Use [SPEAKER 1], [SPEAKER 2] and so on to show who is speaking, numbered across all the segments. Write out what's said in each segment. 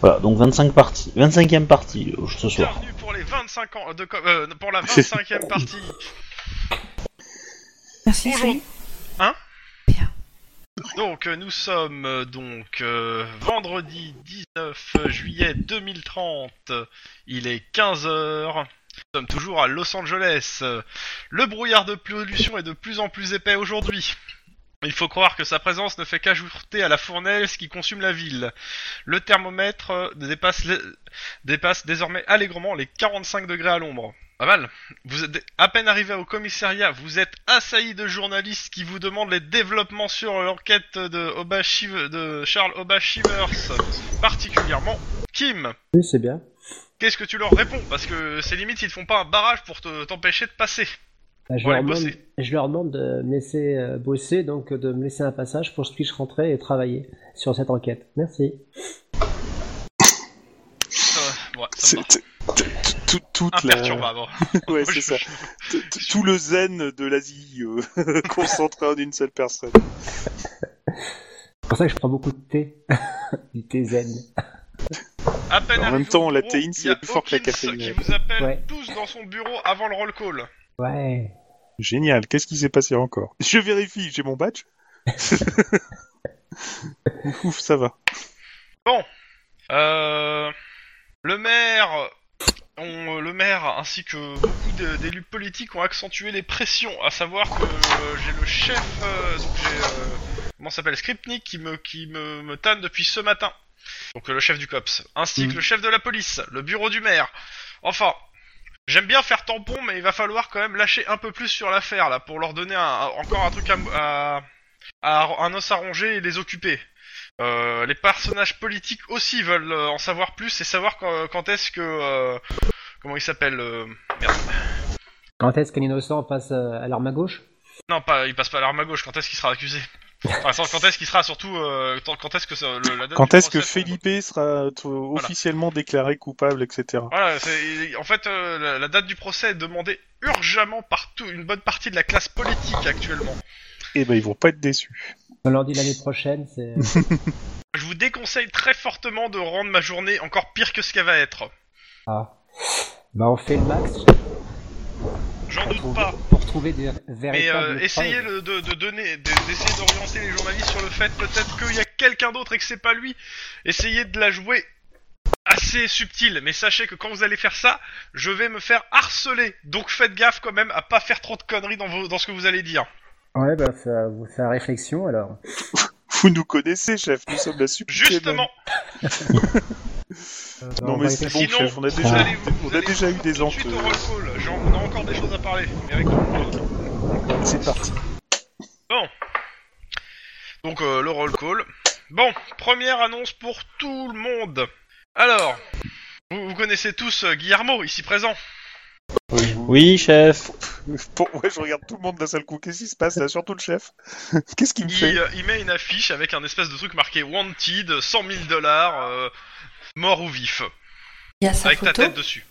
[SPEAKER 1] Voilà, donc 25 parties, 25e partie euh, ce soir.
[SPEAKER 2] Bienvenue pour les 25 ans de co- euh, pour la 25e partie.
[SPEAKER 3] Merci.
[SPEAKER 2] Bonjour.
[SPEAKER 3] salut.
[SPEAKER 2] hein Donc euh, nous sommes euh, donc euh, vendredi 19 juillet 2030. Il est 15h. Nous sommes toujours à Los Angeles. Euh, Le brouillard de pollution est de plus en plus épais aujourd'hui. Il faut croire que sa présence ne fait qu'ajouter à la fournaise qui consume la ville. Le thermomètre euh, dépasse, les- dépasse désormais allègrement les 45 degrés à l'ombre. Pas mal. Vous êtes à peine arrivé au commissariat, vous êtes assailli de journalistes qui vous demandent les développements sur l'enquête de, Obashiv- de Charles Obashivers, particulièrement Kim.
[SPEAKER 4] Oui, c'est bien.
[SPEAKER 2] Qu'est-ce que tu leur réponds Parce que c'est limite, ils te font pas un barrage pour te- t'empêcher de passer.
[SPEAKER 4] Bah, je,
[SPEAKER 2] Bon,
[SPEAKER 4] leur
[SPEAKER 2] allez,
[SPEAKER 4] demande,
[SPEAKER 2] bossez.
[SPEAKER 4] je leur demande de me laisser euh, bosser, donc euh, de me laisser un passage pour que je puisse rentrer et travailler sur cette enquête. Merci.
[SPEAKER 2] Euh, ouais, ça
[SPEAKER 5] C'est-
[SPEAKER 2] me va.
[SPEAKER 5] t- t- t- tout- toute la-
[SPEAKER 2] Imperturbable.
[SPEAKER 5] Ouais,
[SPEAKER 2] Moi,
[SPEAKER 5] c'est
[SPEAKER 2] je-
[SPEAKER 5] ça.
[SPEAKER 2] je-
[SPEAKER 5] T- t- Tout le zen de l'Asie euh, concentré en une seule personne.
[SPEAKER 4] C'est pour ça que je prends beaucoup de thé. du thé zen.
[SPEAKER 2] À peine
[SPEAKER 5] En même
[SPEAKER 2] arrivé au
[SPEAKER 5] temps, la
[SPEAKER 2] bureau,
[SPEAKER 5] théine, c'est
[SPEAKER 2] il y a
[SPEAKER 5] plus fort que la
[SPEAKER 2] Hawkins
[SPEAKER 5] caféine.
[SPEAKER 2] qui vous appelle
[SPEAKER 4] Ouais.
[SPEAKER 2] tous dans son bureau avant le roll call.
[SPEAKER 4] Ouais.
[SPEAKER 5] Génial, qu'est-ce qui s'est passé encore Je vérifie, j'ai mon badge Ouf, ouf, ça va.
[SPEAKER 2] Euh, le maire, ont- le maire ainsi que beaucoup de- d'élus politiques ont accentué les pressions, à savoir que euh, j'ai le chef, euh, donc j'ai, euh, comment ça s'appelle, Skripnik, qui me, qui me, me tanne depuis ce matin. Donc euh, le chef du cops, ainsi que
[SPEAKER 5] Mhm.
[SPEAKER 2] le chef de la police, le bureau du maire. Enfin. J'aime bien faire tampon, mais il va falloir quand même lâcher un peu plus sur l'affaire là pour leur donner un- un- encore un truc à, m- à- à- un os à ronger et les occuper. Euh, les personnages politiques aussi veulent euh, en savoir plus et savoir quand, quand est-ce que. euh, comment il s'appelle euh, Merde.
[SPEAKER 4] Quand est-ce qu'un innocent passe euh, à l'arme à gauche
[SPEAKER 2] Non, pas, il passe pas à l'arme à gauche, quand est-ce qu'il sera accusé Enfin, sans- quand est-ce qu'il sera surtout. euh, tant- quand est-ce que. ça- le- la date
[SPEAKER 5] Quand
[SPEAKER 2] du
[SPEAKER 5] est-ce que
[SPEAKER 2] procès-
[SPEAKER 5] Felipe sera euh, t- officiellement déclaré coupable, etc.
[SPEAKER 2] Voilà, c'est- en fait, euh, la, la date du procès est demandée urgemment par tout- une bonne partie de la classe politique actuellement.
[SPEAKER 5] Eh ben, ils vont pas être déçus.
[SPEAKER 4] Le Lundi l'année prochaine, c'est.
[SPEAKER 2] Je vous déconseille très fortement de rendre ma journée encore pire que ce qu'elle va être.
[SPEAKER 4] Ah. Bah, on fait le max
[SPEAKER 2] J'en
[SPEAKER 4] pour
[SPEAKER 2] doute
[SPEAKER 4] trouver,
[SPEAKER 2] pas.
[SPEAKER 4] pour trouver des
[SPEAKER 2] Mais
[SPEAKER 4] véritables.
[SPEAKER 2] euh, essayez
[SPEAKER 4] preuves.
[SPEAKER 2] le- de, de donner, de- d'essayer d'orienter les journalistes sur le fait peut-être qu'il y a quelqu'un d'autre et que c'est pas lui. Essayez de la jouer assez subtile, mais sachez que quand vous allez faire ça, je vais me faire harceler. Donc faites gaffe quand même à pas faire trop de conneries dans, vos, dans ce que vous allez dire.
[SPEAKER 5] ben,
[SPEAKER 4] Ouais, bah, ça vous fait réflexion alors.
[SPEAKER 5] Vous nous connaissez, chef, nous sommes la subtilité
[SPEAKER 2] Justement,
[SPEAKER 4] Euh,
[SPEAKER 5] même. Non, mais c'est bon,
[SPEAKER 2] Sinon,
[SPEAKER 5] chef, on a
[SPEAKER 2] vous
[SPEAKER 5] déjà,
[SPEAKER 2] allez vous- vous
[SPEAKER 5] on a
[SPEAKER 2] allez
[SPEAKER 5] déjà eu
[SPEAKER 2] tout
[SPEAKER 5] des
[SPEAKER 2] de suite au
[SPEAKER 5] enquêtes.
[SPEAKER 2] roll call. J'en- on a encore des choses à parler. mais avec-
[SPEAKER 5] C'est parti.
[SPEAKER 2] Donc euh, le roll call. Bon, première annonce pour tout le monde. Alors, vous, vous connaissez tous euh, Guillermo ici présent.
[SPEAKER 1] Oui, chef.
[SPEAKER 5] Bon, ouais, je regarde tout le monde d'un seul coup. Qu'est-ce qui se passe là Surtout le chef. Qu'est-ce qu'il me fait
[SPEAKER 2] Il, euh, il met une affiche avec un espèce de truc marqué Wanted, 100 000 dollars, euh, mort ou vif,
[SPEAKER 3] Il y a sa
[SPEAKER 2] avec ta
[SPEAKER 3] photo.
[SPEAKER 2] tête dessus.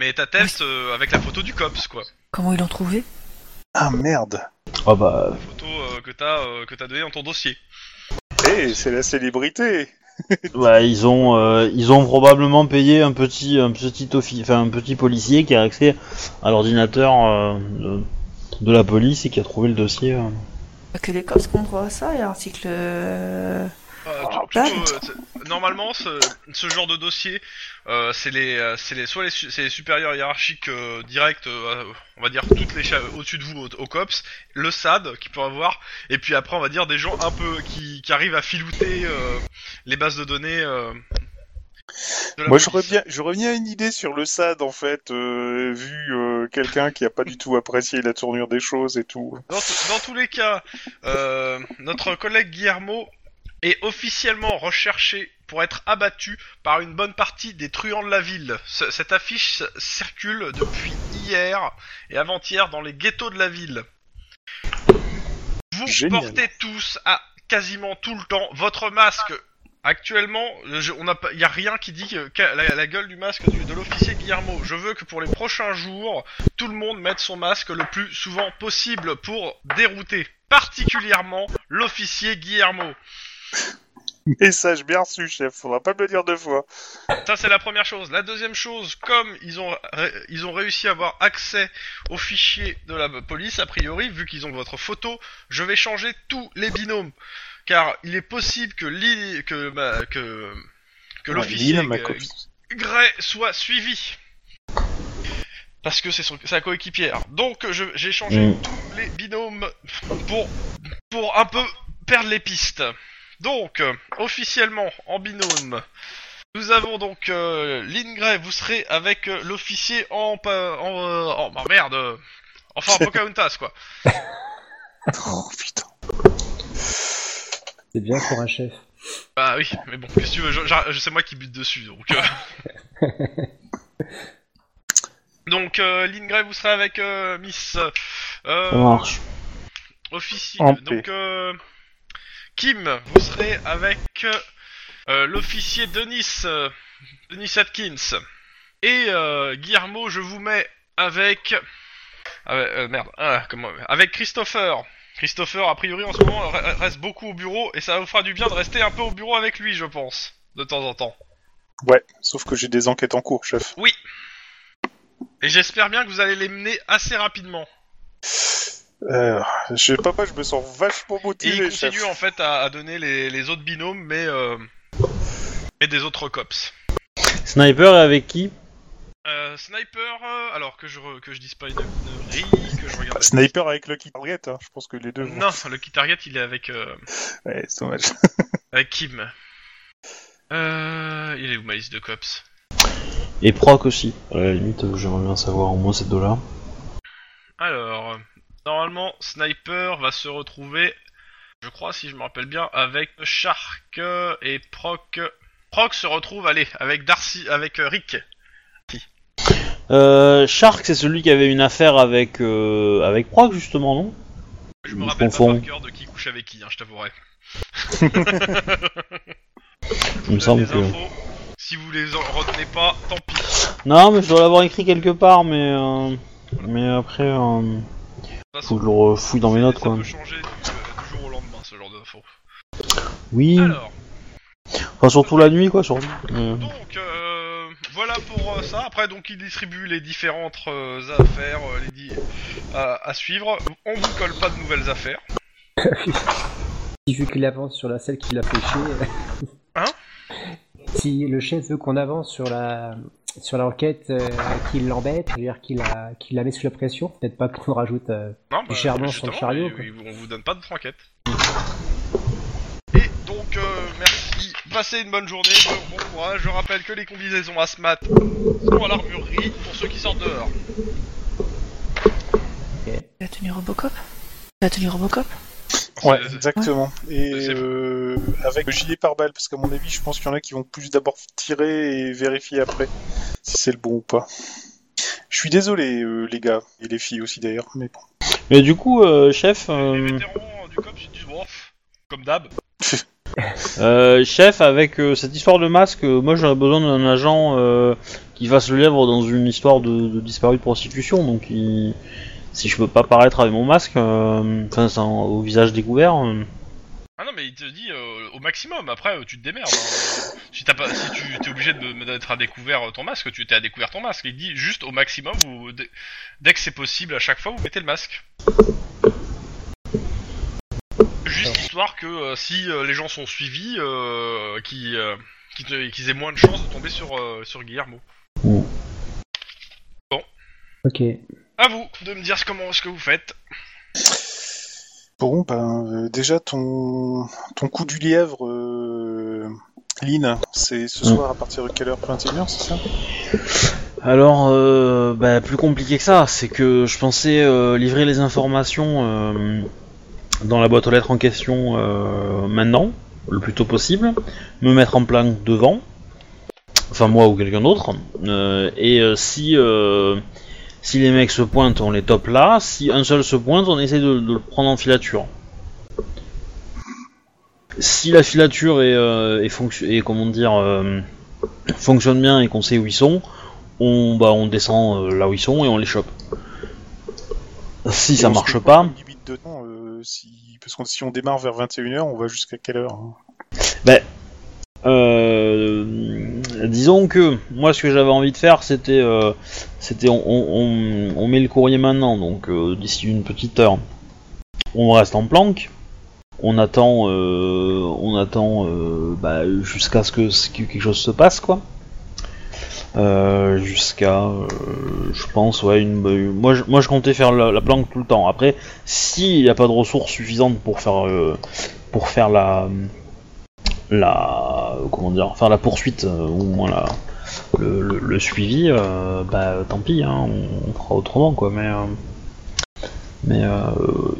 [SPEAKER 2] Mais ta tête euh, avec la photo du COPS, quoi.
[SPEAKER 3] Comment ils l'ont trouvé
[SPEAKER 5] Ah merde
[SPEAKER 1] Ah bah,
[SPEAKER 2] La photo euh, que t'as euh, que t'as donnée dans ton dossier.
[SPEAKER 5] Eh, c'est la célébrité
[SPEAKER 1] bah, ils ont euh, ils ont probablement payé un petit un petit offi- enfin un petit policier qui a accès à l'ordinateur euh, de, de la police et qui a trouvé le dossier. euh.
[SPEAKER 3] Pas Que les cops comprennent ça, il y a l'article. euh,
[SPEAKER 2] Euh,
[SPEAKER 5] Oh,
[SPEAKER 2] tout- tout,
[SPEAKER 3] putain.
[SPEAKER 2] euh, c'est- normalement, ce, ce genre de dossier, euh, c'est les, euh, c'est les, soit les, su- c'est les supérieurs hiérarchiques euh, directs, euh, on va dire toutes les cha- au-dessus de vous au, au cops, le SAD qui peut avoir, et puis après on va dire des gens un peu qui, qui arrivent à filouter euh, les bases de données. euh, de la
[SPEAKER 5] Moi, je
[SPEAKER 2] police.
[SPEAKER 5] reviens, je reviens à une idée sur le SAD, en fait, euh, vu euh, quelqu'un qui a pas du tout apprécié la tournure des choses et tout.
[SPEAKER 2] Dans, t- dans tous les cas, euh, notre collègue Guillermo est officiellement recherché pour être abattu par une bonne partie des truands de la ville. Ce- cette affiche circule depuis hier et avant-hier dans les ghettos de la ville. Vous
[SPEAKER 5] Génial.
[SPEAKER 2] portez tous à quasiment tout le temps votre masque. Actuellement, je- on a pas- il n'y a rien qui dit que, que la, la gueule du masque du- de l'officier Guillermo. Je veux que pour les prochains jours, tout le monde mette son masque le plus souvent possible pour dérouter particulièrement l'officier Guillermo.
[SPEAKER 5] Message bien reçu, chef. Faudra pas me le dire deux fois.
[SPEAKER 2] Ça, c'est la première chose. La deuxième chose, comme ils ont, ré- ils ont réussi à avoir accès aux fichiers de la police, a priori, vu qu'ils ont votre photo, je vais changer tous les binômes. Car il est possible que l'île, que, ma- que, que l'officier euh,
[SPEAKER 5] Lille, ma
[SPEAKER 2] G-
[SPEAKER 5] copie.
[SPEAKER 2] Gray soit suivi. Parce que c'est son- sa coéquipière. Donc, je- j'ai changé
[SPEAKER 1] Mm.
[SPEAKER 2] tous les binômes pour, pour un peu perdre les pistes. Donc, euh, officiellement, en binôme, nous avons donc euh, Lynn Gray, vous serez avec euh, l'officier en... pa- en, euh, en- bah, merde euh, Enfin, en Pocahontas, quoi.
[SPEAKER 5] Oh putain.
[SPEAKER 4] C'est bien pour un chef.
[SPEAKER 2] Bah oui, mais bon, qu'est-ce que tu veux, je- je- c'est moi qui bute dessus, donc... euh. donc, euh, Lynn Gray, vous serez avec euh, Miss... euh,
[SPEAKER 1] Ça marche.
[SPEAKER 2] officier.
[SPEAKER 5] En
[SPEAKER 2] Donc, euh, Kim, vous serez avec euh, euh, l'officier Denis, euh, Denis Atkins. Et euh, Guillermo, je vous mets avec. Ah, ouais, euh, merde, ah, comment... avec Christopher. Christopher, a priori, en ce moment, re- reste beaucoup au bureau et ça vous fera du bien de rester un peu au bureau avec lui, je pense, de temps en temps.
[SPEAKER 5] Ouais, sauf que j'ai des enquêtes en cours, chef.
[SPEAKER 2] Et j'espère bien que vous allez les mener assez rapidement.
[SPEAKER 5] Euh, je sais pas, quoi, je me sens vachement
[SPEAKER 2] Et il
[SPEAKER 5] motivé, chef.
[SPEAKER 2] continue en fait à, à donner les, les autres binômes, mais euh, et des autres cops.
[SPEAKER 1] Sniper est avec qui
[SPEAKER 2] Euh, sniper, euh, alors que je, re- que je dise pas une connerie, que je regarde.
[SPEAKER 5] Sniper avec Lucky Target, hein, je pense que les deux vont.
[SPEAKER 2] Non, le key target il est avec, euh,
[SPEAKER 5] Ouais, c'est dommage.
[SPEAKER 2] avec Kim. Euh, il est où ma liste de cops
[SPEAKER 1] Et Proc aussi. À la limite, euh, j'aimerais bien savoir au moins ces deux-là.
[SPEAKER 2] Alors, euh, normalement, Sniper va se retrouver, je crois si je me rappelle bien, avec Shark euh, et Proc. Proc se retrouve, allez, avec Darcy, avec euh, Rick.
[SPEAKER 1] Euh, Shark, c'est celui qui avait une affaire avec, euh, avec Proc, justement, non
[SPEAKER 2] Je me
[SPEAKER 1] Ils
[SPEAKER 2] rappelle
[SPEAKER 1] se
[SPEAKER 2] pas
[SPEAKER 1] confondent.
[SPEAKER 2] par cœur de qui couche avec qui, hein, je t'avouerai.
[SPEAKER 1] Il me
[SPEAKER 2] Je vous donne
[SPEAKER 1] semble
[SPEAKER 2] des
[SPEAKER 1] que.
[SPEAKER 2] infos. Si vous les en retenez pas, tant pis.
[SPEAKER 1] Non, mais je dois l'avoir écrit quelque part, mais. euh, Mais après, euh,
[SPEAKER 2] De toute façon,
[SPEAKER 1] faut que je le refouille dans mes
[SPEAKER 2] Ça-
[SPEAKER 1] notes,
[SPEAKER 2] ça
[SPEAKER 1] quoi.
[SPEAKER 2] peut changer du, euh, du jour au lendemain, ce genre d'infos.
[SPEAKER 1] Oui,
[SPEAKER 2] Alors,
[SPEAKER 1] enfin, surtout la nuit, quoi, surtout. Mais-
[SPEAKER 2] donc, euh, voilà pour euh, ça. Après, donc, il distribue les différentes euh, affaires euh, les di- à, à suivre. On vous colle pas de nouvelles affaires.
[SPEAKER 4] Si vu qu'il avance sur la celle qui l'a fait chier.
[SPEAKER 2] Hein
[SPEAKER 4] Si le chef veut qu'on avance sur la sur l'enquête euh, qui l'embête, je veux dire qu'il la, qu'il la met sous la pression, peut-être pas qu'on rajoute. euh,
[SPEAKER 2] Non,
[SPEAKER 4] Du charbon sur le
[SPEAKER 2] Hein, bah, justement,
[SPEAKER 4] chariot,
[SPEAKER 2] et-
[SPEAKER 4] quoi.
[SPEAKER 2] et on vous donne pas de franquette. Et donc, euh, merci. Passez une bonne journée, bon bon courage. Je rappelle que les combinaisons ASMAT sont à l'armurerie pour ceux qui sortent dehors.
[SPEAKER 1] Mm.
[SPEAKER 3] La tenue Robocop La tenue Robocop
[SPEAKER 5] Ouais,
[SPEAKER 2] C'est-
[SPEAKER 5] exactement. Et
[SPEAKER 2] C'est-
[SPEAKER 5] euh, avec le gilet pare-balles, parce qu'à mon avis, je pense qu'il y en a qui vont plus d'abord tirer et vérifier après si c'est le bon ou pas. Je suis désolé, euh, les gars, et les filles aussi d'ailleurs, mais bon.
[SPEAKER 1] Mais du coup, euh, chef,
[SPEAKER 2] Les
[SPEAKER 1] euh,
[SPEAKER 2] vétérans euh, du COPS, ils disent, bon, pff, comme d'hab.
[SPEAKER 1] euh, chef, avec euh, cette histoire de masque, euh, moi j'aurais besoin d'un agent euh, qui fasse le lèvre dans une histoire de, de disparu de prostitution, donc il- si je peux pas paraître avec mon masque, euh, enfin sans- au visage découvert, euh,
[SPEAKER 2] Ah non, mais il te dit euh, au maximum, après euh, tu te démerdes. hein. si t'as pas, si tu t'es obligé de me- d'être à découvert euh, ton masque, tu t'es à découvert ton masque. Il dit juste au maximum, vous, dès, dès que c'est possible, à chaque fois, vous mettez le masque. Juste histoire que euh, si euh, les gens sont suivis, euh, qui, euh, qui te- qu'ils aient moins de chances de tomber sur, euh, sur Guillermo.
[SPEAKER 4] Ok.
[SPEAKER 2] À vous de me dire ce- comment ce que vous faites.
[SPEAKER 5] Bon, ben, euh, déjà, ton, ton coup du lièvre, euh, Lynn, c'est ce
[SPEAKER 1] Mm.
[SPEAKER 5] soir à partir de quelle heure 21h, c'est ça
[SPEAKER 1] Alors, euh, bah, plus compliqué que ça, c'est que je pensais euh, livrer les informations euh, dans la boîte aux lettres en question euh, maintenant, le plus tôt possible, me mettre en plan devant, enfin moi ou quelqu'un d'autre, euh, et euh, si, euh, si les mecs se pointent, on les top là, si un seul se pointe, on essaie de, de le prendre en filature. Si la filature est, euh, est, fonction- est, comment dire, euh, fonctionne bien et qu'on sait où ils sont, on, bah, on descend euh, là où ils sont et on les chope. Si
[SPEAKER 5] Et
[SPEAKER 1] ça
[SPEAKER 5] on se
[SPEAKER 1] marche
[SPEAKER 5] met
[SPEAKER 1] pas,
[SPEAKER 5] une Limite de temps, euh, si, parce que si on démarre vers 21h, on va jusqu'à quelle heure hein
[SPEAKER 1] Euh, disons que moi, ce que j'avais envie de faire, c'était, euh, c'était, on, on- on- on met le courrier maintenant, donc euh, d'ici une petite heure, on reste en planque, on attend, euh, on attend euh, bah, jusqu'à ce que, ce que quelque chose se passe, quoi. Euh, jusqu'à, euh, je pense, ouais, une, une- moi, je, moi, je comptais faire la, la planque tout le temps. Après, s'il n'y a pas de ressources suffisantes pour faire, euh, pour faire la la comment dire enfin la poursuite euh, ou au moins la le, le- le suivi euh, bah tant pis hein, on, on fera autrement quoi mais euh, mais euh,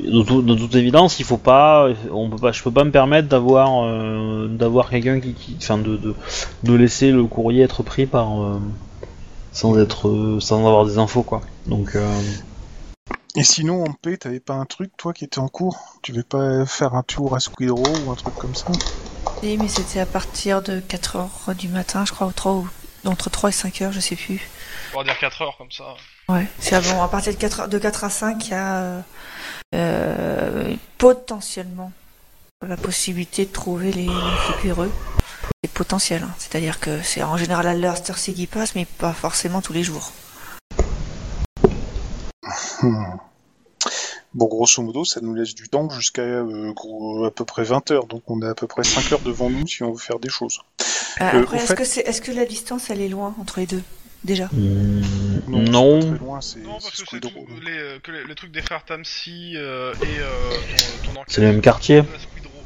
[SPEAKER 1] de, tout- de toute évidence il faut pas on peut pas je peux pas me permettre d'avoir euh, d'avoir quelqu'un qui qui- enfin de, de de laisser le courrier être pris par euh, sans être euh, sans avoir des infos quoi donc euh,
[SPEAKER 5] Et sinon, en paix, t'avais pas un truc, toi, qui était en cours Tu veux pas faire un tour à Squidrow ou un truc comme ça
[SPEAKER 3] Oui, mais c'était à partir de 4h du matin, je crois, ou 3 ou entre 3 et 5h, je sais plus.
[SPEAKER 2] On va dire 4 heures comme ça.
[SPEAKER 3] Ouais, c'est avant. À partir de 4, de 4 à 5, il y a euh, euh, potentiellement la possibilité de trouver les, les péreux. C'est potentiel, hein. c'est-à-dire que c'est en général à l'heure cette heure-ci qui passe, mais pas forcément tous les jours.
[SPEAKER 5] Hmm. Bon, grosso modo, ça nous laisse du temps jusqu'à euh, gros- à peu près 20 heures, donc on a à peu près 5 heures devant nous si on veut faire des choses.
[SPEAKER 3] Euh,
[SPEAKER 5] Euh,
[SPEAKER 3] après,
[SPEAKER 5] au
[SPEAKER 3] est-ce
[SPEAKER 5] fait-
[SPEAKER 3] que, c'est- est-ce que la distance, elle est loin entre les deux Déjà
[SPEAKER 1] hmm,
[SPEAKER 5] Non, c'est
[SPEAKER 1] non.
[SPEAKER 5] pas très loin, c'est
[SPEAKER 2] Non, parce
[SPEAKER 5] c'est
[SPEAKER 2] que c'est
[SPEAKER 5] Squidrow.
[SPEAKER 2] tout- les, euh, que les- le truc des frères Tamsi euh, et euh, ton, ton enquête.
[SPEAKER 1] C'est le même quartier.
[SPEAKER 2] à Squid Row.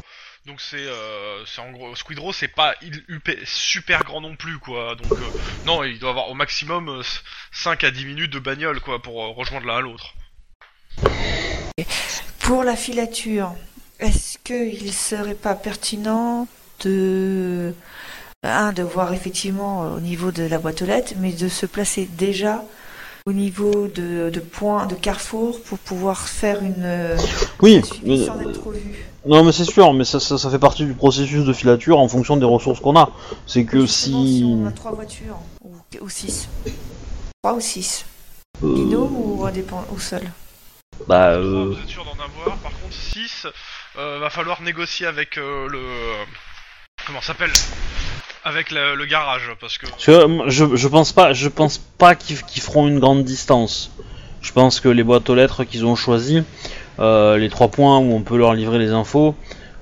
[SPEAKER 2] Donc c'est euh, c'est en gros Squidrow c'est pas il- UP super grand non plus quoi donc euh, non il doit avoir au maximum euh, 5 à 10 minutes de bagnole quoi pour euh, rejoindre l'un à l'autre.
[SPEAKER 3] Pour la filature, est-ce qu'il serait pas pertinent de un de voir effectivement euh, au niveau de la boîte aux lettres, mais de se placer déjà au niveau de, de points de carrefour pour pouvoir faire une euh,
[SPEAKER 1] Oui.
[SPEAKER 3] suivi sans
[SPEAKER 1] euh,
[SPEAKER 3] être revu.
[SPEAKER 1] Non, mais c'est sûr, mais ça, ça, ça fait partie du processus de filature en fonction des ressources qu'on a. C'est que
[SPEAKER 3] Justement,
[SPEAKER 1] si.
[SPEAKER 3] on a trois voitures ou, ou six, trois ou six,
[SPEAKER 1] euh,
[SPEAKER 3] binôme ou indépendant ou seul.
[SPEAKER 1] bah,
[SPEAKER 2] Trois,
[SPEAKER 1] euh,
[SPEAKER 2] Vous êtes sûr d'en avoir par contre 6 va falloir négocier avec euh, le euh, comment ça s'appelle avec la- le garage parce que
[SPEAKER 1] parce que, euh, moi, je, je pense pas, je pense pas qu'ils qu'ils feront une grande distance. Je pense que les boîtes aux lettres qu'ils ont choisies, euh, les trois points où on peut leur livrer les infos,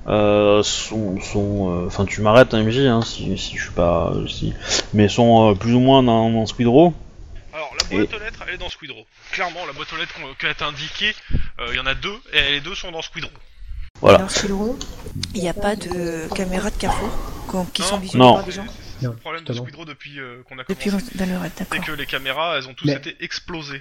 [SPEAKER 1] euh, sont, sont, euh, enfin tu m'arrêtes MJ hein, si, si je suis pas, euh, si, mais sont euh, plus ou moins dans, dans Squidrow.
[SPEAKER 2] Alors, la boîte aux lettres, elle est dans Squidrow. Clairement, la boîte aux lettres qu'on- qu'elle t'a indiquée, euh, il y en a deux, et les deux sont dans Squidrow.
[SPEAKER 1] Voilà.
[SPEAKER 3] Alors chez Laurent, il n'y a pas de caméra de carrefour qu'on- qui sont visibles
[SPEAKER 1] Non.
[SPEAKER 3] par Ah, des gens
[SPEAKER 2] C'est- C'est c'est
[SPEAKER 4] Non,
[SPEAKER 2] le problème de
[SPEAKER 4] justement.
[SPEAKER 2] Squidrow depuis euh, qu'on a
[SPEAKER 3] depuis
[SPEAKER 2] commencé.
[SPEAKER 3] Valorette,
[SPEAKER 2] C'est
[SPEAKER 3] d'accord.
[SPEAKER 2] que les caméras, elles ont toutes
[SPEAKER 4] Mais-
[SPEAKER 2] été explosées.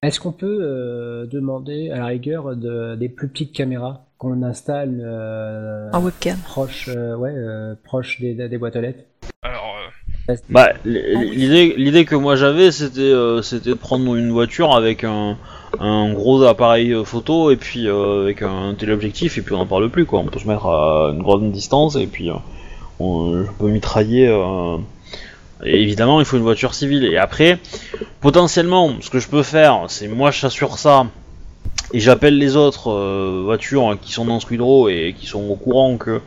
[SPEAKER 4] Est-ce qu'on peut euh, demander à la rigueur de, des plus petites caméras qu'on installe euh,
[SPEAKER 3] En webcam.
[SPEAKER 4] proche, euh, ouais, euh, proche des, des boîtes aux lettres
[SPEAKER 2] Alors, euh,
[SPEAKER 1] Bah, l- l'idée, l'idée que moi j'avais, c'était, euh, c'était de prendre une voiture avec un, un gros appareil euh, photo et puis euh, avec un téléobjectif et puis on en parle plus quoi. On peut se mettre à une grande distance et puis euh, on, je peux mitrailler. euh, et évidemment, il faut une voiture civile. Et après, potentiellement, ce que je peux faire, c'est moi je s'assure ça et j'appelle les autres euh, voitures qui sont dans Squidrow et qui sont au courant que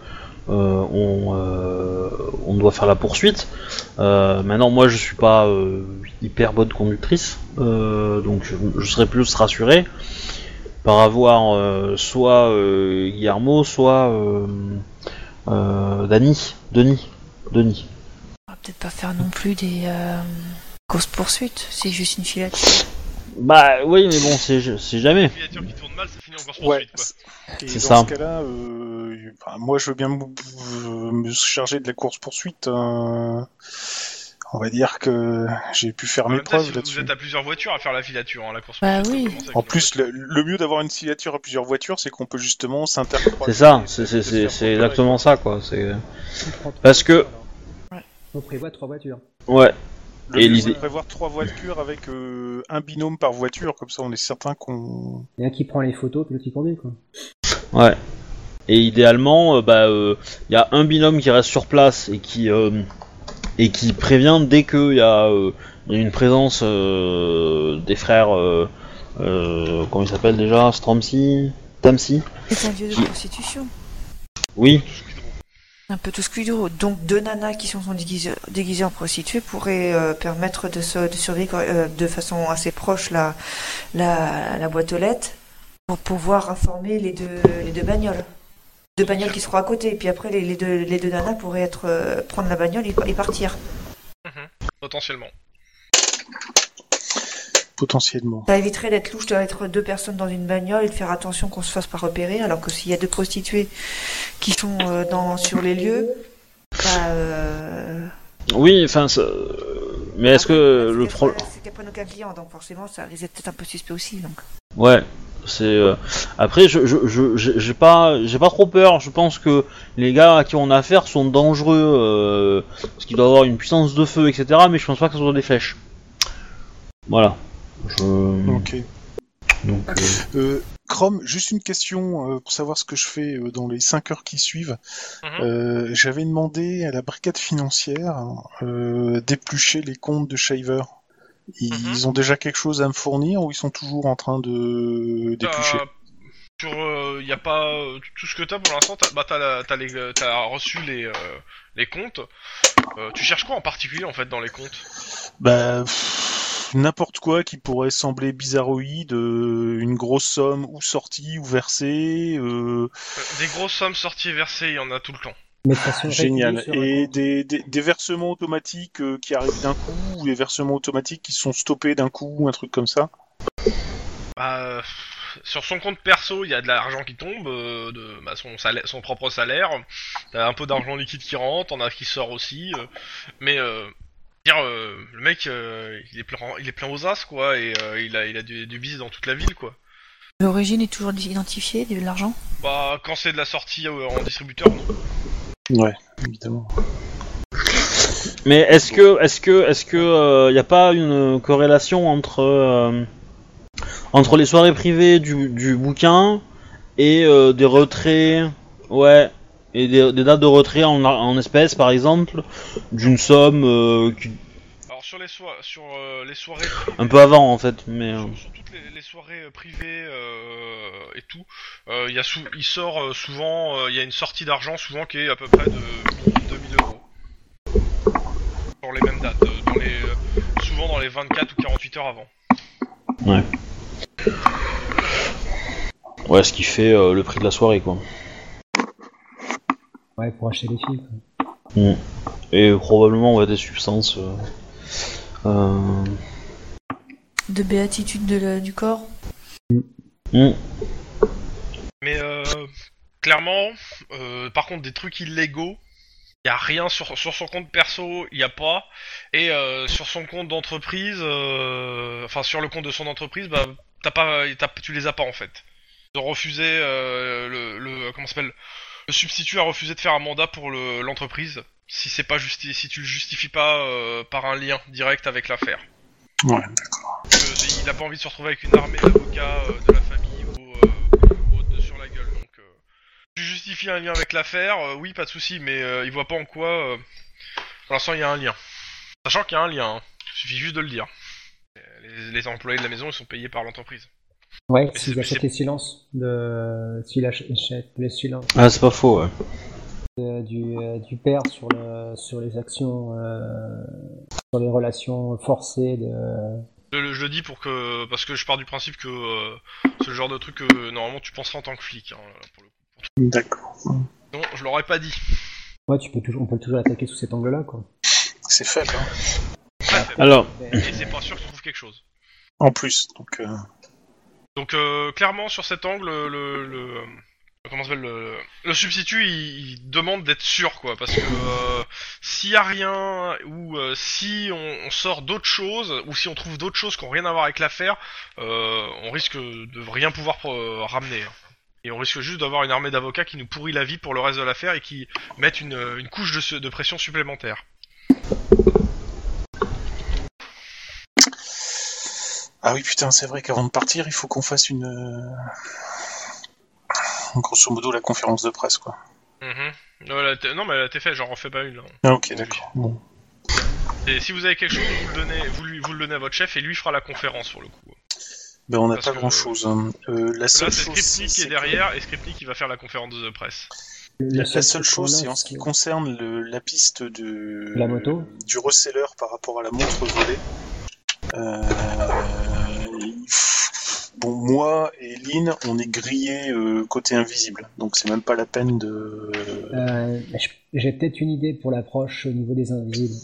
[SPEAKER 1] euh, on, euh, on doit faire la poursuite. Euh, maintenant, moi, je suis pas euh, hyper bonne conductrice, euh, donc je, je serais plus rassuré par avoir euh, soit euh, Guillermo, soit euh, euh, Dani, Denis, Denis.
[SPEAKER 3] On va peut-être pas faire non plus des euh, courses poursuites, c'est juste une filette.
[SPEAKER 1] Bah oui, mais bon, c'est c'est jamais.
[SPEAKER 2] les miniatures qui tournent mal, ça finit en course
[SPEAKER 5] Ouais.
[SPEAKER 2] poursuite, quoi.
[SPEAKER 5] Et
[SPEAKER 1] C'est
[SPEAKER 5] dans
[SPEAKER 1] ça.
[SPEAKER 5] ce cas-là, euh, bah, moi je veux bien me, me charger de la course poursuite. hein. On va dire que j'ai pu faire
[SPEAKER 2] En
[SPEAKER 5] mes
[SPEAKER 2] même temps,
[SPEAKER 5] preuves
[SPEAKER 2] si vous- vous
[SPEAKER 5] là-dessus.
[SPEAKER 2] êtes à plusieurs voitures à faire la filature, hein, la course
[SPEAKER 3] Bah
[SPEAKER 2] poursuite,
[SPEAKER 3] oui.
[SPEAKER 2] ça commence avec
[SPEAKER 5] En
[SPEAKER 2] une
[SPEAKER 5] plus, le, le mieux d'avoir une signature à plusieurs voitures, c'est qu'on peut justement
[SPEAKER 1] C'est
[SPEAKER 5] s'intercroiser.
[SPEAKER 1] ça, c'est- c'est
[SPEAKER 5] et se
[SPEAKER 1] c'est-
[SPEAKER 5] faire
[SPEAKER 1] c'est
[SPEAKER 5] repérer.
[SPEAKER 1] exactement ça, quoi. C'est
[SPEAKER 4] On prend trois
[SPEAKER 1] Parce que-
[SPEAKER 4] voitures, alors.
[SPEAKER 3] Ouais.
[SPEAKER 4] On prévoit trois voitures.
[SPEAKER 1] ouais.
[SPEAKER 5] Le
[SPEAKER 1] Et
[SPEAKER 5] mieux, c'est
[SPEAKER 1] l'idée-
[SPEAKER 5] de prévoir trois voitures avec euh, un binôme par voiture, comme ça on est certain qu'on.
[SPEAKER 4] Il y en a qui prend les photos, puis l'autre qui conduit, quoi.
[SPEAKER 1] Ouais. Et idéalement, euh, bah, il y a un binôme qui reste sur place et qui euh, et qui prévient dès qu'il y a euh, y a une présence euh, des frères. Euh, euh, comment ils s'appellent déjà Stromsy Tamsi
[SPEAKER 3] C'est un lieu de
[SPEAKER 1] Qui-
[SPEAKER 3] prostitution.
[SPEAKER 1] Oui.
[SPEAKER 2] Squidrow.
[SPEAKER 3] un peu tout squido. Donc deux nanas qui sont sont déguisées, déguisées en prostituées pourraient euh, permettre de, se, de survivre euh, de façon assez proche la, la, la boîte aux lettres pour pouvoir informer les deux, les deux bagnoles. Deux bagnoles qui seront à côté. Et puis après, les, les deux, les deux nanas pourraient être, euh, prendre la bagnole et, et partir.
[SPEAKER 2] Potentiellement.
[SPEAKER 5] potentiellement.
[SPEAKER 3] Ça éviterait d'être louche, d'être deux personnes dans une bagnole et de faire attention qu'on se fasse pas repérer. Alors que s'il y a deux prostituées qui sont euh, dans, sur les lieux, bah, euh,
[SPEAKER 1] Oui, enfin, ça- mais est-ce que
[SPEAKER 3] c'est
[SPEAKER 1] le
[SPEAKER 3] qu'elles
[SPEAKER 1] problème.
[SPEAKER 3] prennent- C'est qu'elles prennent aucun client, donc forcément, ça risque d'être peut-être un peu suspect aussi. Donc.
[SPEAKER 1] Ouais, c'est. euh, Après, je, je, je- j'ai- j'ai pas, j'ai pas trop peur. Je pense que les gars à qui on a affaire sont dangereux, euh, parce qu'ils doivent avoir une puissance de feu, etc. Mais je pense pas que ce soit des flèches. Voilà. Je...
[SPEAKER 5] Ok.
[SPEAKER 1] Donc, euh,
[SPEAKER 5] Euh, Chrome, juste une question euh, pour savoir ce que je fais euh, dans les 5 heures qui suivent.
[SPEAKER 2] Mhm.
[SPEAKER 5] Euh, J'avais demandé à la brigade financière euh, d'éplucher les comptes de Shaver. Ils
[SPEAKER 2] Mhm.
[SPEAKER 5] ont déjà quelque chose à me fournir ou ils sont toujours en train de d'éplucher
[SPEAKER 2] T'as- Sur, euh, y a pas euh, tout ce que t'as pour l'instant. T'as bah, t'as la- t'as les, euh, t'as reçu les, euh, les comptes. Euh, tu cherches quoi en particulier en fait dans les comptes
[SPEAKER 5] Bah, pff, n'importe quoi qui pourrait sembler bizarroïde, euh, une grosse somme ou sortie ou versée, euh,
[SPEAKER 2] Euh, Des grosses sommes sorties et versées, il y en a tout le temps.
[SPEAKER 4] Mais de façon
[SPEAKER 5] Génial.
[SPEAKER 4] régulière sur un
[SPEAKER 5] Et
[SPEAKER 4] compte.
[SPEAKER 5] des, des, des versements automatiques euh, qui arrivent d'un coup, ou des versements automatiques qui sont stoppés d'un coup, ou un truc comme ça.
[SPEAKER 2] Bah, euh, sur son compte perso, il y a de l'argent qui tombe, euh, de bah, son, salaire, son propre salaire. T'as un peu d'argent liquide qui rentre, t'en as qui sort aussi. euh, mais euh, dire, euh, le mec, euh, il est plein, il est plein aux as quoi, et euh, il a, il a du, du bis dans toute la ville quoi.
[SPEAKER 3] L'origine est toujours identifiée de l'argent
[SPEAKER 2] Bah, quand c'est de la sortie euh, en distributeur, non.
[SPEAKER 5] Ouais, évidemment.
[SPEAKER 1] Mais est-ce que, est-ce que, est-ce que, euh, y a pas une corrélation entre euh, entre les soirées privées du, du bouquin et euh, des retraits, ouais, et des, des dates de retrait en, en espèces par exemple, d'une somme euh, qui-
[SPEAKER 2] Alors sur les soirs, sur euh, les soirées,
[SPEAKER 1] un peu avant en fait, mais euh,
[SPEAKER 2] sur, sur toutes les, les soirées euh, privées euh, et tout, euh, il y a sou- il sort euh, souvent, euh, il y a une sortie d'argent souvent qui est à peu près de 2000 euros. Sur les mêmes dates, euh, dans les, euh, souvent dans les 24 ou 48 heures avant.
[SPEAKER 1] ouais, ce qui fait euh, le prix de la soirée quoi.
[SPEAKER 4] Ouais, pour acheter des filles. quoi.
[SPEAKER 1] Et probablement ouais des substances. euh, euh,
[SPEAKER 3] De béatitude de la- du corps
[SPEAKER 1] hmm.
[SPEAKER 2] Mais euh, clairement, euh, par contre, des trucs illégaux, il n'y a rien sur, sur son compte perso, il n'y a pas. Et euh, sur son compte d'entreprise, euh, enfin sur le compte de son entreprise, bah, t'as pas, t'as- tu les as pas en fait. Ils ont refusé euh, le, le comment ça s'appelle le substitut a refusé de faire un mandat pour le- l'entreprise si c'est pas justi si tu le justifies pas euh, par un lien direct avec l'affaire.
[SPEAKER 5] Ouais,
[SPEAKER 2] Euh, il a pas envie de se retrouver avec une armée d'avocats euh, de la famille ou euh, ou de- sur la gueule. Donc, euh, tu justifies un lien avec l'affaire, euh, oui, pas de souci, mais euh, il voit pas en quoi. euh, pour l'instant, il y a un lien. Sachant qu'il y a un lien, hein. il suffit juste de le dire. Les, les employés de la maison, ils sont payés par l'entreprise.
[SPEAKER 4] Ouais,
[SPEAKER 2] Mais c'est-
[SPEAKER 4] s'ils
[SPEAKER 2] mais
[SPEAKER 4] achètent
[SPEAKER 2] c'est-
[SPEAKER 4] les silences, de... s'ils ach- achètent les silences
[SPEAKER 1] Ah c'est pas faux ouais.
[SPEAKER 4] euh, du, euh, du père sur, le... sur les actions, euh, sur les relations forcées de...
[SPEAKER 2] Je, le- je le dis pour que parce que je pars du principe que euh, ce genre de truc euh, normalement tu penseras en tant que flic. hein, pour le coup.
[SPEAKER 5] d'accord.
[SPEAKER 2] Non, je l'aurais pas dit.
[SPEAKER 4] Ouais, tu peux toujours... on peut toujours attaquer sous cet angle-là, quoi.
[SPEAKER 5] C'est faible, hein.
[SPEAKER 2] Très faible.
[SPEAKER 1] Alors
[SPEAKER 2] Et c'est pas sûr que tu trouves quelque chose.
[SPEAKER 5] En plus, donc. euh,
[SPEAKER 2] Donc euh, clairement sur cet angle le, le, le- euh, comment ça s'appelle le, le substitut il, il demande d'être sûr quoi parce que euh, s'il y a rien ou euh, si on, on sort d'autres choses ou si on trouve d'autres choses qui ont rien à voir avec l'affaire euh, on risque de rien pouvoir euh, ramener hein. et on risque juste d'avoir une armée d'avocats qui nous pourrit la vie pour le reste de l'affaire et qui mettent une, une couche de, ce- de pression supplémentaire.
[SPEAKER 5] Ah oui, putain, c'est vrai qu'avant de partir, il faut qu'on fasse une. euh, Grosso modo, la conférence de presse, quoi.
[SPEAKER 2] Mhm. Euh, là, t'es- non mais là, t'es fait, j'en refais pas une hein. là.
[SPEAKER 5] Ah, ok, d'accord. Bon.
[SPEAKER 2] Et si vous avez quelque chose, vous le donnez, vous, lui- vous le donnez à votre chef et lui fera la conférence pour le coup.
[SPEAKER 5] Ben, on n'a
[SPEAKER 2] Parce
[SPEAKER 5] pas
[SPEAKER 2] que-
[SPEAKER 5] grand chose. la
[SPEAKER 2] Là,
[SPEAKER 5] seule
[SPEAKER 2] c'est
[SPEAKER 5] chose.
[SPEAKER 2] Skripnik qui
[SPEAKER 5] c'est
[SPEAKER 2] est derrière et Skripnik qui va faire la conférence de presse.
[SPEAKER 5] que- La, la seule chose, c'est en ce qui concerne le- la piste de
[SPEAKER 4] euh, La moto
[SPEAKER 5] du reseller par rapport à la montre volée. euh, pff, bon, moi et Lynn, on est grillés euh, côté invisible, donc c'est même pas la peine de.
[SPEAKER 4] Euh, je- J'ai peut-être une idée pour l'approche au niveau des invisibles.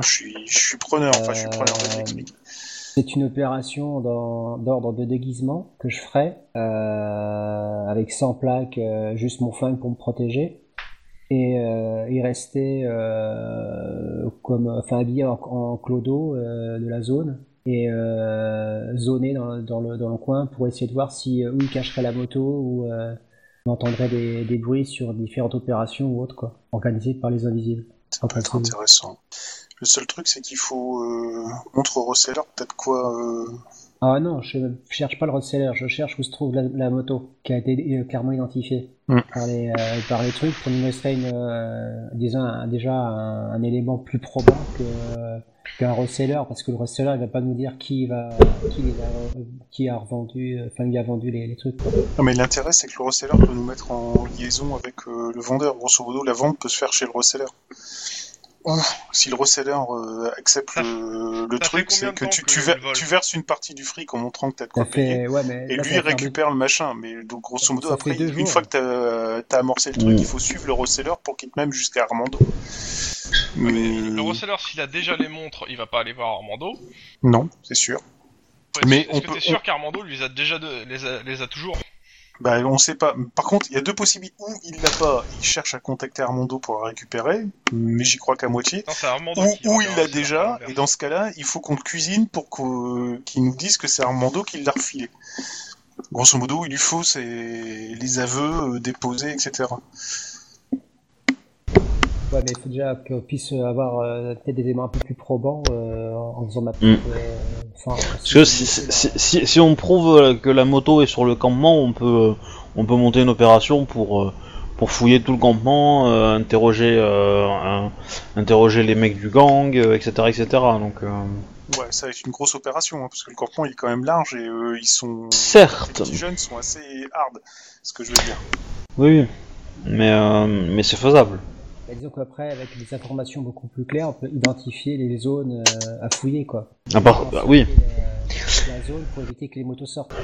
[SPEAKER 5] Je suis, je suis preneur, enfin je suis preneur.
[SPEAKER 4] Euh,
[SPEAKER 5] vas-y, explique.
[SPEAKER 4] C'est une opération dans- d'ordre de déguisement que je ferai euh, avec 100 plaques, euh, juste mon flingue pour me protéger et, euh, et rester euh, comme, enfin habillé en, en clodo euh, de la zone et euh, zoner dans, dans le, dans le coin pour essayer de voir si euh, où il cacherait la moto ou euh, on entendrait des, des bruits sur différentes opérations ou autres quoi, organisées par les invisibles.
[SPEAKER 5] Ça peut être intéressant. Le seul truc, c'est qu'il faut euh, montre au reseller peut-être quoi. euh,
[SPEAKER 4] Ah non, je je cherche pas le reseller, je cherche où se trouve la, la moto qui a été euh, clairement identifiée
[SPEAKER 5] Mm.
[SPEAKER 4] par, les, euh, par les trucs pour nous rester une, euh, disons, un- déjà un, un élément plus probant que- qu'un reseller parce que le reseller il va pas nous dire qui va qui, les a, qui a revendu, euh, enfin lui a vendu les, les trucs. quoi.
[SPEAKER 5] Non, mais l'intérêt, c'est que le reseller peut nous mettre en liaison avec euh, le vendeur. Grosso modo, la vente peut se faire chez le reseller. Ou, si le reseller euh, accepte
[SPEAKER 2] Ça-
[SPEAKER 5] le, le
[SPEAKER 2] ça fait
[SPEAKER 5] truc,
[SPEAKER 2] combien
[SPEAKER 5] c'est
[SPEAKER 2] de
[SPEAKER 5] que
[SPEAKER 2] temps
[SPEAKER 5] tu,
[SPEAKER 2] que
[SPEAKER 5] tu,
[SPEAKER 2] le
[SPEAKER 5] ver-
[SPEAKER 2] vol
[SPEAKER 5] tu verses une partie du fric en montrant que t'as de
[SPEAKER 4] Ça
[SPEAKER 5] quoi payer.
[SPEAKER 4] fait, ouais, mais
[SPEAKER 5] Et
[SPEAKER 4] là, ça
[SPEAKER 5] lui, il
[SPEAKER 4] va faire deux-
[SPEAKER 5] récupère le machin. Mais donc, grosso
[SPEAKER 4] Ça
[SPEAKER 5] modo,
[SPEAKER 4] fait
[SPEAKER 5] après,
[SPEAKER 4] deux
[SPEAKER 5] une
[SPEAKER 4] jours.
[SPEAKER 5] fois que t'as- t'as amorcé le truc,
[SPEAKER 1] Mm.
[SPEAKER 5] il faut suivre le reseller pour qu'il te mène jusqu'à Armando. Mais...
[SPEAKER 2] Ah, Le reseller, s'il a déjà les montres, il va pas aller voir Armando.
[SPEAKER 5] non, c'est sûr.
[SPEAKER 2] Faut être-
[SPEAKER 5] Mais
[SPEAKER 2] est-ce
[SPEAKER 5] on
[SPEAKER 2] que
[SPEAKER 5] peut-
[SPEAKER 2] t'es sûr qu'Armando lui a déjà de- les, a, les a toujours
[SPEAKER 5] Bah, on sait pas. Par contre, il y a deux possibilités. Ou il l'a pas, il cherche à contacter Armando pour la récupérer, mais j'y crois qu'à moitié.
[SPEAKER 2] Non, c'est Armando.
[SPEAKER 5] Ou,
[SPEAKER 2] qui
[SPEAKER 5] ou
[SPEAKER 2] revient, c'est
[SPEAKER 5] il l'a
[SPEAKER 2] Armando
[SPEAKER 5] déjà,
[SPEAKER 2] Lambert.
[SPEAKER 5] et dans ce cas-là, il faut qu'on le cuisine pour qu'au- qu'il nous dise que c'est Armando qui l'a refilé. Grosso modo, il lui faut ses- les aveux euh, déposés, etc.
[SPEAKER 4] Ouais, mais il faut déjà qu'on puisse avoir euh, peut-être des éléments un peu plus probants euh, en faisant ma
[SPEAKER 1] Mm.
[SPEAKER 4] euh, enfin,
[SPEAKER 1] Parce que si, si, si- si on prouve euh, que la moto est sur le campement, on peut, euh, on peut monter une opération pour, euh, pour fouiller tout le campement, euh, interroger, euh, un- interroger les mecs du gang, euh, etc., etc. Donc, euh,
[SPEAKER 5] Ouais, ça va être une grosse opération, hein, parce que le campement il est quand même large et euh, ils sont.
[SPEAKER 1] certes,
[SPEAKER 5] Les petits jeunes sont assez hard, c'est ce que je veux dire.
[SPEAKER 1] oui, oui. mais, euh, mais c'est faisable.
[SPEAKER 4] Bah, disons qu'après, avec des informations beaucoup plus claires, on peut identifier les zones euh, à fouiller, quoi.
[SPEAKER 1] À part, bah oui,
[SPEAKER 4] Identifier La, la zone pour éviter que les motos sortent. Parce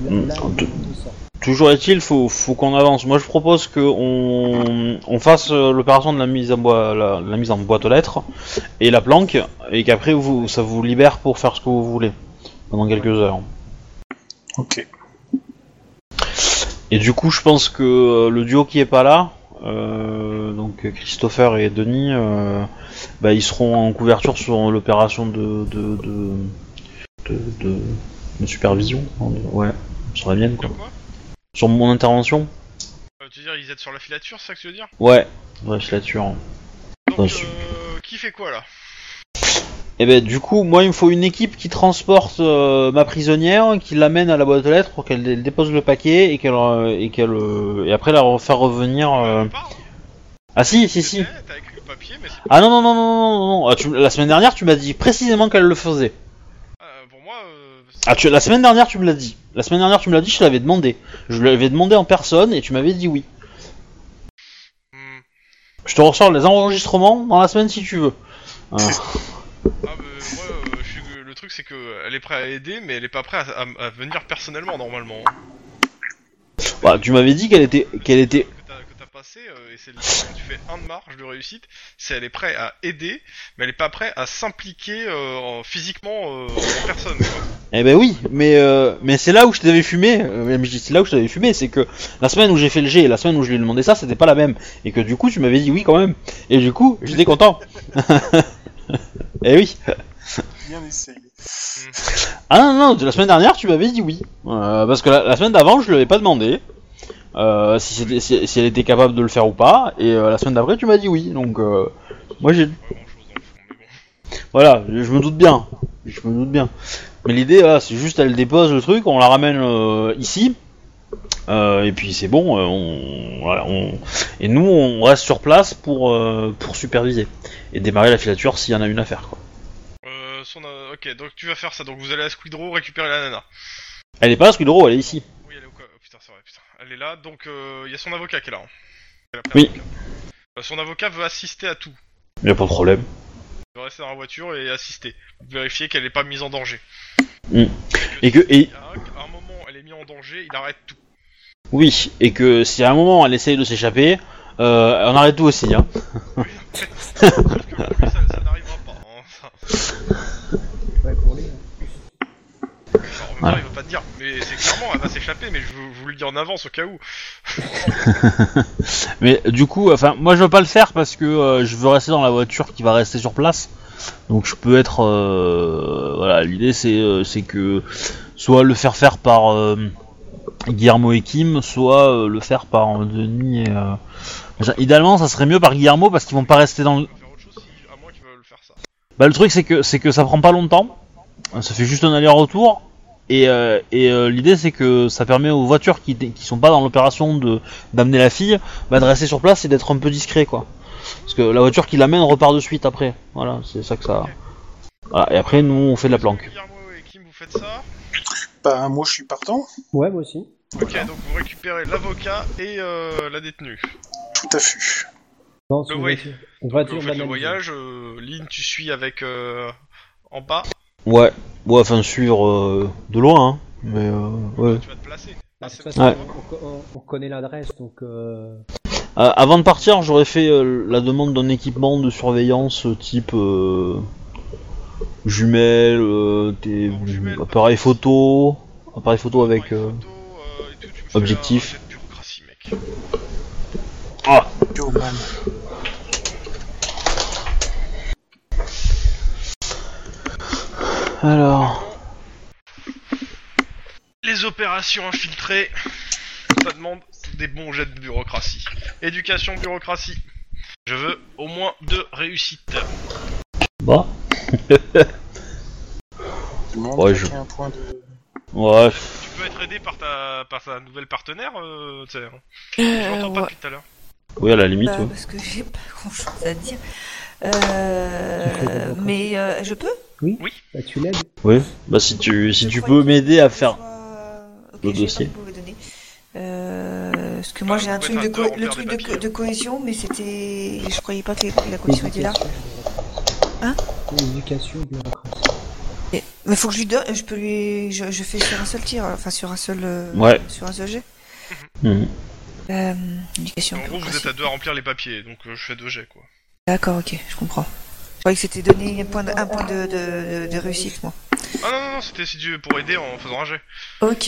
[SPEAKER 4] que Là,
[SPEAKER 1] Mm,
[SPEAKER 4] là,
[SPEAKER 1] en
[SPEAKER 4] les
[SPEAKER 1] tout-
[SPEAKER 4] motos sortent.
[SPEAKER 1] toujours est-il, faut, faut qu'on avance. Moi, je propose que on, on fasse euh, l'opération de la mise, en boi- la, la mise en boîte aux lettres et la planque, et qu'après, vous, ça vous libère pour faire ce que vous voulez pendant quelques heures.
[SPEAKER 5] Ok.
[SPEAKER 1] Et du coup, je pense que euh, le duo qui est pas là, euh, donc euh, Christopher et Denis, euh, bah, ils seront en couverture sur l'opération de de, de, de, de- de supervision. hein, de- Ouais, sur la mienne quoi.
[SPEAKER 2] Sur quoi
[SPEAKER 1] Sur mon intervention.
[SPEAKER 2] Euh, Tu veux dire, ils aident sur la filature, c'est ça que tu veux dire
[SPEAKER 1] Ouais, ouais, je la tue. hein.
[SPEAKER 2] Donc,
[SPEAKER 1] Attention.
[SPEAKER 2] euh, qui fait quoi là
[SPEAKER 1] Et ben du coup, moi, il me faut une équipe qui transporte euh, ma prisonnière, qui l'amène à la boîte aux lettres pour qu'elle dé- dépose le paquet et qu'elle euh, et qu'elle euh, et après la refaire revenir. euh,
[SPEAKER 2] On parle
[SPEAKER 1] Ah si, si, si.
[SPEAKER 2] Eh, T'as écrit le papier, mais c'est
[SPEAKER 1] Ah non, non, non, non, non, non. Ah, tu- la semaine dernière, tu m'as dit précisément qu'elle le faisait.
[SPEAKER 2] Euh, pour moi, euh, c'est-
[SPEAKER 1] Ah, tu, la semaine dernière, tu me l'as dit. La semaine dernière, tu me l'as dit, je te l'avais demandé. Je l'avais demandé en personne et tu m'avais dit oui.
[SPEAKER 2] Hmm.
[SPEAKER 1] Je te ressors les enregistrements dans la semaine si tu veux.
[SPEAKER 2] Ah, bah, moi, euh, je suis- le truc c'est que elle est prête à aider, mais elle est pas prête à, à- à venir personnellement normalement.
[SPEAKER 1] Bah, tu m'avais dit qu'elle était, qu'elle était.
[SPEAKER 2] Que t'as- que t'as passé, euh, et c'est le- quand tu fais un de marge de réussite, c'est elle est prête à aider, mais elle est pas prête à s'impliquer euh, en- physiquement euh, en personne. quoi.
[SPEAKER 1] Eh ben oui, mais euh, mais c'est là où je t'avais fumé. euh, MJ, c'est là où je t'avais fumé, c'est que la semaine où j'ai fait le G et la semaine où je lui ai demandé ça, c'était pas la même. Et que du coup, tu m'avais dit oui quand même. Et du coup, j'étais content. eh oui.
[SPEAKER 5] Bien essayé.
[SPEAKER 1] Ah non, non, de la semaine dernière, tu m'avais dit oui. Euh, parce que la, la semaine d'avant, je ne l'avais pas demandé. euh, si, c'était- si- si elle était capable de le faire ou pas. Et euh, la semaine d'après, tu m'as dit oui. Donc, euh, moi, j'ai.
[SPEAKER 2] Pas grand chose dans le fond, mais bon.
[SPEAKER 1] Voilà, je je me doute bien. Je me doute bien. Mais l'idée, voilà, c'est juste, elle dépose le truc, on la ramène euh, ici. euh, et puis c'est bon, euh, on, voilà, on- et nous on reste sur place pour, euh, pour superviser et démarrer la filature s'il y en a une à faire. Quoi.
[SPEAKER 2] Euh, son, euh, ok, donc tu vas faire ça, donc vous allez à Squidrow récupérer la nana.
[SPEAKER 1] Elle est pas à Squidrow, elle est ici.
[SPEAKER 2] oh, euh, Oui, elle est au co- oh, putain, c'est vrai, putain. Elle est là, donc il y a son avocat qui est là. hein. Elle a pris un
[SPEAKER 1] Oui.
[SPEAKER 2] avocat. Euh, Son avocat veut assister à tout.
[SPEAKER 1] Y a pas de problème.
[SPEAKER 2] Il veut rester dans la voiture et assister. Vérifier qu'elle n'est pas mise en danger.
[SPEAKER 1] Mm. Et que- et-
[SPEAKER 2] À un- à un moment, elle est mise en danger, il arrête tout.
[SPEAKER 1] Oui, et que si à un moment elle essaye de s'échapper, euh, on arrête tout aussi. Hein.
[SPEAKER 2] Oui, après, sauf que pour lui, ça, ça n'arrivera pas. hein. Enfin,
[SPEAKER 4] Ouais, pour hein. lui.
[SPEAKER 2] en même temps,
[SPEAKER 1] Voilà.
[SPEAKER 2] il veut pas te dire. Mais c'est clairement, elle va s'échapper, mais je vous, vous le dis en avance au cas où.
[SPEAKER 1] Mais du coup, enfin, moi je veux pas le faire parce que euh, je veux rester dans la voiture qui va rester sur place. Donc je peux être, euh, voilà, l'idée c'est euh, c'est que soit le faire faire par euh, Guillermo et Kim, soit euh, le faire par euh, Denis. Et, euh, machin. Idéalement, ça serait mieux par Guillermo parce qu'ils vont pas rester dans. le...
[SPEAKER 2] Il va faire autre chose, si- à moins qu'il veuille faire ça.
[SPEAKER 1] Bah le truc c'est que c'est que ça prend pas longtemps. Ça fait juste un aller-retour. Et, euh, et euh, l'idée c'est que ça permet aux voitures qui, qui sont pas dans l'opération de d'amener la fille, bah, de rester sur place et d'être un peu discret quoi. Parce que la voiture qui l'amène repart de suite après. Voilà, c'est ça que ça. Voilà, et après nous on fait de la planque.
[SPEAKER 2] Guillermo et Kim, vous faites ça.
[SPEAKER 5] Bah, moi, je suis partant.
[SPEAKER 4] Ouais, moi aussi.
[SPEAKER 2] Ok, donc vous récupérez l'avocat et euh, la détenue.
[SPEAKER 5] Tout à fait.
[SPEAKER 4] Dans
[SPEAKER 2] Le
[SPEAKER 4] une
[SPEAKER 2] voy-
[SPEAKER 4] voiture. Une
[SPEAKER 2] Donc,
[SPEAKER 4] voiture
[SPEAKER 2] vous faites le
[SPEAKER 4] banalisée.
[SPEAKER 2] voyage, euh, Lynn, tu suis avec euh, en bas,
[SPEAKER 1] Ouais, ouais, enfin suivre euh, de loin, hein. mais euh, ouais.
[SPEAKER 2] tu vas te placer. Ah,
[SPEAKER 4] Bah, de
[SPEAKER 2] c'est
[SPEAKER 4] toute façon,
[SPEAKER 1] Ouais.
[SPEAKER 4] on, on- on connaît l'adresse, donc euh,
[SPEAKER 1] Euh, avant de partir, j'aurais fait euh, la demande d'un équipement de surveillance euh, type euh, jumelles, euh, des
[SPEAKER 2] Alors, jumelles,
[SPEAKER 1] appareils photo, appareil photo avec.
[SPEAKER 2] Prends
[SPEAKER 1] euh,
[SPEAKER 2] une photo, euh, et tout, tu me fais
[SPEAKER 1] objectif.
[SPEAKER 2] un jet de bureaucratie, mec.
[SPEAKER 1] Ah,
[SPEAKER 5] Yo, man.
[SPEAKER 1] alors.
[SPEAKER 2] Les opérations infiltrées, ça demande des bons jets de bureaucratie. Éducation, bureaucratie. Je veux au moins deux réussites.
[SPEAKER 1] Bah.
[SPEAKER 5] Tout le monde
[SPEAKER 1] Ouais,
[SPEAKER 5] a
[SPEAKER 1] je-
[SPEAKER 5] pris un point de...
[SPEAKER 1] Ouais.
[SPEAKER 2] Tu peux être aidé par ta, par ta nouvelle partenaire, euh, tu sais. hein. Je
[SPEAKER 3] Euh,
[SPEAKER 2] l'entends
[SPEAKER 3] ouais.
[SPEAKER 2] pas depuis tout à l'heure.
[SPEAKER 1] Oui, à la limite.
[SPEAKER 3] Bah,
[SPEAKER 1] ouais.
[SPEAKER 3] parce que j'ai pas grand chose à dire.
[SPEAKER 4] Tu fais des
[SPEAKER 3] Euh,
[SPEAKER 4] vocaux.
[SPEAKER 3] mais euh, je peux
[SPEAKER 4] bah, tu l'aides.
[SPEAKER 1] Oui. Bah si tu si
[SPEAKER 3] Je
[SPEAKER 1] tu
[SPEAKER 3] crois
[SPEAKER 1] peux
[SPEAKER 3] que-
[SPEAKER 1] m'aider à
[SPEAKER 3] je
[SPEAKER 1] faire.
[SPEAKER 3] vois- Ok,
[SPEAKER 1] le
[SPEAKER 3] je sais pas
[SPEAKER 1] dossier.
[SPEAKER 3] vous le donner. Euh, parce que moi
[SPEAKER 2] Ah,
[SPEAKER 3] j'ai un
[SPEAKER 2] vous
[SPEAKER 3] truc
[SPEAKER 2] pouvez
[SPEAKER 3] de
[SPEAKER 2] être
[SPEAKER 3] co-
[SPEAKER 2] un peu
[SPEAKER 3] le
[SPEAKER 2] en
[SPEAKER 3] truc
[SPEAKER 2] perte de
[SPEAKER 3] de, co-
[SPEAKER 2] papier. hein.
[SPEAKER 3] de cohésion, mais c'était. Je croyais pas que la cohésion était là. Hein
[SPEAKER 4] Éducation, bureaucratie.
[SPEAKER 3] Et- Mais faut que je lui donne. Je peux lui. Je, je fais sur un seul tir, enfin sur un seul. euh,
[SPEAKER 1] Ouais.
[SPEAKER 3] Sur un seul jet.
[SPEAKER 1] Mhm.
[SPEAKER 3] Euh, éducation.
[SPEAKER 2] En gros, vous êtes à deux à remplir les papiers, donc euh, je fais deux jets, quoi.
[SPEAKER 3] D'accord, ok, je comprends. Je croyais que c'était donné un point de, un point de, de- de- de réussite, moi.
[SPEAKER 2] Ah non, non, non, c'était si tu veux pour aider en faisant un jet.
[SPEAKER 3] Ok.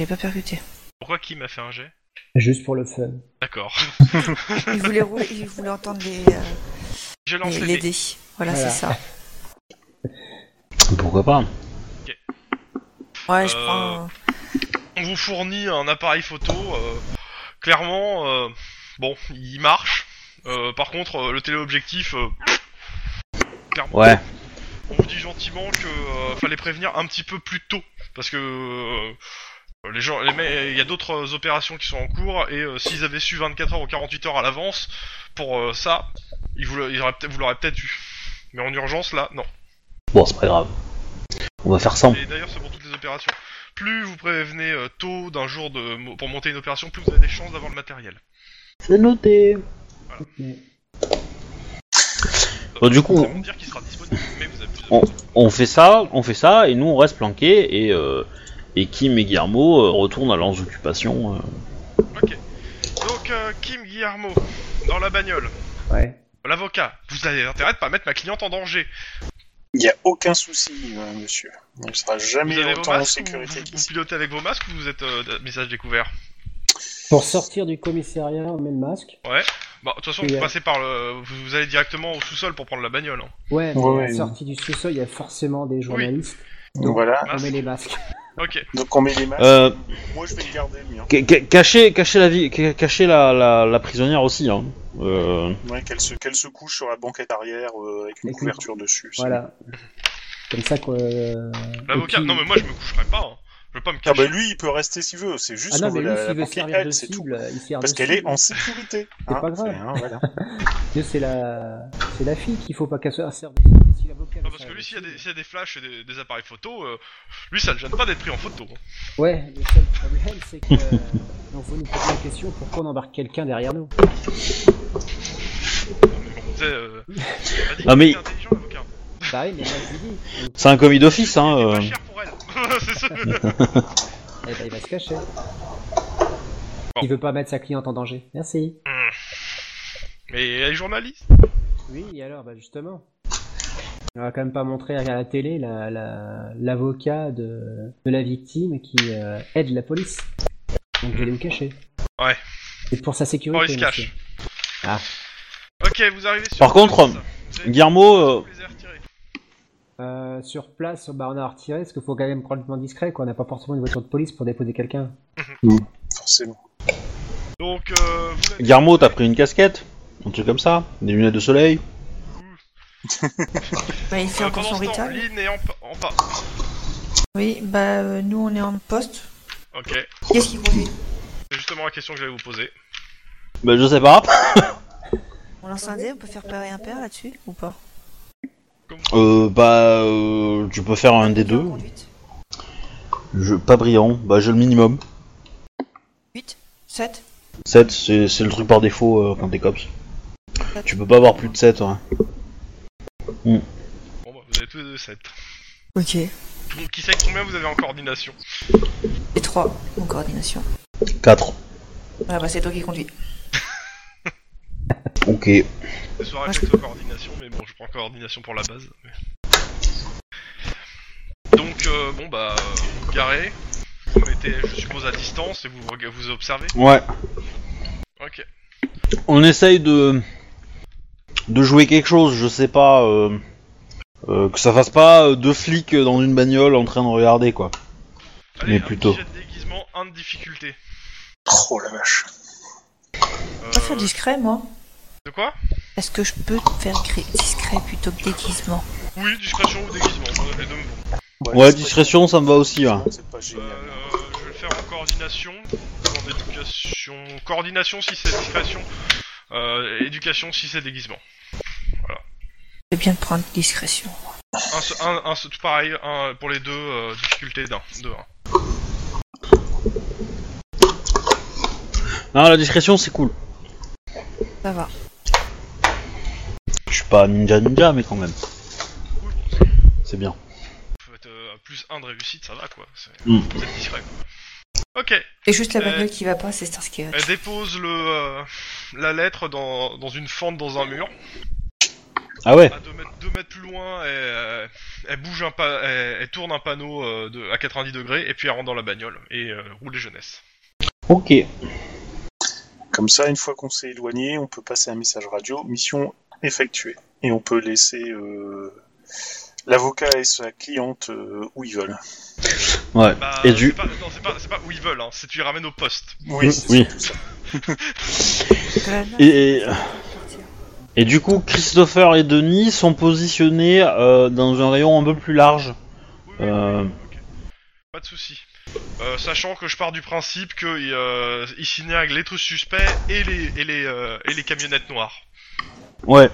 [SPEAKER 3] J'ai pas percuté.
[SPEAKER 2] Pourquoi qui m'a fait un jet
[SPEAKER 4] Juste pour le fun.
[SPEAKER 2] D'accord.
[SPEAKER 3] Il voulait, rouler- il voulait entendre les, euh,
[SPEAKER 2] Je lance
[SPEAKER 3] les,
[SPEAKER 2] les
[SPEAKER 3] les
[SPEAKER 2] dés.
[SPEAKER 3] dés. Voilà,
[SPEAKER 4] Voilà.
[SPEAKER 3] c'est ça.
[SPEAKER 1] Pourquoi pas.
[SPEAKER 3] Ouais, je
[SPEAKER 2] Euh,
[SPEAKER 3] prends. un-
[SPEAKER 2] on vous fournit un appareil photo. euh, clairement, euh, bon, il marche. Euh, par contre, euh, le téléobjectif, euh, clairement,
[SPEAKER 1] Ouais.
[SPEAKER 2] on vous dit gentiment que euh, fallait prévenir un petit peu plus tôt, parce que euh, les gens, les mecs- il y a d'autres opérations qui sont en cours et euh, s'ils avaient su 24 heures ou 48 heures à l'avance pour euh, ça, ils vous, l'a- ils auraient peut-être- vous l'auraient peut-être eu. Mais en urgence, là, non.
[SPEAKER 1] Bon, c'est pas grave. On va faire sans.
[SPEAKER 2] Et d'ailleurs, c'est pour toutes les opérations. Plus vous prévenez euh, tôt d'un jour de, mo- pour monter une opération, plus vous avez des chances d'avoir le matériel.
[SPEAKER 1] C'est noté.
[SPEAKER 4] Mais
[SPEAKER 1] Bon, Oh, du coup,
[SPEAKER 2] Ça veut dire qu'il sera disponible, mais vous avez plus de-
[SPEAKER 1] On- on fait ça, on fait ça, et nous on reste planqués et euh, et Kim et Guillermo euh, retournent à leurs occupations. euh.
[SPEAKER 2] Ok. Donc, euh, Kim Guillermo, dans la bagnole.
[SPEAKER 4] ouais.
[SPEAKER 2] L'avocat, vous avez intérêt de pas mettre ma cliente en danger.
[SPEAKER 5] Il n'y a aucun souci, euh, monsieur. On ne sera
[SPEAKER 2] Vous
[SPEAKER 5] jamais
[SPEAKER 2] avez vos
[SPEAKER 5] autant en
[SPEAKER 2] masques ou
[SPEAKER 5] sécurité
[SPEAKER 2] vous, vous
[SPEAKER 5] qu'ici.
[SPEAKER 2] pilotez avec vos masques ou vous êtes euh, d- message découvert
[SPEAKER 4] Pour sortir du commissariat, on met le masque.
[SPEAKER 2] Bah, de toute façon,
[SPEAKER 4] Oui,
[SPEAKER 2] vous
[SPEAKER 4] euh.
[SPEAKER 2] passez par le. Vous, vous allez directement au sous-sol pour prendre la bagnole. hein.
[SPEAKER 4] Ouais, mais
[SPEAKER 5] Ouais,
[SPEAKER 4] à la
[SPEAKER 5] ouais.
[SPEAKER 4] sortie du sous-sol, il y a forcément des journalistes.
[SPEAKER 5] Donc voilà.
[SPEAKER 4] On met les masques.
[SPEAKER 2] Ok.
[SPEAKER 5] Donc on met les masques.
[SPEAKER 1] Euh,
[SPEAKER 5] Moi, je vais le garder, hein. le mien.
[SPEAKER 1] ca- ca- cachez, cachez la vie, ca- cachez la, la, la prisonnière aussi. Hein. Euh,
[SPEAKER 5] Ouais, qu'elle se, qu'elle se couche sur la banquette arrière euh, avec une
[SPEAKER 4] Avec une-
[SPEAKER 5] couverture dessus. c'est-
[SPEAKER 4] Voilà. Comme ça qu'on. euh,
[SPEAKER 2] L'avocat,
[SPEAKER 4] et puis-
[SPEAKER 2] non, mais moi je me coucherai pas. hein. Je veux pas me
[SPEAKER 5] Ah
[SPEAKER 2] cacher.
[SPEAKER 5] bah lui, il peut rester s'il veut. C'est juste
[SPEAKER 4] Ah non,
[SPEAKER 5] qu'on
[SPEAKER 4] mais
[SPEAKER 5] veut
[SPEAKER 4] lui,
[SPEAKER 5] la, la
[SPEAKER 4] s'il veut
[SPEAKER 5] banquette
[SPEAKER 4] servir de
[SPEAKER 5] elle, c'est tout.
[SPEAKER 2] hein.
[SPEAKER 4] cible, il sert
[SPEAKER 5] Parce
[SPEAKER 4] de
[SPEAKER 5] qu'elle est
[SPEAKER 4] cible.
[SPEAKER 5] en sécurité.
[SPEAKER 4] C'est pas grave.
[SPEAKER 5] hein, voilà.
[SPEAKER 4] Dieu, c'est la... c'est la fille qu'il faut pas qu'elle soit serve de cible. Si l'avocat
[SPEAKER 2] Ah parce que lui, s'il y, a des- s'il y a des flashs et des, des appareils photo, euh, lui, ça le gêne pas d'être pris en photo. hein.
[SPEAKER 4] Ouais, le seul problème, c'est que. euh, on vous nous poser la question pourquoi on embarque quelqu'un derrière nous
[SPEAKER 2] Mais bon, tu sais, euh, t'as dit
[SPEAKER 1] Ah,
[SPEAKER 2] qu'il
[SPEAKER 1] mais-
[SPEAKER 2] était intelligent, l'avocat.
[SPEAKER 4] Bah oui, mais moi je lui dis. donc,
[SPEAKER 1] C'est un commis d'office, hein. euh.
[SPEAKER 2] Il est pas cher pour elle. C'est ça.
[SPEAKER 4] eh ben, il va se cacher. Il veut pas mettre sa cliente en danger. Merci.
[SPEAKER 2] Mais elle est journaliste.
[SPEAKER 4] Oui, et alors, bah justement. On va quand même pas montrer à la télé la- la- l'avocat de, de la victime qui euh, aide la police. Donc il est où caché.
[SPEAKER 2] Ouais.
[SPEAKER 4] C'est pour sa sécurité.
[SPEAKER 2] Oh, il se
[SPEAKER 4] monsieur.
[SPEAKER 2] cache.
[SPEAKER 4] Ah.
[SPEAKER 2] Ok, vous arrivez sur.
[SPEAKER 1] Par contre,
[SPEAKER 2] Vous avez-
[SPEAKER 1] Guillermo, euh,
[SPEAKER 2] vous les avez retirés.
[SPEAKER 4] Euh, sur place, bah, on a retiré, parce qu'il faut quand même complètement discret, quoi. On n'a pas forcément une voiture de police pour déposer quelqu'un.
[SPEAKER 5] forcément.
[SPEAKER 2] Donc, euh, vous l'avez-
[SPEAKER 1] Guillermo, t'as pris une casquette Un truc comme ça Des lunettes de soleil
[SPEAKER 3] Bah, il fait
[SPEAKER 2] Euh,
[SPEAKER 3] encore son
[SPEAKER 2] pendant ce temps,
[SPEAKER 3] rital.
[SPEAKER 2] Lynn est en, en pas.
[SPEAKER 3] Oui, bah euh, nous on est en poste.
[SPEAKER 2] Ok, c'est
[SPEAKER 3] Qu'est-ce qu'il conduit
[SPEAKER 2] justement la question que j'allais vous poser.
[SPEAKER 1] Bah je sais pas.
[SPEAKER 3] On lance un dé, on peut faire pareil un pair là-dessus ou pas
[SPEAKER 1] Euh, bah euh, tu peux faire un des deux.
[SPEAKER 3] Conduite.
[SPEAKER 1] Je, pas brillant, bah j'ai le minimum.
[SPEAKER 3] 7
[SPEAKER 1] 7, c'est c'est le truc par défaut euh, quand t'es cops. Tu peux pas avoir plus de hein. 7, ouais.
[SPEAKER 2] Bon, bah, vous avez tous les deux 7.
[SPEAKER 3] Ok.
[SPEAKER 2] Qui sait combien vous avez en coordination
[SPEAKER 3] Et 3 en coordination.
[SPEAKER 1] 4.
[SPEAKER 3] Ah bah c'est toi qui conduis.
[SPEAKER 1] Ok.
[SPEAKER 2] Ce soir,
[SPEAKER 3] Moi,
[SPEAKER 2] je
[SPEAKER 3] je-
[SPEAKER 2] plutôt coordination, mais bon, je prends coordination pour la base. mais- Donc, euh, bon, bah, euh, vous garez. Vous mettez, je suppose, à distance et vous rega- vous observez.
[SPEAKER 1] Ouais.
[SPEAKER 2] Ok.
[SPEAKER 1] On essaye de. de jouer quelque chose, je sais pas. euh, euh, que ça fasse pas euh, deux flics dans une bagnole en train de regarder quoi.
[SPEAKER 2] Allez,
[SPEAKER 1] Mais
[SPEAKER 2] un
[SPEAKER 1] plutôt.
[SPEAKER 2] petit jet de déguisement, un de difficulté.
[SPEAKER 5] Oh la vache.
[SPEAKER 2] Euh,
[SPEAKER 3] Je peux faire discret moi
[SPEAKER 2] de quoi
[SPEAKER 3] Est-ce que je peux faire cré- discret plutôt que déguisement
[SPEAKER 2] Oui, discrétion ou déguisement, euh, les deux me vont.
[SPEAKER 1] Ouais, discrétion, ça me va aussi. Ouais.
[SPEAKER 5] C'est pas
[SPEAKER 2] Euh,
[SPEAKER 5] génial.
[SPEAKER 2] je vais le faire en coordination. En éducation. Coordination si c'est discrétion. Euh, éducation si c'est déguisement.
[SPEAKER 3] Je vais bien prendre discrétion.
[SPEAKER 2] Un, se- un, un se- tout pareil un, pour les deux, euh, difficulté d'un. De un.
[SPEAKER 1] Non, la discrétion c'est cool.
[SPEAKER 3] Ça va.
[SPEAKER 1] Je suis pas ninja ninja, mais quand même.
[SPEAKER 2] Cool.
[SPEAKER 1] C'est bien.
[SPEAKER 2] Vous faites euh, plus un de réussite, ça va quoi. C'est-
[SPEAKER 1] Mm.
[SPEAKER 2] Vous êtes discret. Ok, elle
[SPEAKER 3] Et juste la
[SPEAKER 2] Euh,
[SPEAKER 3] bagnole qui va pas, c'est Starsky. Hutch.
[SPEAKER 2] dépose le, euh, la lettre dans, dans une fente dans un mur.
[SPEAKER 1] Ah ouais
[SPEAKER 2] À 2 mètres, deux mètres plus loin, elle, euh, elle bouge un pa elle, elle tourne un panneau euh, de, à 90 degrés et puis elle rentre dans la bagnole et euh, roule les jeunesses.
[SPEAKER 1] Ok.
[SPEAKER 5] Comme ça, une fois qu'on s'est éloigné, on peut passer un message radio, mission effectuée. Et on peut laisser euh, l'avocat et sa cliente euh, où ils veulent.
[SPEAKER 1] Ouais.
[SPEAKER 2] Bah,
[SPEAKER 1] Et du-
[SPEAKER 2] c'est pas- non, c'est pas, c'est pas où ils veulent, hein, c'est tu les ramènes au poste.
[SPEAKER 1] Mm,
[SPEAKER 5] c'est
[SPEAKER 1] oui.
[SPEAKER 5] surtout ça.
[SPEAKER 3] Que la nana,
[SPEAKER 1] Et,
[SPEAKER 3] elle peut partir.
[SPEAKER 1] et du coup, Christopher et Denis sont positionnés euh, dans un rayon un peu plus large.
[SPEAKER 2] Oui, oui,
[SPEAKER 1] Euh.
[SPEAKER 2] oui, ok. Pas de souci. Euh, sachant que je pars du principe que euh, ils signalent les tous suspects et les et les euh, et les camionnettes noires.
[SPEAKER 1] Ouais.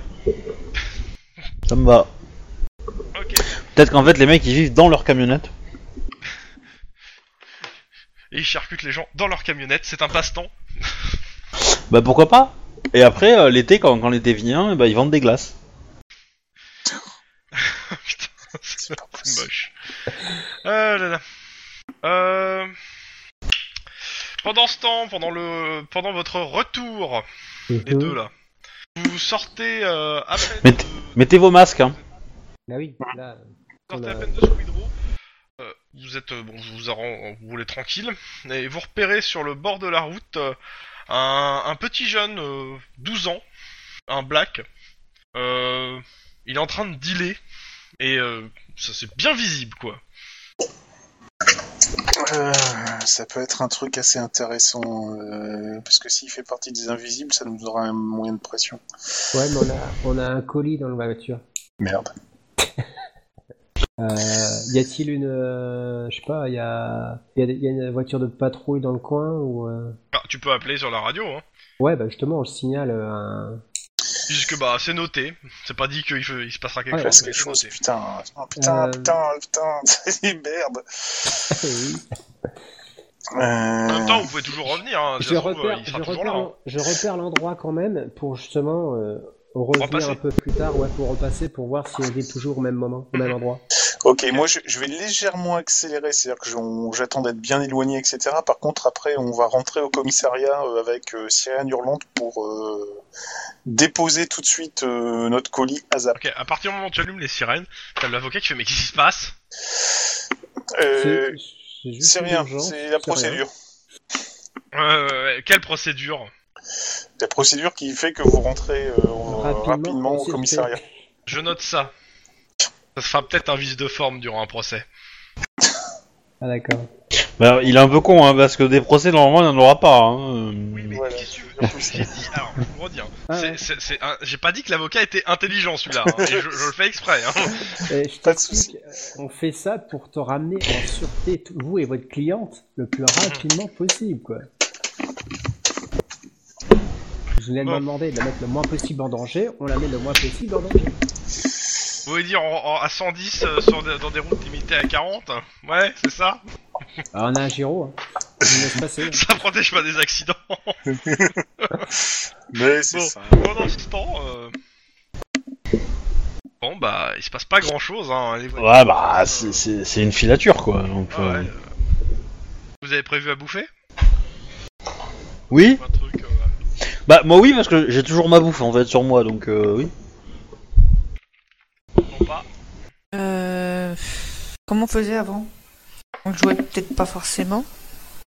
[SPEAKER 1] Ça me va.
[SPEAKER 2] Ok.
[SPEAKER 1] Peut-être qu'en fait, les mecs ils vivent dans leur camionnette.
[SPEAKER 2] Et ils charcutent les gens dans leur camionnette, c'est un passe-temps.
[SPEAKER 1] Bah pourquoi pas Et après, euh, l'été, quand, quand l'été vient, eh ben, ils vendent des glaces.
[SPEAKER 2] Putain, c'est c'est moche. Ah là là. Euh... Pendant ce temps, pendant le pendant votre retour,
[SPEAKER 4] Mhm.
[SPEAKER 2] les deux là, vous sortez euh, à peine.
[SPEAKER 1] Euh. Mais
[SPEAKER 2] de-
[SPEAKER 1] t- Mettez vos masques, hein.
[SPEAKER 4] Bah oui, là.
[SPEAKER 2] sortez à
[SPEAKER 4] Voilà.
[SPEAKER 2] peine de Squid Row, euh, vous êtes euh, bon, vous vous, arran- vous roulez tranquille et vous repérez sur le bord de la route euh, un, un petit jeune, euh, 12 ans, un black. Euh, il est en train de dealer et euh, ça c'est bien visible quoi.
[SPEAKER 5] Euh, ça peut être un truc assez intéressant, euh, parce que s'il fait partie des invisibles, ça nous donnera un moyen de pression.
[SPEAKER 4] Ouais, mais on a, on a un colis dans la voiture.
[SPEAKER 5] Merde.
[SPEAKER 4] Euh, y a-t-il une. euh, je sais pas, y a, y, a, y a une voiture de patrouille dans le coin ou. euh,
[SPEAKER 2] Ah, tu peux appeler sur la radio. Hein.
[SPEAKER 4] Ouais, bah justement, on le signale euh, un,
[SPEAKER 2] Ils disent que bah c'est noté, c'est pas dit qu'il fe- il se passera quelque
[SPEAKER 4] Ouais,
[SPEAKER 5] Parce
[SPEAKER 2] chose.
[SPEAKER 5] que
[SPEAKER 2] mais
[SPEAKER 5] les
[SPEAKER 2] c'est
[SPEAKER 5] choses,
[SPEAKER 2] noté.
[SPEAKER 5] putain, oh, putain,
[SPEAKER 4] Euh,
[SPEAKER 5] putain, putain, c'est merde.
[SPEAKER 4] Eh Oui.
[SPEAKER 5] Euh,
[SPEAKER 2] En même temps, vous pouvez toujours revenir, hein,
[SPEAKER 4] je
[SPEAKER 2] ça se trouve,
[SPEAKER 4] repère,
[SPEAKER 2] il
[SPEAKER 4] je
[SPEAKER 2] sera toujours
[SPEAKER 4] repère
[SPEAKER 2] là. hein.
[SPEAKER 4] l'en- je repère l'endroit quand même pour justement euh, revenir
[SPEAKER 2] Repasser.
[SPEAKER 4] un peu plus tard, ouais, pour repasser, pour voir si elle est toujours au même moment, au même endroit.
[SPEAKER 5] Ok, moi je, je vais légèrement accélérer, c'est-à-dire que j'en- j'attends d'être bien éloigné, etc. Par contre, après, on va rentrer au commissariat euh, avec euh, Sirène Hurlante pour euh, déposer tout de suite euh, notre colis à Zap.
[SPEAKER 2] Ok, à partir du moment où tu allumes les sirènes, t'as l'avocat qui fait mais qu'est-ce qui se passe
[SPEAKER 5] Euh,
[SPEAKER 4] c'est juste
[SPEAKER 5] c'est
[SPEAKER 4] une
[SPEAKER 5] rien,
[SPEAKER 4] urgence,
[SPEAKER 5] c'est la
[SPEAKER 4] rien.
[SPEAKER 5] procédure.
[SPEAKER 2] euh, Quelle procédure
[SPEAKER 5] La procédure qui fait que vous rentrez euh, rapidement, au
[SPEAKER 4] c'est-
[SPEAKER 5] commissariat.
[SPEAKER 2] Je note ça. Ça sera peut-être un vice de forme durant un procès.
[SPEAKER 4] Ah d'accord.
[SPEAKER 1] Bah, il est un peu con, hein, parce que des procès, normalement, il n'y en aura pas. hein.
[SPEAKER 5] mais Voilà. qu'est-ce
[SPEAKER 2] tu veux J'ai dit, alors, je vous redis, hein,
[SPEAKER 4] Ah,
[SPEAKER 2] c'est-
[SPEAKER 4] ouais.
[SPEAKER 2] c'est- c'est un- j'ai pas dit que l'avocat était intelligent celui-là, hein, et je, je le fais exprès. hein.
[SPEAKER 4] Eh, je
[SPEAKER 5] Pas de
[SPEAKER 4] t'explique, euh, on fait ça pour te ramener en sûreté, tout- vous et votre cliente, le
[SPEAKER 2] Mhm.
[SPEAKER 4] plus rapidement possible, quoi. Je vous ai
[SPEAKER 2] Bon.
[SPEAKER 4] demandé de la mettre le moins possible en danger, on la met le moins possible en danger.
[SPEAKER 2] Vous voulez dire en- en- à 110 euh, sur des- dans des routes limitées à 40 Ouais, c'est ça
[SPEAKER 4] Alors, on a un gyro, hein. on nous laisse passer. hein.
[SPEAKER 2] Ça protège pas des accidents.
[SPEAKER 5] Mais c'est
[SPEAKER 2] Bon.
[SPEAKER 5] ça.
[SPEAKER 2] Pendant ce temps, euh, bon bah, il se passe pas grand-chose. Hein, les voitures,
[SPEAKER 1] Ouais, bah,
[SPEAKER 2] euh,
[SPEAKER 1] c'est- c'est c'est une filature, quoi. Donc,
[SPEAKER 2] ah
[SPEAKER 1] euh,
[SPEAKER 2] ouais, euh, Vous avez prévu à bouffer
[SPEAKER 1] Oui
[SPEAKER 2] Un truc. euh,
[SPEAKER 1] Bah, moi, oui, parce que j'ai toujours ma bouffe, en fait, sur moi, donc euh, oui.
[SPEAKER 2] non pas.
[SPEAKER 3] Euh, comment on faisait avant On le jouait peut-être pas forcément.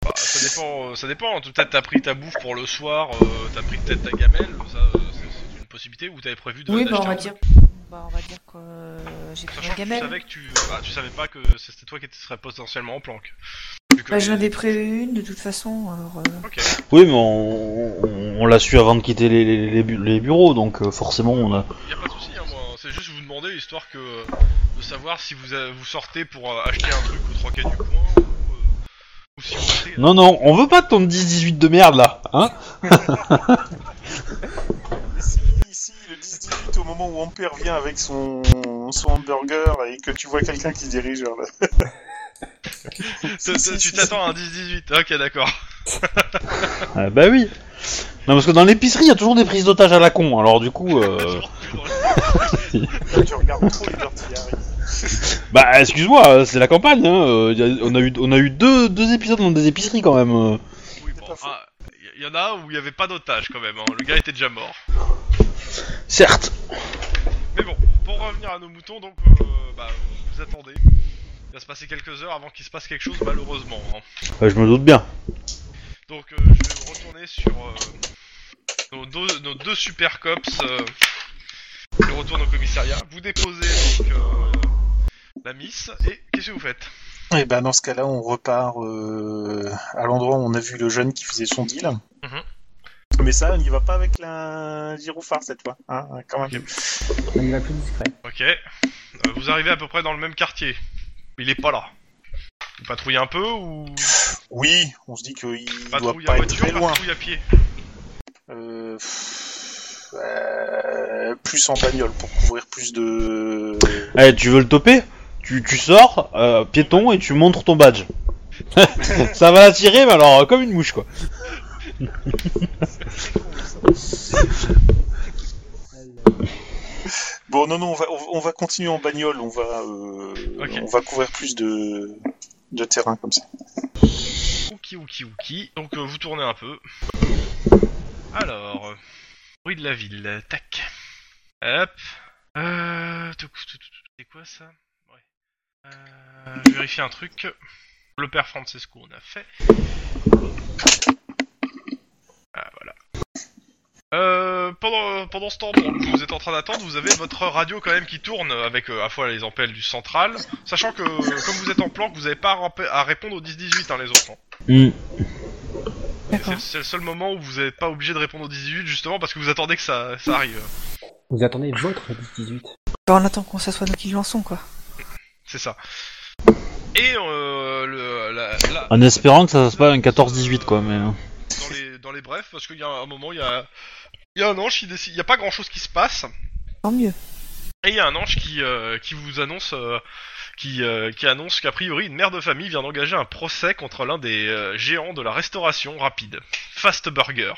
[SPEAKER 2] Bah, ça dépend, euh, ça dépend. Peut-être t'as pris ta bouffe pour le soir, euh, t'as pris peut-être ta gamelle, ça euh, c'est c'est une possibilité, ou t'avais prévu de
[SPEAKER 3] oui, bah
[SPEAKER 2] d'acheter
[SPEAKER 3] on va
[SPEAKER 2] un
[SPEAKER 3] dire. Bah on va dire que euh, j'ai pris
[SPEAKER 2] Sachant
[SPEAKER 3] la
[SPEAKER 2] que tu
[SPEAKER 3] gamelle.
[SPEAKER 2] savais que tu, bah, tu savais pas que c'était toi qui serais potentiellement en planque. Vu que-
[SPEAKER 3] Bah, j'en avais prévu une de toute façon. Alors, euh,
[SPEAKER 2] Ok.
[SPEAKER 1] Oui, mais on, on- on l'a su avant de quitter les, les- les bu- les bureaux, donc euh, forcément, on a.
[SPEAKER 2] Y a pas de souci, hein, moi. C'est juste vous demander histoire que euh, de savoir si vous euh, vous sortez pour euh, acheter un truc au troquet du coin ou, euh, ou si vous hein. restez.
[SPEAKER 1] Non, non, on veut pas de ton 10-18 de merde, là, hein
[SPEAKER 5] Mais si ici, le 10-18, au moment où Ampère vient avec son, son hamburger et que tu vois quelqu'un qui se dirige vers le...
[SPEAKER 2] Te- te- tu t'attends à un 10-18. Ok, d'accord.
[SPEAKER 1] Ah, Bah oui Non, parce que dans l'épicerie, il y a toujours des prises d'otages à la con, alors du coup. euh,
[SPEAKER 5] Tu regardes trop les Dirty Harry.
[SPEAKER 1] Bah, excuse-moi, euh, c'est la campagne, hein. euh, y a- on, a eu, on a eu deux, deux épisodes dans des épiceries quand même. euh.
[SPEAKER 2] Oui,
[SPEAKER 5] C'est
[SPEAKER 2] bon,
[SPEAKER 5] pas faux.
[SPEAKER 2] ah, y- y en a où il y avait pas d'otage quand même. hein. Le gars était déjà mort.
[SPEAKER 1] Certes
[SPEAKER 2] Mais bon, pour revenir à nos moutons, donc euh, bah, vous attendez. Il va se passer quelques heures avant qu'il se passe quelque chose, malheureusement. hein.
[SPEAKER 1] Ouais, Bah, Je me doute bien.
[SPEAKER 2] Donc euh, je vais me retourner sur euh, nos, deux, nos deux super cops euh, qui retournent au commissariat. Vous déposez donc euh, la miss et qu'est-ce que vous faites
[SPEAKER 5] Et ben dans ce cas-là, on repart euh, à l'endroit où on a vu le jeune qui faisait son deal.
[SPEAKER 2] Mhm.
[SPEAKER 5] Mm-hmm. Mais ça, on n'y va pas avec la gyrophare cette fois, hein, quand même.
[SPEAKER 4] On y va plus discret.
[SPEAKER 2] Ok. Euh, vous arrivez à peu près dans le même quartier. Il est pas là. Vous patrouillez un peu ou
[SPEAKER 5] Oui, on se dit qu'il doit
[SPEAKER 2] patrouille à
[SPEAKER 5] pas être
[SPEAKER 2] voiture,
[SPEAKER 5] très loin.
[SPEAKER 2] patrouille à pied
[SPEAKER 5] Euh, pff, euh, plus en bagnole pour couvrir plus de.
[SPEAKER 1] Allez, Eh, tu veux le toper tu, tu sors, euh, piéton, et tu montres ton badge. ça va l'attirer, mais alors euh, comme une mouche quoi.
[SPEAKER 5] Bon, non, non, on va, on, on va continuer en bagnole. On va, euh,
[SPEAKER 2] Ok.
[SPEAKER 5] on va couvrir plus de, de terrain comme ça.
[SPEAKER 2] Ouki ouki ouki. Donc euh, vous tournez un peu. Alors, euh, bruit de la ville, tac. Hop. Euh, tout- tout- tout- tout- C'est quoi ça Ouais. Euh, Je vérifie un truc. Le père Francesco, on a fait. Ah voilà. Euh, pendant, pendant ce temps, pendant que vous êtes en train d'attendre, vous avez votre radio quand même qui tourne avec euh, à la fois les appels du central, sachant que euh, comme vous êtes en planque, vous n'avez pas à, rampe- à répondre au 10-18 hein, les autres. hein.
[SPEAKER 1] Hmm.
[SPEAKER 3] D'accord.
[SPEAKER 2] C'est- C'est le seul moment où vous n'êtes pas obligé de répondre au 18 justement parce que vous attendez que ça, ça arrive.
[SPEAKER 4] Vous attendez votre 10-18.
[SPEAKER 3] Bah, on attend qu'on s'assoie nous qui lançons quoi.
[SPEAKER 2] C'est ça. Et euh, le, la, la-
[SPEAKER 1] En espérant que ça se passe pas un 14-18 quoi, mais. euh,
[SPEAKER 2] dans les dans les brefs parce qu'il y a un moment il y a Il y a un ange qui décide, il n'y a pas grand chose qui se passe,
[SPEAKER 3] Tant mieux.
[SPEAKER 2] et il y a un ange qui, euh, qui vous annonce, euh, qui, euh, qui annonce qu'a priori une mère de famille vient d'engager un procès contre l'un des euh, géants de la restauration rapide, Fast Burger.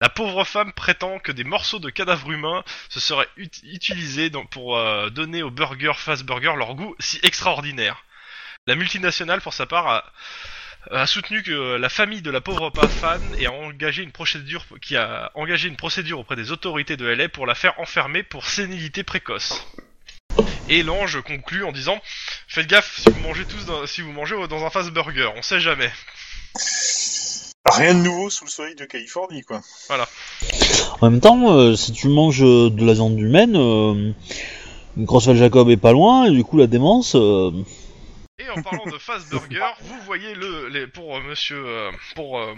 [SPEAKER 2] La pauvre femme prétend que des morceaux de cadavres humains se seraient ut- utilisés dans- pour euh, donner aux burgers Fast Burger leur goût si extraordinaire. La multinationale, pour sa part, a, a soutenu que la famille de la pauvre pa- fan et a engagé une procédure qui a engagé une procédure auprès des autorités de LA pour la faire enfermer pour sénilité précoce. Et l'ange conclut en disant Faites gaffe si vous mangez tous dans, si vous mangez dans un fast burger, on sait jamais.
[SPEAKER 5] Rien de nouveau sous le soleil de Californie, quoi.
[SPEAKER 1] En même temps, euh, si tu manges euh, de la viande humaine, euh, Crossfell Jacob est pas loin, et du coup la démence... euh,
[SPEAKER 2] Et en parlant de fast burger, vous voyez le les- pour euh, monsieur euh, pour euh,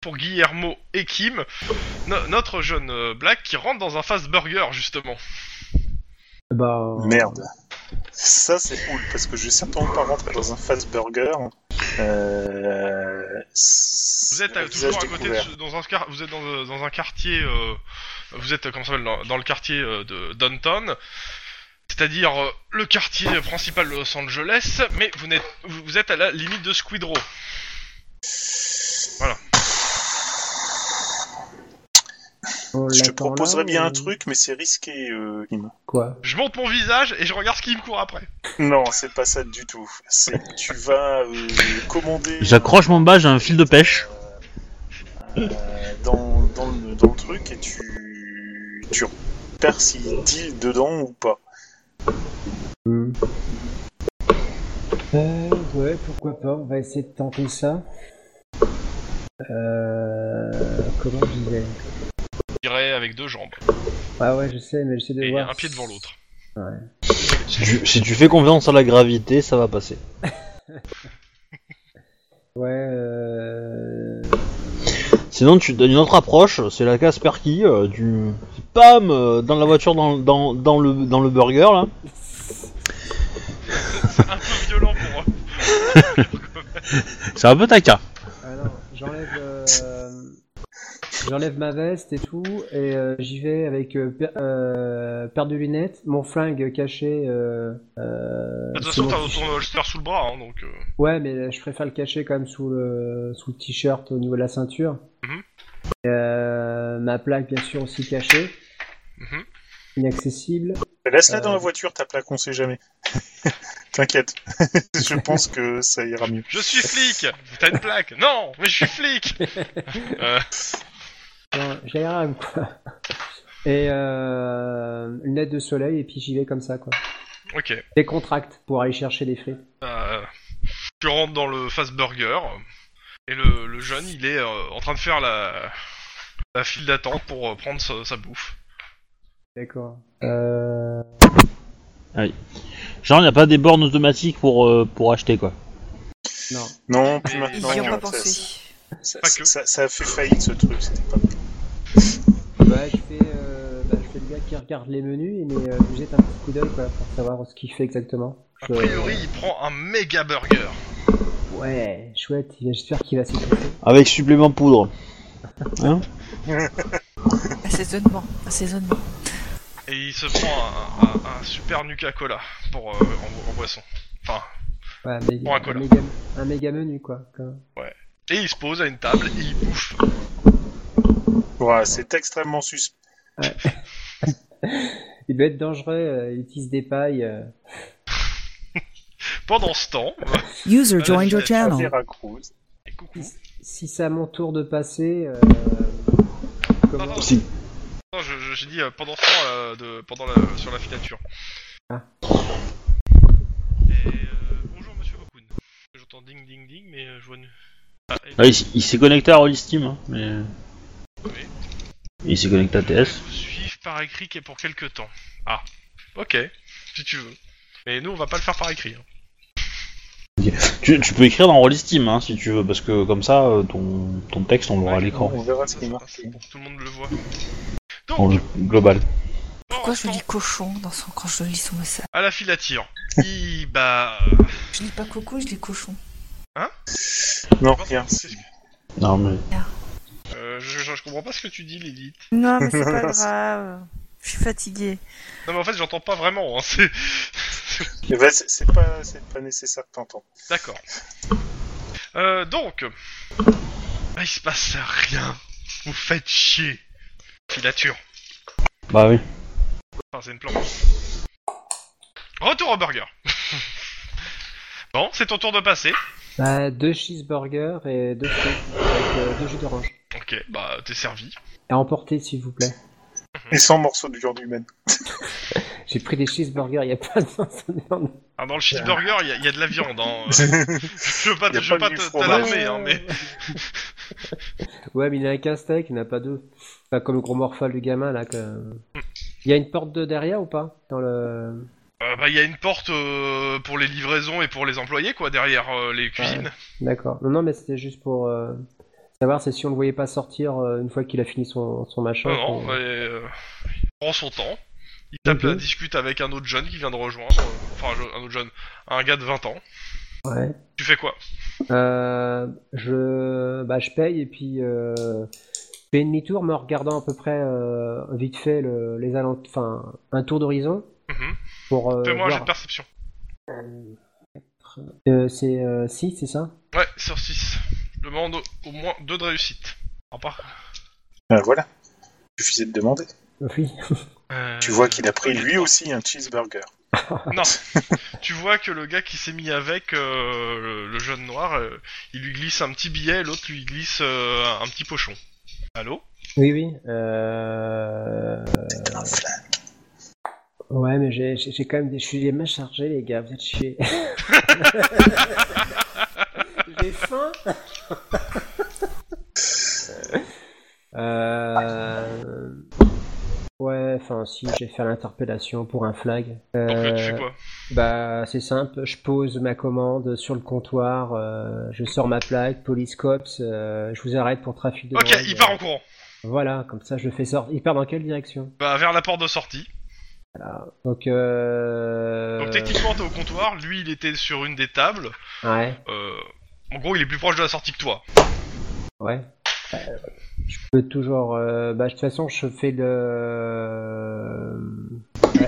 [SPEAKER 2] pour Guillermo et Kim, no- notre jeune euh, black qui rentre dans un fast burger justement.
[SPEAKER 4] Bah,
[SPEAKER 5] Merde. Ça, c'est cool, parce que je vais certainement pas rentrer dans un fast burger. Euh...
[SPEAKER 2] Vous êtes euh, toujours à côté de, dans un car- vous êtes dans, euh, dans un quartier euh, vous êtes euh, comment ça s'appelle dans, dans le quartier euh, de Downtown. C'est-à-dire euh, le quartier principal de Los Angeles, mais vous n'êtes vous vous êtes à la limite de Squid Row.
[SPEAKER 4] on
[SPEAKER 5] Je te
[SPEAKER 4] l'attend là,
[SPEAKER 5] proposerais bien
[SPEAKER 4] ou-
[SPEAKER 5] un truc, mais c'est risqué, euh, Im.
[SPEAKER 4] Quoi
[SPEAKER 2] Je monte mon visage et je regarde ce qui me court après.
[SPEAKER 5] Non, c'est pas ça du tout. C'est que tu vas euh, commander.
[SPEAKER 1] J'accroche mon badge à un fil de pêche.
[SPEAKER 5] euh, dans, dans, le, dans le truc et tu. Tu repères s'il deal dedans ou pas.
[SPEAKER 4] Hmm. Euh, ouais, pourquoi pas, on va essayer de tenter ça. Euh, comment je disais
[SPEAKER 2] Je dirais avec deux jambes
[SPEAKER 4] Ah ouais, je sais, mais j'essaie de
[SPEAKER 2] et
[SPEAKER 4] voir.
[SPEAKER 2] un pied devant l'autre.
[SPEAKER 1] Si tu, si tu fais confiance à la gravité, ça va passer.
[SPEAKER 4] Ouais, euh...
[SPEAKER 1] Sinon, tu donnes une autre approche, c'est la casse perquis, euh, tu... Pam euh, Dans la voiture, dans, dans, dans le, dans le burger, là.
[SPEAKER 2] C'est un peu violent pour eux.
[SPEAKER 1] C'est un peu taca.
[SPEAKER 4] Ah non, j'enlève, euh, j'enlève ma veste et tout, et euh, j'y vais avec euh, per- euh, paire de lunettes, mon flingue caché. euh, euh,
[SPEAKER 2] De toute façon,
[SPEAKER 4] sous mon
[SPEAKER 2] t'as
[SPEAKER 4] t-shirt.
[SPEAKER 2] ton holster sous le bras, hein, donc. euh,
[SPEAKER 4] Ouais, mais je préfère le cacher quand même sous le sous le t-shirt au niveau de la ceinture.
[SPEAKER 2] Mhm.
[SPEAKER 4] Euh, ma plaque bien sûr aussi cachée,
[SPEAKER 2] mhm.
[SPEAKER 4] inaccessible.
[SPEAKER 5] Laisse-la dans
[SPEAKER 4] Euh.
[SPEAKER 5] la voiture, ta plaque, on sait jamais. T'inquiète, je pense que ça ira mieux.
[SPEAKER 2] Je suis flic. T'as une plaque Non, mais je suis flic. Euh,
[SPEAKER 4] Genre, J'ai l'air âme, quoi. Et euh, lunettes de soleil et puis j'y vais comme ça quoi.
[SPEAKER 2] ok.
[SPEAKER 4] Des contracts pour aller chercher des frites.
[SPEAKER 2] Euh, tu rentres dans le fast burger et le, le jeune il est euh, en train de faire la, la file d'attente pour euh, prendre sa, sa bouffe.
[SPEAKER 4] D'accord. Euh...
[SPEAKER 1] Genre, il n'y a pas des bornes automatiques pour, euh, pour acheter, quoi.
[SPEAKER 4] Non.
[SPEAKER 5] Non, plus
[SPEAKER 2] Et-
[SPEAKER 3] Ils
[SPEAKER 5] maintenant.
[SPEAKER 3] y ont
[SPEAKER 2] Non,
[SPEAKER 3] pas
[SPEAKER 5] ça-
[SPEAKER 3] pensé.
[SPEAKER 5] Ça,
[SPEAKER 2] Pas que.
[SPEAKER 5] ça- ça a fait faillite ce truc, c'était pas bon.
[SPEAKER 4] Ouais, je fais, euh, bah, je fais le gars qui regarde les menus, mais euh, je jette un petit coup d'œil quoi, pour savoir ce qu'il fait exactement.
[SPEAKER 2] A
[SPEAKER 4] Je-
[SPEAKER 2] priori, il prend un méga burger.
[SPEAKER 4] Ouais, chouette, j'espère qu'il va s'étouffer.
[SPEAKER 1] Avec supplément poudre.
[SPEAKER 3] Assaisonnement. Assaisonnement.
[SPEAKER 2] Et il se prend un, un- un super Nuka Cola pour, euh, en, en boisson. Enfin,
[SPEAKER 4] Ouais, mais,
[SPEAKER 2] Pour un cola.
[SPEAKER 4] méga, un méga menu quoi. quoi.
[SPEAKER 2] et il se pose à une table et il bouffe.
[SPEAKER 5] Voilà, c'est extrêmement suspect.
[SPEAKER 4] Il doit être dangereux, euh, il utilise des pailles. euh.
[SPEAKER 2] Pendant ce temps,
[SPEAKER 6] User
[SPEAKER 2] Ah,
[SPEAKER 6] joined your
[SPEAKER 2] j'ai-
[SPEAKER 6] channel.
[SPEAKER 5] Veracruz.
[SPEAKER 2] et coucou.
[SPEAKER 4] Si c'est à mon tour de passer, euh, comment
[SPEAKER 2] Attends,
[SPEAKER 1] Si.
[SPEAKER 2] attends, je- je- j'ai dit euh, pendant ce temps euh, de, pendant la- sur la filature.
[SPEAKER 4] Ah.
[SPEAKER 2] Et, euh, bonjour monsieur Okun. J'entends ding ding ding, mais euh, je vois. nu- Ah, et-
[SPEAKER 1] Ah, il, s- il s'est connecté à Rolly Steam, hein, mais...
[SPEAKER 2] Oui.
[SPEAKER 1] Il s'est connecté à TS.
[SPEAKER 2] vous suivre par écrit et pour quelques temps. Ah, ok, si tu veux. Mais nous, on va pas le faire par écrit. hein.
[SPEAKER 1] Tu, tu peux écrire dans Rolly Steam, hein, si tu veux, parce que comme ça, euh, ton, ton texte, on l'aura à l'écran.
[SPEAKER 5] On verra ce
[SPEAKER 2] Ça,
[SPEAKER 5] qui
[SPEAKER 2] ça,
[SPEAKER 5] marche.
[SPEAKER 2] c'est Pour que tout le monde le voit.
[SPEAKER 1] En
[SPEAKER 2] Donc,
[SPEAKER 1] global.
[SPEAKER 3] Pourquoi je
[SPEAKER 2] pendant ce
[SPEAKER 3] lis
[SPEAKER 2] temps,
[SPEAKER 3] cochon dans son... quand je lis son message
[SPEAKER 2] à la filature. Il, bah.
[SPEAKER 3] Je lis pas coco, je lis cochon.
[SPEAKER 5] Non,
[SPEAKER 2] euh,
[SPEAKER 5] rien.
[SPEAKER 2] qu'est-ce que-
[SPEAKER 1] Non, mais...
[SPEAKER 2] Euh, euh, je, je- je comprends pas ce que tu dis, Lilith.
[SPEAKER 3] Non, mais c'est pas grave. Je suis fatiguée.
[SPEAKER 2] Non, mais en fait, j'entends pas vraiment. hein, c'est-
[SPEAKER 5] Eh ben, c'est- c'est pas, c'est pas nécessaire que t'entends.
[SPEAKER 2] D'accord. Euh, donc, il se passe rien. Vous faites chier. Filature.
[SPEAKER 1] Bah oui.
[SPEAKER 2] Enfin, c'est une planche. Retour au burger. bon, c'est ton tour de passer.
[SPEAKER 4] Bah, deux cheeseburgers et deux frites avec euh, deux jus d'orange.
[SPEAKER 2] Ok, bah t'es servi.
[SPEAKER 4] À emporter, s'il vous plaît.
[SPEAKER 5] Et sans morceau de viande humaine.
[SPEAKER 4] J'ai pris des cheeseburgers il y a pas de
[SPEAKER 2] Ah, dans le cheeseburger, il y, a- il y a de la viande. Hein. euh, Je veux pas,
[SPEAKER 5] Y a
[SPEAKER 2] je veux
[SPEAKER 5] pas
[SPEAKER 2] pas
[SPEAKER 5] du
[SPEAKER 2] te-
[SPEAKER 5] fromage.
[SPEAKER 2] t'alarmer, hein, mais
[SPEAKER 4] Ouais, mais il n'a qu'un steak, il n'a pas deux. Enfin, comme le gros morphal du gamin, là. Que...
[SPEAKER 2] Mm.
[SPEAKER 4] Il y a une porte de derrière ou pas Dans le...
[SPEAKER 2] Euh, bah, il y a une porte euh, pour les livraisons et pour les employés, quoi, derrière euh, les cuisines.
[SPEAKER 4] D'accord. Non, non, mais c'était juste pour euh, savoir c'est si on le voyait pas sortir euh, une fois qu'il a fini son, son machin.
[SPEAKER 2] Non, non,
[SPEAKER 4] qu'on-
[SPEAKER 2] mais, euh, il prend son temps. Il tape,
[SPEAKER 4] Ok.
[SPEAKER 2] la discute avec un autre jeune qui vient de rejoindre. euh, Enfin, je- un autre jeune, un gars de 20 ans.
[SPEAKER 4] Ouais.
[SPEAKER 2] Tu fais quoi
[SPEAKER 4] Euh, je... Bah, je paye et puis euh, je fais une demi-tour, mais en regardant à peu près euh, vite fait le, les alent... enfin, un tour d'horizon
[SPEAKER 2] Mhm.
[SPEAKER 4] pour euh,
[SPEAKER 2] Fais-moi un jet de
[SPEAKER 4] voir.
[SPEAKER 2] perception.
[SPEAKER 4] Euh, c'est 6, c'est ça
[SPEAKER 2] Ouais, sur 6. Demande au- au moins deux de réussite. À part.
[SPEAKER 5] Ah, voilà. Suffisait de demander.
[SPEAKER 4] Oui.
[SPEAKER 2] Euh,
[SPEAKER 5] Tu vois qu'il a pris lui aussi un cheeseburger.
[SPEAKER 2] Non. tu vois que le gars qui s'est mis avec euh, le, le jeune noir, euh, il lui glisse un petit billet, l'autre lui glisse euh, un petit pochon. Allô
[SPEAKER 4] Oui, oui. Euh...
[SPEAKER 5] Un flingue.
[SPEAKER 4] Ouais, mais j'ai- j'ai j'ai quand même des... Je suis les mains chargées, les gars, vous êtes chiés. j'ai faim euh... Ouais, enfin, si, j'ai fait l'interpellation pour un flag.
[SPEAKER 2] Donc euh, tu
[SPEAKER 4] Euh,
[SPEAKER 2] fais quoi
[SPEAKER 4] bah, c'est simple, je pose ma commande sur le comptoir, euh, je sors ma plaque, police cops, euh, je vous arrête pour trafic de
[SPEAKER 2] Ok,
[SPEAKER 4] drogue.
[SPEAKER 2] il part en courant.
[SPEAKER 4] Voilà, comme ça je le fais sortir. Il part dans quelle direction
[SPEAKER 2] Bah, vers la porte de sortie.
[SPEAKER 4] Donc, euh...
[SPEAKER 2] Donc techniquement, t'es au comptoir. Lui, il était sur une des tables.
[SPEAKER 4] Ouais,
[SPEAKER 2] Euh, en gros, il est plus proche de la sortie que toi.
[SPEAKER 4] ouais. Euh, je peux toujours. euh, Bah, de toute façon, je fais le.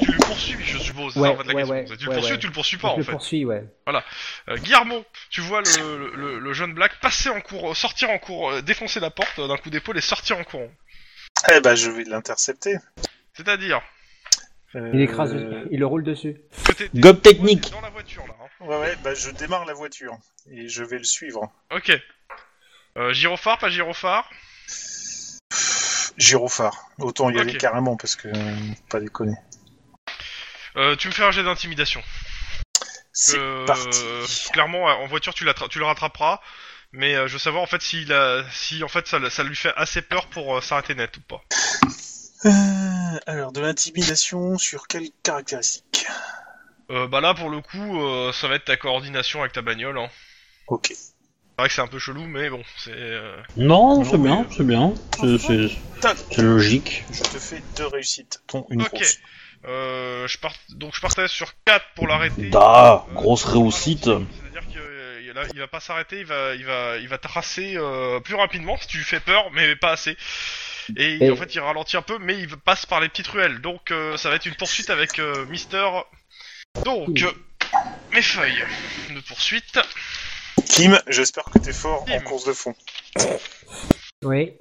[SPEAKER 2] Tu le poursuis, je suppose. c'est
[SPEAKER 4] Ouais,
[SPEAKER 2] ça, en fait, la
[SPEAKER 4] ouais,
[SPEAKER 2] question.
[SPEAKER 4] ouais,
[SPEAKER 2] C'est tu le
[SPEAKER 4] ouais,
[SPEAKER 2] poursuis
[SPEAKER 4] ouais.
[SPEAKER 2] ou tu le poursuis pas,
[SPEAKER 4] je
[SPEAKER 2] en
[SPEAKER 4] le
[SPEAKER 2] fait
[SPEAKER 4] poursuis, ouais.
[SPEAKER 2] Euh, Guillermo, tu vois le, le, le jeune black passer en cours, sortir en cours, euh, défoncer la porte euh, d'un coup d'épaule et sortir en courant.
[SPEAKER 5] Eh ben, je vais l'intercepter.
[SPEAKER 2] C'est-à-dire
[SPEAKER 5] Euh,
[SPEAKER 4] Il écrase, il le roule dessus.
[SPEAKER 2] que t'es t'es-
[SPEAKER 1] Gob technique
[SPEAKER 2] t'es dans la voiture, là. hein.
[SPEAKER 5] Ouais, ouais, bah, je démarre la voiture. Et je vais le suivre.
[SPEAKER 2] hein. Ok. Euh, gyrophare, pas gyrophare
[SPEAKER 5] Gyrophare. Autant y
[SPEAKER 2] Ok.
[SPEAKER 5] aller carrément, parce que. euh, Pas déconner.
[SPEAKER 2] Euh, Tu me fais un jet d'intimidation.
[SPEAKER 5] C'est
[SPEAKER 2] Euh,
[SPEAKER 5] parti.
[SPEAKER 2] Clairement, euh, en voiture, tu, l'attra- tu le rattraperas, mais euh, je veux savoir en fait s'il a, si en fait ça, le- ça lui fait assez peur pour euh, s'arrêter net ou pas.
[SPEAKER 5] Euh, alors, de l'intimidation sur quelles caractéristiques
[SPEAKER 2] Euh, bah là, pour le coup, euh, ça va être ta coordination avec ta bagnole. Hein.
[SPEAKER 5] Ok.
[SPEAKER 2] C'est vrai que c'est un peu chelou, mais bon, c'est. euh,
[SPEAKER 1] Non,
[SPEAKER 5] Non,
[SPEAKER 1] c'est
[SPEAKER 5] mais-
[SPEAKER 1] bien, c'est bien. C'est- C'est
[SPEAKER 5] Tac,
[SPEAKER 1] c'est logique.
[SPEAKER 5] je te fais deux réussites, dont une
[SPEAKER 2] Ok.
[SPEAKER 5] grosse.
[SPEAKER 2] euh, je part... Donc je partais sur 4 pour l'arrêter.
[SPEAKER 1] Da,
[SPEAKER 2] Euh,
[SPEAKER 1] Bah, grosse
[SPEAKER 2] c'est pas
[SPEAKER 1] réussite.
[SPEAKER 2] ralenti, C'est-à-dire que euh, il a- il va pas s'arrêter, il va, il va, il va tracer euh, plus rapidement si tu lui fais peur, mais pas assez. Et,
[SPEAKER 4] Et-
[SPEAKER 2] en fait, il ralentit un peu, mais il passe par les petites ruelles. Donc, euh, ça va être une poursuite avec euh, Mister. Donc, euh, mes feuilles de poursuite.
[SPEAKER 5] Kim, j'espère que t'es fort en
[SPEAKER 2] Kim.
[SPEAKER 5] course de fond.
[SPEAKER 4] Oui.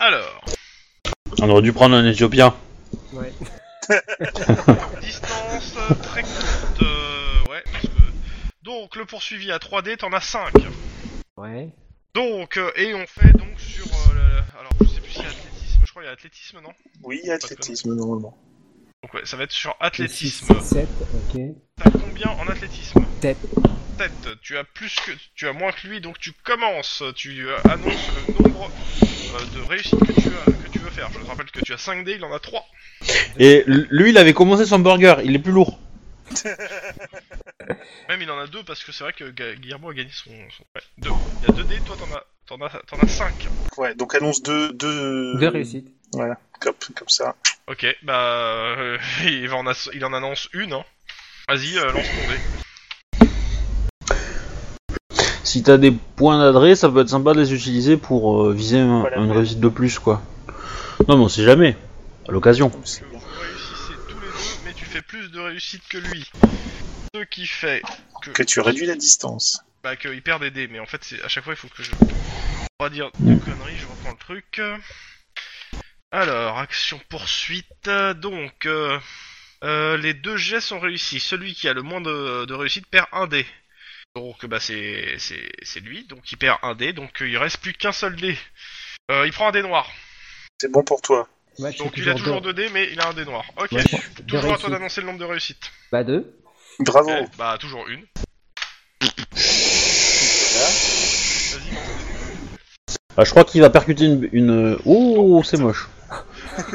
[SPEAKER 2] Alors,
[SPEAKER 1] On aurait dû prendre un Éthiopien.
[SPEAKER 4] Ouais.
[SPEAKER 2] distance euh, très courte. euh, ouais. parce que- Donc, le poursuivi à 3D, t'en as 5.
[SPEAKER 4] Ouais.
[SPEAKER 2] Donc, euh, et on fait donc sur. euh, la- Alors, je sais plus si y a athlétisme, je crois qu'il y a athlétisme, non
[SPEAKER 5] Oui, athlétisme, normalement.
[SPEAKER 2] Donc, ouais, ça va être sur
[SPEAKER 4] Le six,
[SPEAKER 2] athlétisme.
[SPEAKER 4] sept, ok.
[SPEAKER 2] T'as combien en athlétisme
[SPEAKER 4] Sept.
[SPEAKER 2] 7. Tu as plus que, tu as moins que lui, donc tu commences. Tu euh, annonces le nombre euh, de réussites que tu as, que tu veux faire. Je te rappelle que tu as 5 dés, il en a 3.
[SPEAKER 1] Et l- lui, il avait commencé son burger, il est plus lourd.
[SPEAKER 2] Même il en a 2 parce que c'est vrai que Ga- Guillermo a gagné son. son- Ouais, 2. Il y a 2 dés, toi t'en as, t'en as, t'en as 5.
[SPEAKER 5] Ouais, donc annonce deux... Deux,
[SPEAKER 4] Deux réussites.
[SPEAKER 5] Voilà, comme, comme ça.
[SPEAKER 2] Ok, bah euh, il, va en ass- il en annonce une. Hein. Vas-y, euh, lance ton dé.
[SPEAKER 1] si t'as des points d'adresse, ça peut être sympa de les utiliser pour euh, viser un-
[SPEAKER 5] Voilà.
[SPEAKER 1] une réussite de plus, quoi. Non, mais on sait jamais. À l'occasion.
[SPEAKER 2] Parce que vous réussissez tous les deux, mais tu fais plus de réussite que lui. Ce qui fait que,
[SPEAKER 5] Que tu réduis la distance.
[SPEAKER 2] bah, qu'il perd des dés, mais en fait, c'est à chaque fois, il faut que je. On va dire de conneries, je reprends le truc. Alors, action poursuite. Donc, euh, euh, les deux jets sont réussis. Celui qui a le moins de, de réussite perd un dé. Donc, bah, c'est c'est- c'est lui, donc il perd un dé, donc euh, il reste plus qu'un seul dé. Euh, il prend un dé noir.
[SPEAKER 5] C'est bon pour toi.
[SPEAKER 4] Moi, je suis
[SPEAKER 2] Donc, il a toujours
[SPEAKER 4] deux.
[SPEAKER 2] deux dés, mais il a un dé noir. Ok,
[SPEAKER 4] Ouais, je suis deux
[SPEAKER 2] toujours à toi
[SPEAKER 4] réussites.
[SPEAKER 2] d'annoncer le nombre de réussites.
[SPEAKER 4] Bah deux.
[SPEAKER 5] Bravo.
[SPEAKER 2] Ouais, bah toujours une. Vas-y.
[SPEAKER 1] Ah, je crois qu'il va percuter une. une... Oh, c'est moche.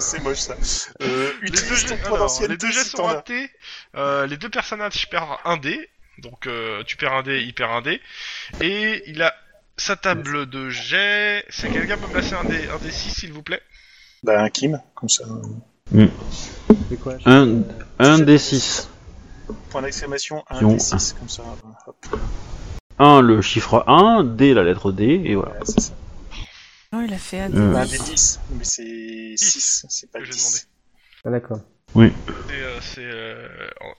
[SPEAKER 5] C'est moche ça. Euh,
[SPEAKER 2] Les deux,
[SPEAKER 5] utilise
[SPEAKER 2] jets-
[SPEAKER 5] ton
[SPEAKER 2] alors, les
[SPEAKER 5] potentialité
[SPEAKER 2] deux jets
[SPEAKER 5] si
[SPEAKER 2] sont
[SPEAKER 5] t'en as.
[SPEAKER 2] ratés. Euh, les deux personnages perdent un dé. Donc euh, tu perds un dé, il perd un dé. Et il a sa table de jet. C'est quelqu'un peut placer un dé, un dé 6 s'il vous plaît.
[SPEAKER 5] Bah, un Kim, comme ça.
[SPEAKER 4] C'est quoi je-
[SPEAKER 1] Un, un des 6.
[SPEAKER 5] Point d'exclamation, un
[SPEAKER 1] Pion,
[SPEAKER 5] des six, comme ça. Hop,
[SPEAKER 1] 1, le chiffre 1, D, la lettre D, et voilà.
[SPEAKER 5] ouais, c'est ça.
[SPEAKER 3] Non, il a fait
[SPEAKER 6] Mm.
[SPEAKER 3] un
[SPEAKER 1] Euh.
[SPEAKER 5] Bah, un
[SPEAKER 3] début.
[SPEAKER 5] des 10, mais c'est 6, c'est pas
[SPEAKER 2] que j'ai
[SPEAKER 5] 10.
[SPEAKER 4] Ah, D'accord.
[SPEAKER 2] Et, euh, c'est euh,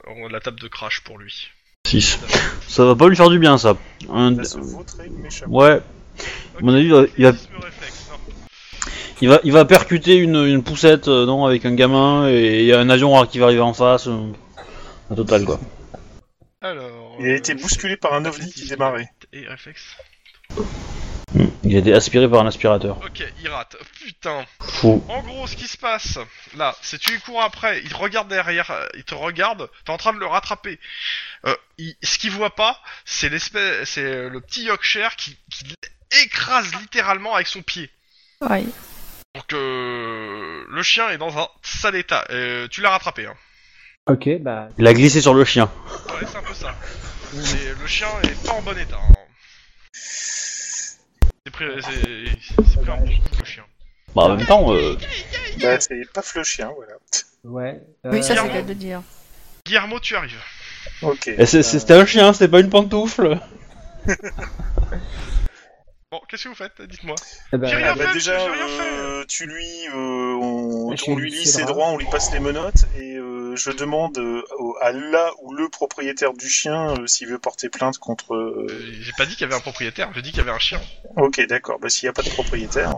[SPEAKER 2] en- en- la table de crash pour lui.
[SPEAKER 1] 6. Ça va pas lui faire du bien, ça. Un-
[SPEAKER 5] Ça se vautrer méchamment.
[SPEAKER 1] Ouais, À mon avis, il va- il va-
[SPEAKER 2] Athlétisme réflexe, non.
[SPEAKER 1] il va, il va percuter une, une poussette, euh, non, avec un gamin, et il y a un avion qui va arriver en face. euh, Un total, quoi.
[SPEAKER 2] Alors.
[SPEAKER 5] Il a
[SPEAKER 2] euh,
[SPEAKER 5] été bousculé par un ovni qui
[SPEAKER 2] athlétisme
[SPEAKER 5] démarrait.
[SPEAKER 2] Et réflexe.
[SPEAKER 1] Il a été aspiré par un aspirateur.
[SPEAKER 2] Ok, il rate. Putain.
[SPEAKER 1] Fou.
[SPEAKER 2] En gros, ce qui se passe, là, c'est tu lui cours après, il te regarde derrière, euh, il te regarde, t'es en train de le rattraper. Euh, il- ce qu'il voit pas, c'est l'espèce, c'est euh, le petit Yorkshire qui, qui écrase littéralement avec son pied.
[SPEAKER 3] Ouais.
[SPEAKER 2] Donc euh, le chien est dans un sale état. Euh, tu l'as rattrapé, hein.
[SPEAKER 4] Ok, bah
[SPEAKER 1] Il a glissé sur le chien.
[SPEAKER 2] Ouais, c'est un peu ça. Mais le chien est pas en bon état. hein. C'est pris, c'est, c'est pris un bon coup, le chien.
[SPEAKER 1] Bah, en même temps, euh,
[SPEAKER 5] Bah, c'est paf le chien, voilà.
[SPEAKER 4] ouais. euh,
[SPEAKER 3] Oui, ça c'est
[SPEAKER 2] Clairement.
[SPEAKER 3] bien de le dire.
[SPEAKER 2] Guillermo, tu arrives.
[SPEAKER 5] Ok. bah,
[SPEAKER 1] eh, c'est- c'est- c'était un chien, c'était pas une pantoufle.
[SPEAKER 2] Bon, qu'est-ce que vous faites Dites-moi.
[SPEAKER 4] eh ben,
[SPEAKER 2] J'ai rien
[SPEAKER 5] Ah,
[SPEAKER 2] fait,
[SPEAKER 5] bah, déjà,
[SPEAKER 2] j'ai rien fait.
[SPEAKER 5] euh, tu lui, euh, on,
[SPEAKER 4] Je suis
[SPEAKER 5] on lui lit
[SPEAKER 4] ses
[SPEAKER 5] ses
[SPEAKER 4] bras.
[SPEAKER 5] droits, on lui passe les menottes, et euh, je demande euh, au- à la ou le propriétaire du chien euh, s'il veut porter plainte contre. euh,
[SPEAKER 2] Euh, J'ai pas dit qu'il y avait un propriétaire, j'ai dit qu'il y avait un chien.
[SPEAKER 5] Ok, d'accord. Bah, s'il n'y a pas de propriétaire,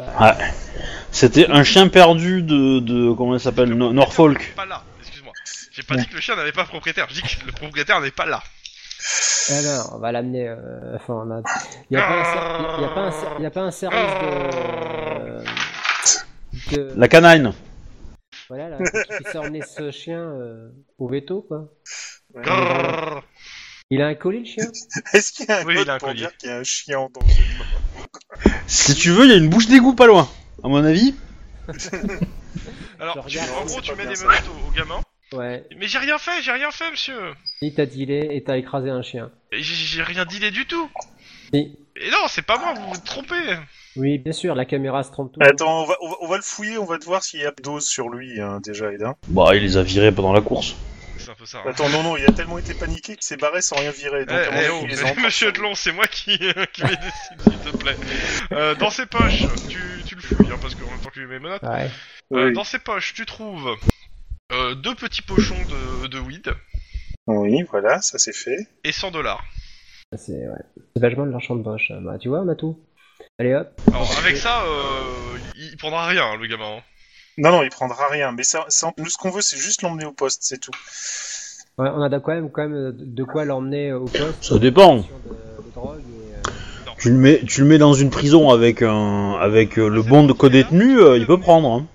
[SPEAKER 5] euh,
[SPEAKER 1] C'était un chien perdu de, de comment il s'appelle,
[SPEAKER 2] Le
[SPEAKER 1] No-
[SPEAKER 2] propriétaire
[SPEAKER 1] Norfolk.
[SPEAKER 2] n'est Pas là, excuse-moi. J'ai pas dit que le chien n'avait pas de propriétaire, j'ai dit que le propriétaire n'est pas là.
[SPEAKER 4] Alors, on va l'amener. euh, Enfin, on a. Il n'y a, pas un ser- y a pas un ser- y a pas un service de. de-
[SPEAKER 1] La canine.
[SPEAKER 4] Voilà, là, qui puisse emmener ce chien euh, au veto, quoi.
[SPEAKER 5] ouais.
[SPEAKER 2] Grrrr.
[SPEAKER 4] Il a un colis, le chien
[SPEAKER 5] est-ce qu'il y a un
[SPEAKER 2] Oui,
[SPEAKER 5] code
[SPEAKER 2] il a un
[SPEAKER 5] pour
[SPEAKER 2] collier.
[SPEAKER 5] dire qu'il y a un chien en danger
[SPEAKER 1] Si tu veux, il y a une bouche d'égout pas loin. À mon avis,
[SPEAKER 2] Alors, tu-
[SPEAKER 4] regarde,
[SPEAKER 2] en
[SPEAKER 5] c'est
[SPEAKER 2] gros,
[SPEAKER 5] pas
[SPEAKER 2] tu mets
[SPEAKER 5] bien,
[SPEAKER 2] des
[SPEAKER 5] ça.
[SPEAKER 2] menottes au, au gamin.
[SPEAKER 4] Ouais.
[SPEAKER 2] Mais j'ai rien fait, j'ai rien fait, monsieur.
[SPEAKER 4] Il t'a dealé et t'as écrasé un chien.
[SPEAKER 2] Et J'ai j'ai rien dit du tout.
[SPEAKER 4] Oui.
[SPEAKER 2] Et non, c'est pas moi, vous vous trompez.
[SPEAKER 4] Oui, bien sûr, la caméra se trompe tout.
[SPEAKER 5] Attends, on va, on va- on va le fouiller, on va te voir s'il y a dose sur lui hein, déjà, Edin.
[SPEAKER 1] bah il les a virés pendant la course.
[SPEAKER 2] C'est un peu ça. hein.
[SPEAKER 5] Attends, non, non, il a tellement été paniqué qu'il s'est barré sans rien virer.
[SPEAKER 2] Eh,
[SPEAKER 5] Donc, à mon
[SPEAKER 2] eh,
[SPEAKER 5] avis,
[SPEAKER 2] oh,
[SPEAKER 5] il les a encore
[SPEAKER 2] monsieur
[SPEAKER 5] sur lui.
[SPEAKER 2] Delon, c'est moi qui, euh, qui vais décider, s'il te plaît. Euh, dans ses poches, tu, tu le fouilles, hein, parce qu'en même temps qu'il lui met menottes.
[SPEAKER 4] Ouais.
[SPEAKER 2] Euh,
[SPEAKER 5] Oui.
[SPEAKER 2] dans ses poches, tu trouves euh, deux petits pochons de, de weed
[SPEAKER 5] Oui, voilà, ça c'est fait.
[SPEAKER 2] et 100 dollars.
[SPEAKER 4] C'est ouais. C'est vachement de l'argent de poche. hein. Bah, tu vois, on a tout. Allez hop.
[SPEAKER 2] Alors avec ça, euh, il il prendra rien, hein, le gamin. hein.
[SPEAKER 5] Non, non, il prendra rien. Mais ça, ça- nous, ce qu'on veut, c'est juste l'emmener au poste, c'est tout.
[SPEAKER 4] Ouais, on a de- quand même, quand même euh, de quoi l'emmener euh, au poste.
[SPEAKER 1] Ça dépend.
[SPEAKER 4] De, de drogue et, euh,
[SPEAKER 1] Tu le mets, tu le mets dans une prison avec un, avec euh, le bon de codétenu, euh, il peut prendre. hein.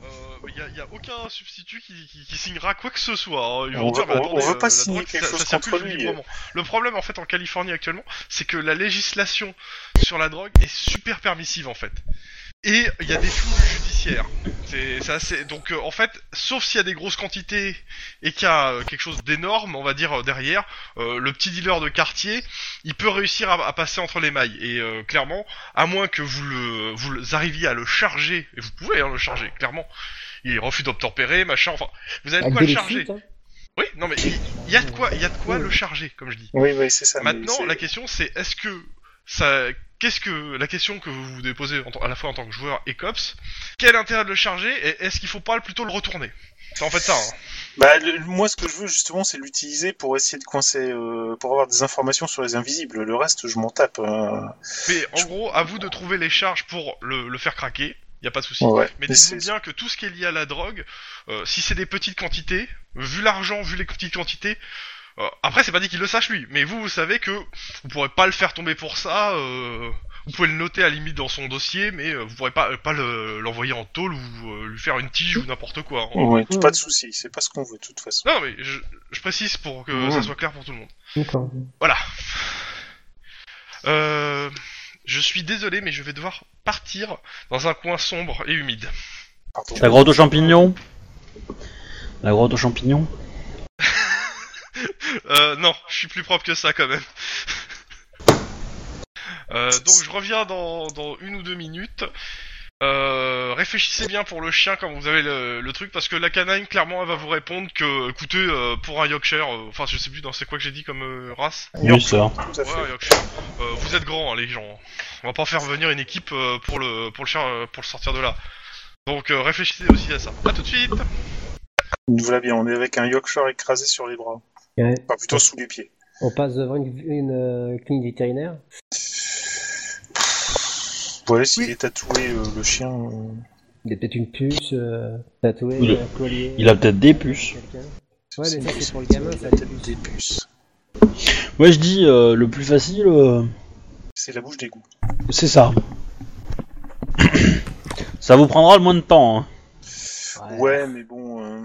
[SPEAKER 2] Euh, y, a, y a aucun substitut qui, qui- qui signera quoi que ce soit. hein. Ils vont
[SPEAKER 5] On
[SPEAKER 2] dire,
[SPEAKER 5] veut-
[SPEAKER 2] mais
[SPEAKER 5] on-
[SPEAKER 2] attendez,
[SPEAKER 5] on veut pas
[SPEAKER 2] euh, la
[SPEAKER 5] signer
[SPEAKER 2] drogue,
[SPEAKER 5] quelque
[SPEAKER 2] ça-
[SPEAKER 5] chose
[SPEAKER 2] ça circule
[SPEAKER 5] contre lui.
[SPEAKER 2] librement. Le problème en fait en Californie actuellement, c'est que la législation sur la drogue est super permissive en fait. Et il y a des flous judiciaires. C'est ça, c'est donc euh, en fait, sauf s'il y a des grosses quantités et qu'il y a euh, quelque chose d'énorme, on va dire euh, derrière, euh, le petit dealer de quartier, il peut réussir à, à passer entre les mailles. Et euh, clairement, à moins que vous le vous le- arriviez à le charger, et vous pouvez hein, le charger, clairement. Il refuse d'obtempérer, machin, enfin, vous avez de
[SPEAKER 4] avec
[SPEAKER 2] quoi le
[SPEAKER 4] des
[SPEAKER 2] charger.
[SPEAKER 4] lifts, hein.
[SPEAKER 2] Oui, non mais il il y a de quoi, il y a de quoi le charger, comme je dis.
[SPEAKER 5] Oui, oui, c'est ça. mais
[SPEAKER 2] Maintenant,
[SPEAKER 5] c'est-
[SPEAKER 2] la question c'est est-ce que ça. Qu'est-ce que. La question que vous vous déposez en tant- à la fois en tant que joueur et cops, quel intérêt de le charger et est-ce qu'il faut pas plutôt le retourner C'est en fait ça. hein.
[SPEAKER 5] Bah, le- moi, ce que je veux justement, c'est l'utiliser pour essayer de coincer, euh, pour avoir des informations sur les invisibles. Le reste, je m'en tape. euh.
[SPEAKER 2] Mais en gros, à vous de trouver les charges pour le, le faire craquer, y a pas de souci.
[SPEAKER 5] Ouais.
[SPEAKER 2] Mais
[SPEAKER 5] Mais
[SPEAKER 2] dites-vous
[SPEAKER 5] c'est-
[SPEAKER 2] bien que tout ce qui est lié à la drogue, euh, si c'est des petites quantités, vu l'argent, vu les petites quantités, euh, après c'est pas dit qu'il le sache lui, mais vous vous savez que vous pourrez pas le faire tomber pour ça, euh, vous pouvez le noter à la limite dans son dossier, mais euh, vous pourrez pas, euh, pas le- l'envoyer en tôle ou euh, lui faire une tige
[SPEAKER 5] Mm.
[SPEAKER 2] ou n'importe quoi. hein.
[SPEAKER 5] Ouais,
[SPEAKER 4] Ouais.
[SPEAKER 5] Pas de souci, c'est pas ce qu'on veut de toute façon.
[SPEAKER 2] Non mais je, je précise pour que
[SPEAKER 5] Mm.
[SPEAKER 2] ça soit clair pour tout le monde.
[SPEAKER 6] D'accord.
[SPEAKER 2] Voilà. Euh, je suis désolé mais je vais devoir partir dans un coin sombre et humide.
[SPEAKER 5] Pardon.
[SPEAKER 1] La grotte aux champignons La grotte aux champignons
[SPEAKER 2] Euh, non, je suis plus propre que ça quand même. Euh, donc je reviens dans, dans une ou deux minutes. Euh, réfléchissez bien pour le chien quand vous avez le, le truc parce que la canine clairement elle va vous répondre que écoutez euh, pour un Yorkshire, euh, enfin je sais plus dans c'est quoi que j'ai dit comme euh, race.
[SPEAKER 1] Oui, ça.
[SPEAKER 5] Tout à
[SPEAKER 2] Ouais,
[SPEAKER 5] fait.
[SPEAKER 2] un Yorkshire. Euh, vous êtes grands hein, les gens. On va pas faire venir une équipe euh, pour le pour le chien euh, pour le sortir de là. Donc euh, réfléchissez aussi à ça. À tout de suite.
[SPEAKER 5] Voilà bien, on est avec un Yorkshire écrasé sur les bras.
[SPEAKER 4] Ouais.
[SPEAKER 5] Enfin, plutôt sous les pieds.
[SPEAKER 4] On passe devant une, une, euh, clinique vétérinaire.
[SPEAKER 5] Voilà, s'il
[SPEAKER 3] Oui.
[SPEAKER 5] est tatoué, euh, le chien. euh,
[SPEAKER 4] Il y a peut-être une puce euh, tatouée,
[SPEAKER 1] Il-
[SPEAKER 4] un collier.
[SPEAKER 1] Il a peut-être des puces.
[SPEAKER 4] quelqu'un. Ouais, mais ça, c'est pour le
[SPEAKER 5] possible.
[SPEAKER 4] gamin,
[SPEAKER 5] Il a
[SPEAKER 4] ça,
[SPEAKER 5] peut-être
[SPEAKER 4] les puces.
[SPEAKER 5] des puces.
[SPEAKER 1] Ouais, je dis, euh, le plus facile, euh,
[SPEAKER 5] C'est la bouche d'égout.
[SPEAKER 1] c'est ça. ça vous prendra le moins de temps. hein.
[SPEAKER 5] Ouais, mais bon. euh,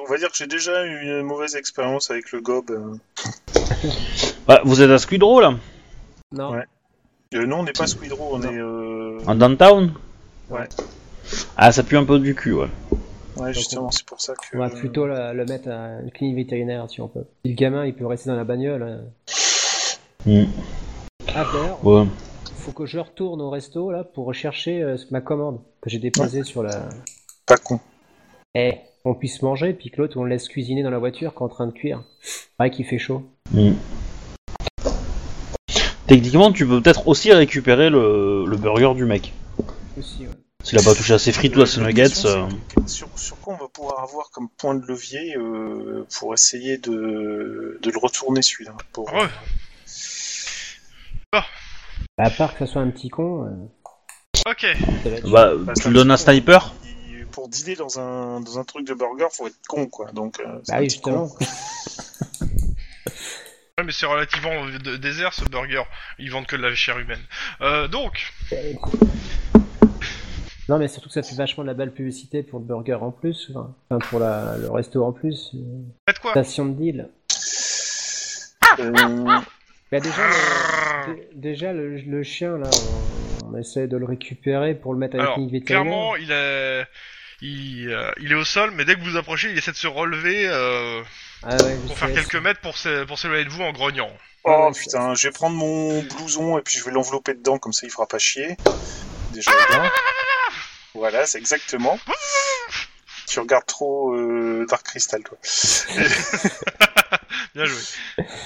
[SPEAKER 5] On va dire que j'ai déjà eu une mauvaise expérience avec le gob. euh.
[SPEAKER 1] Bah, vous êtes à Squidrow, là
[SPEAKER 4] Non.
[SPEAKER 5] Ouais. Euh, non, on n'est pas Squidrow, on est. euh,
[SPEAKER 4] Ah.
[SPEAKER 1] En downtown
[SPEAKER 5] Ouais.
[SPEAKER 1] Ah, ça pue un peu du cul, ouais.
[SPEAKER 5] Ouais, justement, c'est pour ça que.
[SPEAKER 4] On va plutôt le, le mettre à une clinique vétérinaire si on peut. Si le gamin il peut rester dans la bagnole. hein.
[SPEAKER 1] Mm,
[SPEAKER 4] Ah d'ailleurs,
[SPEAKER 1] ouais.
[SPEAKER 4] faut que je retourne au resto là pour chercher euh, ma commande que j'ai déposée sur la.
[SPEAKER 5] Pas con.
[SPEAKER 4] Eh, qu'on puisse manger, puis que l'autre on le laisse cuisiner dans la voiture qu'en train de cuire. Pareil qu'il fait chaud.
[SPEAKER 1] Mm. Techniquement, tu peux peut-être aussi récupérer le, le burger du mec.
[SPEAKER 4] Aussi, ouais.
[SPEAKER 1] S'il a pas touché à ses frites ou à ses
[SPEAKER 5] La
[SPEAKER 1] nuggets.
[SPEAKER 5] question,
[SPEAKER 1] euh,
[SPEAKER 5] c'est Sur, sur quoi on va pouvoir avoir comme point de levier euh, pour essayer de, de le retourner celui-là pour...
[SPEAKER 2] Heureux.
[SPEAKER 4] Bah, à part que ça soit un petit con, euh,
[SPEAKER 2] Ok.
[SPEAKER 4] ça va être chaud.
[SPEAKER 1] Bah,
[SPEAKER 5] Parce
[SPEAKER 1] tu
[SPEAKER 5] que-
[SPEAKER 1] le donnes à Sniper
[SPEAKER 5] Pour dealer dans un, dans un truc de burger, faut être con quoi. Donc, euh, c'est
[SPEAKER 4] Bah
[SPEAKER 5] un
[SPEAKER 4] oui,
[SPEAKER 5] petit
[SPEAKER 4] justement.
[SPEAKER 5] con.
[SPEAKER 2] Ouais, mais c'est relativement euh, d- désert ce burger. Ils vendent que de la chair humaine. Euh, donc,
[SPEAKER 4] Non, mais surtout que ça fait vachement de la belle publicité pour le burger en plus, enfin enfin, pour la- le resto en plus, euh,
[SPEAKER 2] faites quoi
[SPEAKER 4] station de deal.
[SPEAKER 5] Euh,
[SPEAKER 4] Bah déjà, le, dé- déjà le, le chien là, on, on essaie de le récupérer pour le mettre à la
[SPEAKER 2] Alors,
[SPEAKER 4] clinique vétérinaire.
[SPEAKER 2] clairement, il est, il, euh, il est au sol, mais dès que vous approchez, il essaie de se relever euh,
[SPEAKER 4] ah, ouais, je
[SPEAKER 2] pour
[SPEAKER 4] sais,
[SPEAKER 2] faire quelques
[SPEAKER 4] c'est-
[SPEAKER 2] mètres pour s'é- pour s'éloigner de vous en grognant.
[SPEAKER 5] Oh
[SPEAKER 4] ouais,
[SPEAKER 5] putain, je vais prendre mon blouson et puis je vais l'envelopper dedans, comme ça il fera pas chier. Déjà bien. Voilà, c'est exactement. Tu regardes trop euh, Dark Crystal, toi.
[SPEAKER 2] Bien joué.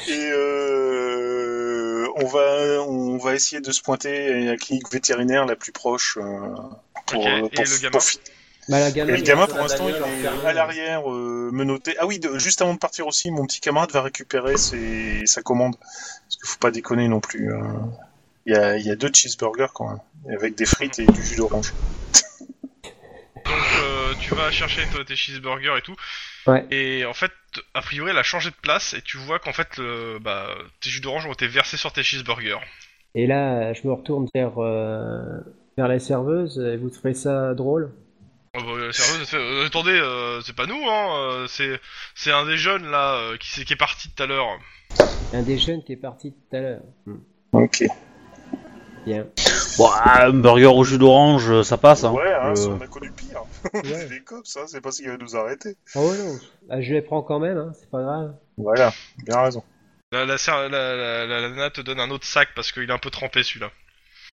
[SPEAKER 5] Et euh, on va on va essayer de se pointer à la clinique vétérinaire la plus proche euh, pour,
[SPEAKER 2] Ok,
[SPEAKER 5] euh,
[SPEAKER 2] et
[SPEAKER 5] pour-
[SPEAKER 2] le gamin
[SPEAKER 5] pour fi-
[SPEAKER 4] Bah, la gamin,
[SPEAKER 5] Et le
[SPEAKER 4] il est
[SPEAKER 5] gamin
[SPEAKER 4] dans
[SPEAKER 5] pour
[SPEAKER 4] la
[SPEAKER 5] l'instant il
[SPEAKER 4] bagnole,
[SPEAKER 5] est
[SPEAKER 4] enfermé.
[SPEAKER 5] à l'arrière euh, menotté. Ah oui, de- juste avant de partir aussi, mon petit camarade va récupérer ses, sa commande parce qu'il faut pas déconner non plus. euh. Il y, a, il y a deux cheeseburgers quand même, avec des frites et du jus d'orange.
[SPEAKER 2] Donc, euh, tu vas chercher toi, tes cheeseburgers et tout.
[SPEAKER 4] Ouais.
[SPEAKER 2] Et en fait, a priori, elle a changé de place et tu vois qu'en fait, le, bah, tes jus d'orange ont été versés sur tes cheeseburgers.
[SPEAKER 4] Et là, je me retourne vers, euh, vers la serveuse, et vous trouvez ça drôle
[SPEAKER 2] Euh, bah, la serveuse, elle fait, Euh, attendez, euh, c'est pas nous, hein, euh, c'est, c'est un des jeunes là euh, qui, s'est- qui est parti tout à l'heure.
[SPEAKER 4] Un des jeunes qui est parti tout à l'heure.
[SPEAKER 5] Ok.
[SPEAKER 4] Bien.
[SPEAKER 1] Bon, ah, un burger au jus d'orange, euh, ça passe. Hein.
[SPEAKER 5] Ouais, hein,
[SPEAKER 1] Euh,
[SPEAKER 5] ça, on a connu pire.
[SPEAKER 4] Ouais.
[SPEAKER 5] Des cops, hein, c'est pas ce qui va nous arrêter.
[SPEAKER 4] Oh non, bah, je les prends quand même, hein, c'est pas grave.
[SPEAKER 5] Voilà, bien raison.
[SPEAKER 2] La, la, ser- la, la, la- la nana te donne un autre sac parce qu'il est un peu trempé celui-là.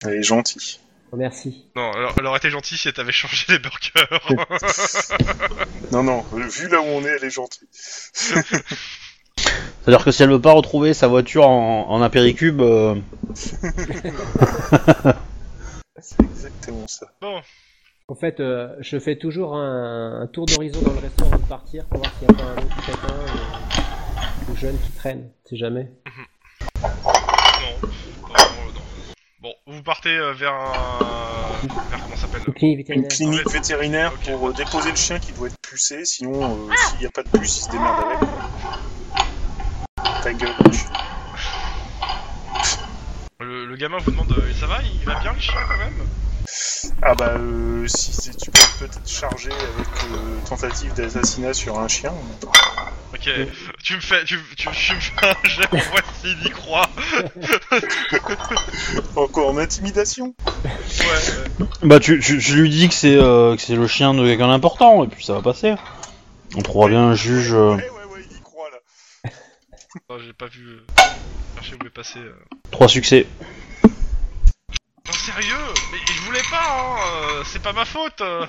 [SPEAKER 5] Elle est gentille.
[SPEAKER 4] Oh, Merci.
[SPEAKER 2] Non, alors, elle aurait été gentille si elle t'avait changé les burgers.
[SPEAKER 5] Non, non, euh, vu là où on est, elle est gentille.
[SPEAKER 1] C'est-à-dire que si elle veut pas retrouver sa voiture en, en apéricube, euh,
[SPEAKER 5] C'est exactement ça.
[SPEAKER 4] En fait, euh, je fais toujours un, un tour d'horizon dans le restaurant avant de partir pour voir s'il n'y a pas un autre crétin euh, ou jeune qui traîne, si jamais.
[SPEAKER 2] non. Oh, Non, non. Bon, vous partez euh, vers un... Vers comment ça s'appelle
[SPEAKER 4] Une clinique
[SPEAKER 5] Une
[SPEAKER 4] vétérinaire.
[SPEAKER 5] clinique vétérinaire pour euh, déposer le chien qui doit être pucé, sinon, euh, s'il n'y a pas de puce, il se démerde avec. Ta gueule, le chien.
[SPEAKER 2] le, le gamin vous demande, euh, ça va Il va bien le chien quand même
[SPEAKER 5] Ah bah, euh, si c'est- tu peux peut-être charger avec euh, tentative d'assassinat sur un chien.
[SPEAKER 2] Ok, tu me fais, tu, tu, tu me fais un jet, on voit s'il y croit.
[SPEAKER 5] Encore en intimidation
[SPEAKER 2] Ouais, euh,
[SPEAKER 1] bah tu, tu- tu lui dis que c'est euh, que c'est le chien de quelqu'un d'important et puis ça va passer. On trouvera bien un juge. euh,
[SPEAKER 5] Ouais, ouais, ouais, il y croit là.
[SPEAKER 2] non, j'ai pas vu. euh, Chercher où est passé. euh.
[SPEAKER 1] Trois succès.
[SPEAKER 2] Non, sérieux Mais je voulais pas, hein euh, C'est pas ma faute euh.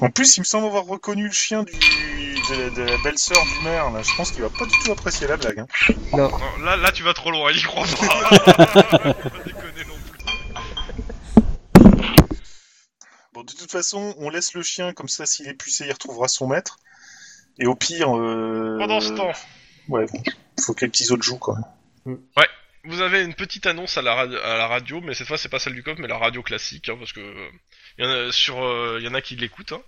[SPEAKER 5] En plus, il me semble avoir reconnu le chien du, de, la, de la belle-sœur du maire là. Je pense qu'il va pas du tout apprécier la blague. hein.
[SPEAKER 2] Non, là, là, tu vas trop loin, il y croit pas. Faut pas déconner non plus.
[SPEAKER 5] Bon, de toute façon, on laisse le chien comme ça, s'il est pucé, il retrouvera son maître. Et au pire. Euh...
[SPEAKER 2] Pendant ce temps,
[SPEAKER 5] Ouais, bon, faut que les petits autres jouent quand même.
[SPEAKER 2] vous avez une petite annonce à la, radio, à la radio, mais cette fois c'est pas celle du COP, mais la radio classique, hein, parce que euh, y en a, sur, euh, y en a qui l'écoutent. hein.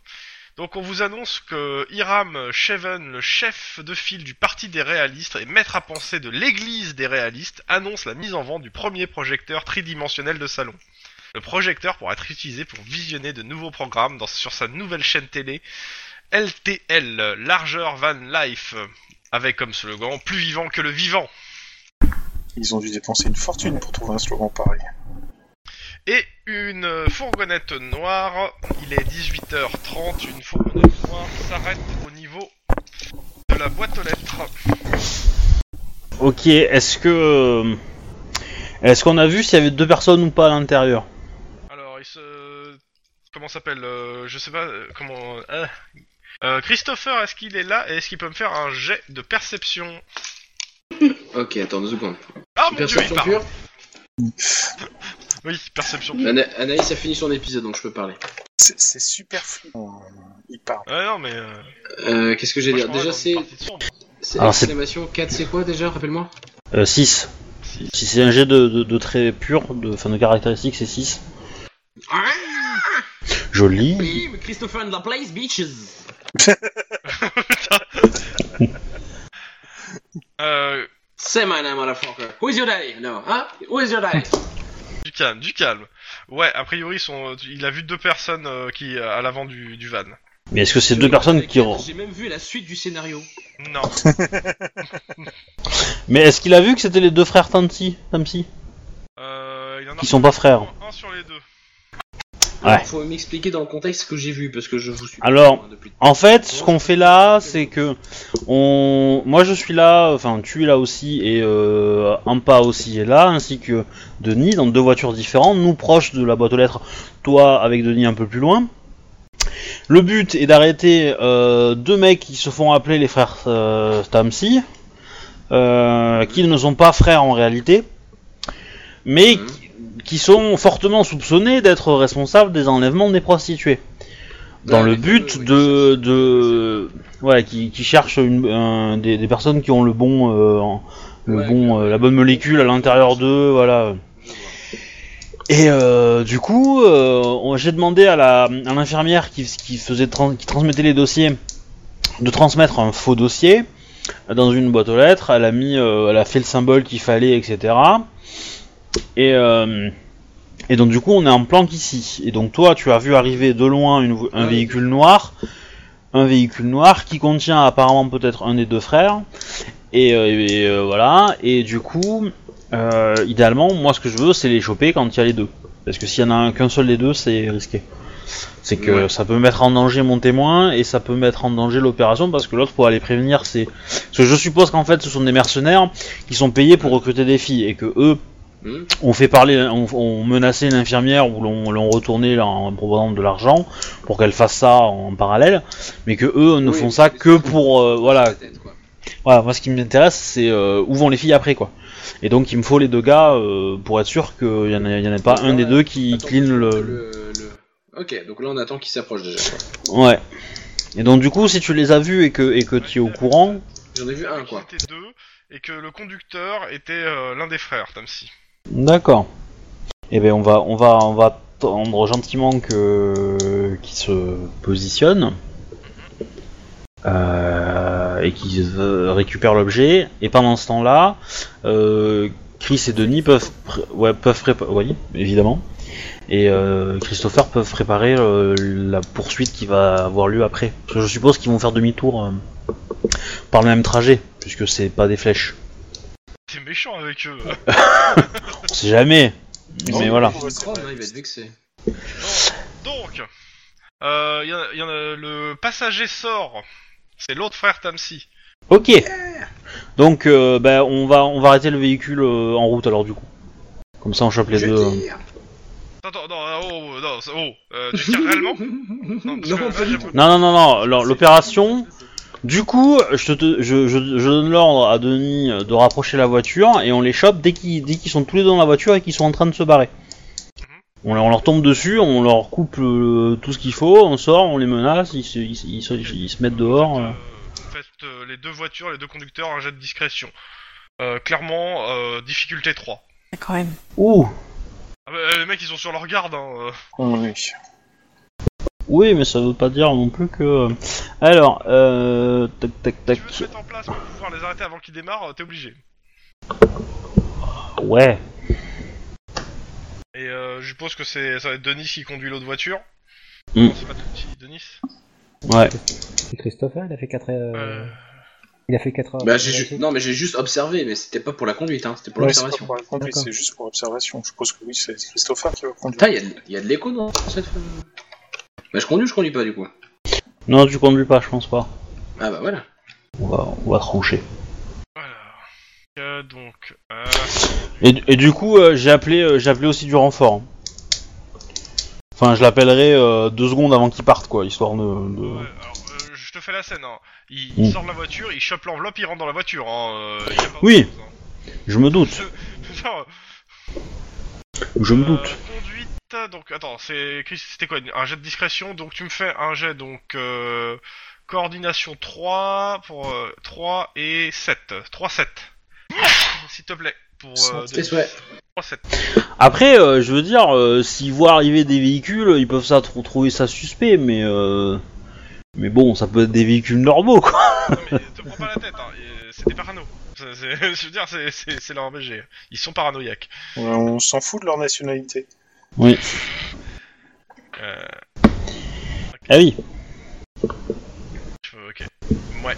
[SPEAKER 2] Donc on vous annonce que Hiram Cheven, le chef de file du Parti des Réalistes et maître à penser de l'Église des Réalistes, annonce la mise en vente du premier projecteur tridimensionnel de salon. Le projecteur pourra être utilisé pour visionner de nouveaux programmes dans- sur sa nouvelle chaîne télé LTL, Larger Van Life, avec comme slogan Plus vivant que le vivant.
[SPEAKER 5] Ils ont dû dépenser une fortune pour trouver un slogan pareil.
[SPEAKER 2] et une fourgonnette noire. Il est 18h30, une fourgonnette noire s'arrête au niveau de la boîte aux lettres.
[SPEAKER 1] Ok, est-ce que euh, est-ce qu'on a vu s'il y avait deux personnes ou pas à l'intérieur
[SPEAKER 2] Alors, il se... Comment s'appelle euh, Je sais pas euh, comment... euh, euh, Christopher, est-ce qu'il est là et est-ce qu'il peut me faire un jet de perception
[SPEAKER 6] Ok, attends deux secondes.
[SPEAKER 2] Ah
[SPEAKER 6] Oh,
[SPEAKER 2] mon dieu, il
[SPEAKER 6] Perception
[SPEAKER 2] part
[SPEAKER 6] pure
[SPEAKER 2] Oui, perception.
[SPEAKER 6] Ana- Anaïs a fini son épisode, donc je peux parler.
[SPEAKER 5] C'est c'est super flippant. hein. Il parle.
[SPEAKER 2] Ah non mais... euh,
[SPEAKER 6] Euh, Qu'est-ce que j'ai à dire
[SPEAKER 2] franchement,
[SPEAKER 6] Déjà,
[SPEAKER 2] dans une
[SPEAKER 6] c'est
[SPEAKER 2] partie de sombre.
[SPEAKER 6] c'est
[SPEAKER 1] Alors, c'est-
[SPEAKER 6] exclamation 4, c'est quoi déjà Rappelle-moi.
[SPEAKER 1] 6. Euh, Si c'est un jet de, de, de trait pur, de, enfin de caractéristiques, c'est 6. Joli.
[SPEAKER 6] Bim, Christopher in the place, bitches
[SPEAKER 2] Euh,
[SPEAKER 6] C'est my name, motherfucker. Who is your daddy Non, hein Who is your daddy
[SPEAKER 2] du calme, du calme. Ouais, a priori, ils sont... euh, il a vu deux personnes euh, qui à l'avant du, du van.
[SPEAKER 1] Mais est-ce que c'est deux personnes qui... re-
[SPEAKER 6] J'ai même vu la suite du scénario.
[SPEAKER 2] Non.
[SPEAKER 1] Mais est-ce qu'il a vu que c'était les deux frères Tanti Tamsi
[SPEAKER 2] Euh, il en a
[SPEAKER 1] Qui sont pas frères.
[SPEAKER 2] Un sur les deux.
[SPEAKER 1] Ouais.
[SPEAKER 6] Alors, faut m'expliquer dans le contexte ce que j'ai vu, parce que je vous suis
[SPEAKER 1] Alors,
[SPEAKER 6] pas, hein, depuis...
[SPEAKER 1] En fait, ce qu'on fait là, c'est que on, moi je suis là, enfin tu es là aussi et euh, Ampa aussi est là, ainsi que Denis dans deux voitures différentes, nous proches de la boîte aux lettres, toi avec Denis un peu plus loin. Le but est d'arrêter euh, deux mecs qui se font appeler les frères euh, Tamsi, euh, qui ne sont pas frères en réalité, mais
[SPEAKER 6] Mhm.
[SPEAKER 1] qui sont fortement soupçonnés d'être responsables des enlèvements des prostituées. Dans
[SPEAKER 6] Ouais,
[SPEAKER 1] le
[SPEAKER 6] Bah, les
[SPEAKER 1] but
[SPEAKER 6] fameux,
[SPEAKER 1] de,
[SPEAKER 6] oui, ça,
[SPEAKER 1] de voilà, qui, qui cherchent une, un- des, des personnes qui ont le bon, euh, en- le
[SPEAKER 6] Ouais,
[SPEAKER 1] bon,
[SPEAKER 6] le-
[SPEAKER 1] euh, la bonne molécule à l'intérieur d'eux, voilà.
[SPEAKER 6] Je vois.
[SPEAKER 1] Et euh, du coup, euh, on- j'ai demandé à la, à l'infirmière qui, qui faisait tran- qui transmettait les dossiers de transmettre un faux dossier dans une boîte aux lettres. Elle a mis, euh, elle a fait le symbole qu'il fallait, etc. Et euh, et donc du coup, on est en planque ici. Et donc toi, tu as vu arriver de loin une vo- un
[SPEAKER 6] Ouais.
[SPEAKER 1] véhicule noir, un véhicule noir qui contient apparemment peut-être un des deux frères. Et, euh, et, euh, voilà. Et du coup, euh, idéalement, moi, ce que je veux, c'est les choper quand il y a les deux. Parce que s'il y en a un- qu'un seul des deux, c'est risqué. C'est que
[SPEAKER 6] Ouais.
[SPEAKER 1] ça peut mettre en danger mon témoin et ça peut mettre en danger l'opération parce que l'autre pour aller prévenir, c'est. Parce que je suppose qu'en fait, ce sont des mercenaires qui sont payés pour recruter des filles et que eux,
[SPEAKER 6] Hmm.
[SPEAKER 1] on fait parler, on, on menaçait une infirmière ou l'on l'on retournait là en proposant de l'argent pour qu'elle fasse ça en parallèle, mais que eux ne
[SPEAKER 6] Hmm? Oui,
[SPEAKER 1] font ça
[SPEAKER 6] c'est
[SPEAKER 1] que
[SPEAKER 6] ça.
[SPEAKER 1] pour euh, voilà
[SPEAKER 6] Peut-être, quoi.
[SPEAKER 1] voilà, moi ce qui m'intéresse c'est euh, où vont les filles après quoi. Et donc il me faut les deux gars euh, pour être sûr qu'il y en a, il y en a pas
[SPEAKER 6] Ouais,
[SPEAKER 1] un des
[SPEAKER 6] ouais.
[SPEAKER 1] deux qui
[SPEAKER 6] Attends,
[SPEAKER 1] clean le...
[SPEAKER 6] le- le- Ok, donc là on attend qu'il s'approche déjà.
[SPEAKER 1] Ouais. Et donc du coup si tu les as vus et que et que tu es au courant,
[SPEAKER 6] J'en ai vu un
[SPEAKER 2] Qu'ils
[SPEAKER 6] quoi.
[SPEAKER 2] étaient deux et que le conducteur était euh, l'un des frères, Tamsi.
[SPEAKER 1] d'accord. Et ben on va on va on va attendre gentiment que qu'ils se positionnent euh, et qu'ils euh, récupèrent l'objet. Et pendant ce temps-là, euh, Chris et Denis peuvent pré- ouais peuvent préparer oui évidemment. Et euh, Christopher peuvent préparer euh, la poursuite qui va avoir lieu après. Parce que je suppose qu'ils vont faire demi-tour euh, par le même trajet, puisque c'est pas des flèches.
[SPEAKER 2] T'es méchant avec eux.
[SPEAKER 1] On sait jamais.
[SPEAKER 5] Non,
[SPEAKER 1] mais voilà.
[SPEAKER 5] non,
[SPEAKER 6] Il
[SPEAKER 5] ouais,
[SPEAKER 6] se
[SPEAKER 5] c'est
[SPEAKER 6] trompe,
[SPEAKER 5] vrai.
[SPEAKER 6] hein, il va être vexé.
[SPEAKER 2] Donc, euh, y en a- y en a- le passager sort. C'est l'autre frère Tamsi.
[SPEAKER 1] Ok. Donc, euh, bah, on va on va arrêter le véhicule euh, en route alors du coup. Comme ça, on chope les
[SPEAKER 6] Je
[SPEAKER 1] deux. euh.
[SPEAKER 6] tire.
[SPEAKER 2] Attends, non, ah, oh, non, ça- oh, euh, tu tires réellement Non, parce que euh,
[SPEAKER 6] Non,
[SPEAKER 2] là,
[SPEAKER 6] pas
[SPEAKER 2] j'ai
[SPEAKER 6] du tout.
[SPEAKER 1] Non, non, non, non. alors, L'opération. Du coup, je, te, je, je- je donne l'ordre à Denis euh, de rapprocher la voiture et on les chope dès qu'ils dès qu'ils sont tous les deux dans la voiture et qu'ils sont en train de se barrer. On, leur- on leur tombe dessus, on leur coupe euh, tout ce qu'il faut, on sort, on les menace, ils se, ils, se- ils se- ils se mettent dehors. euh.
[SPEAKER 2] Vous faites, euh, les deux voitures, les deux conducteurs, un jet de discrétion. Euh, clairement, euh, difficulté 3.
[SPEAKER 3] Quand même.
[SPEAKER 1] Ouh
[SPEAKER 2] Ah bah, euh, les mecs, ils sont sur leur garde. Hein. euh.
[SPEAKER 5] Oui.
[SPEAKER 1] Oui, mais ça veut pas dire non plus que. Alors, euh. Tac, tac,
[SPEAKER 2] Si
[SPEAKER 1] tac.
[SPEAKER 2] tu veux te mettre en place pour pouvoir les arrêter avant qu'ils démarrent, euh, t'es obligé.
[SPEAKER 1] Ouais.
[SPEAKER 2] Et euh, je suppose que c'est ça va être Denis qui conduit l'autre voiture.
[SPEAKER 1] Mm.
[SPEAKER 2] C'est pas Tamsi, Denis.
[SPEAKER 1] Ouais.
[SPEAKER 4] C'est Christopher, il a fait 4
[SPEAKER 2] Euh,
[SPEAKER 4] Il a fait 4 heures.
[SPEAKER 6] Bah, j'ai ju- Non, mais j'ai juste observé, mais c'était pas pour la conduite, hein, c'était pour
[SPEAKER 5] Ouais, c'est pas
[SPEAKER 6] l'observation.
[SPEAKER 5] pour la conduite,
[SPEAKER 4] D'accord.
[SPEAKER 5] c'est juste pour l'observation. Je suppose que oui, c'est Christopher qui va
[SPEAKER 6] Putain,
[SPEAKER 5] conduire.
[SPEAKER 6] il y a de- il y, a de l'écho dans cette. Bah, je conduis ou je conduis pas du coup
[SPEAKER 1] Non, tu conduis pas, je pense pas.
[SPEAKER 6] Ah bah voilà.
[SPEAKER 1] On va, on va trancher.
[SPEAKER 2] Voilà. Euh, donc, euh,
[SPEAKER 1] Et, et du coup, euh, j'ai appelé, euh, j'ai appelé aussi du renfort. Enfin, je l'appellerai euh, deux secondes avant qu'il parte, quoi, histoire de. de-
[SPEAKER 2] ouais, alors, euh, je te fais la scène. Hein. Il, il
[SPEAKER 1] Mm.
[SPEAKER 2] sort de la voiture, il chope l'enveloppe, il rentre dans la voiture. Hein. euh, il y a pas
[SPEAKER 1] Oui.
[SPEAKER 2] autre chose, hein.
[SPEAKER 1] Je me doute,
[SPEAKER 2] Genre,
[SPEAKER 1] je me
[SPEAKER 2] euh,
[SPEAKER 1] doute.
[SPEAKER 2] conduite, donc attends, c'est Chris, c'était quoi Un jet de discrétion, donc tu me fais un jet, donc euh, coordination 3 pour euh, 3 et 7. 3-7. S'il te plaît, pour euh,
[SPEAKER 5] Santé.
[SPEAKER 6] Fais souhait.
[SPEAKER 2] 3-7.
[SPEAKER 1] Après, euh, je veux dire, euh, s'ils voient arriver des véhicules, ils peuvent ça tr- trouver ça suspect, mais. euh, Mais bon, ça peut être des véhicules normaux, quoi.
[SPEAKER 2] Non, mais te prends pas la tête, hein. et- c'est des parano. C'est- c'est- Je veux dire, c'est- c'est c'est leur BG. Ils sont paranoïaques.
[SPEAKER 5] Ouais, on s'en fout de leur nationalité.
[SPEAKER 1] Oui.
[SPEAKER 2] Euh,
[SPEAKER 1] Ah oui.
[SPEAKER 2] je- ok. Ouais.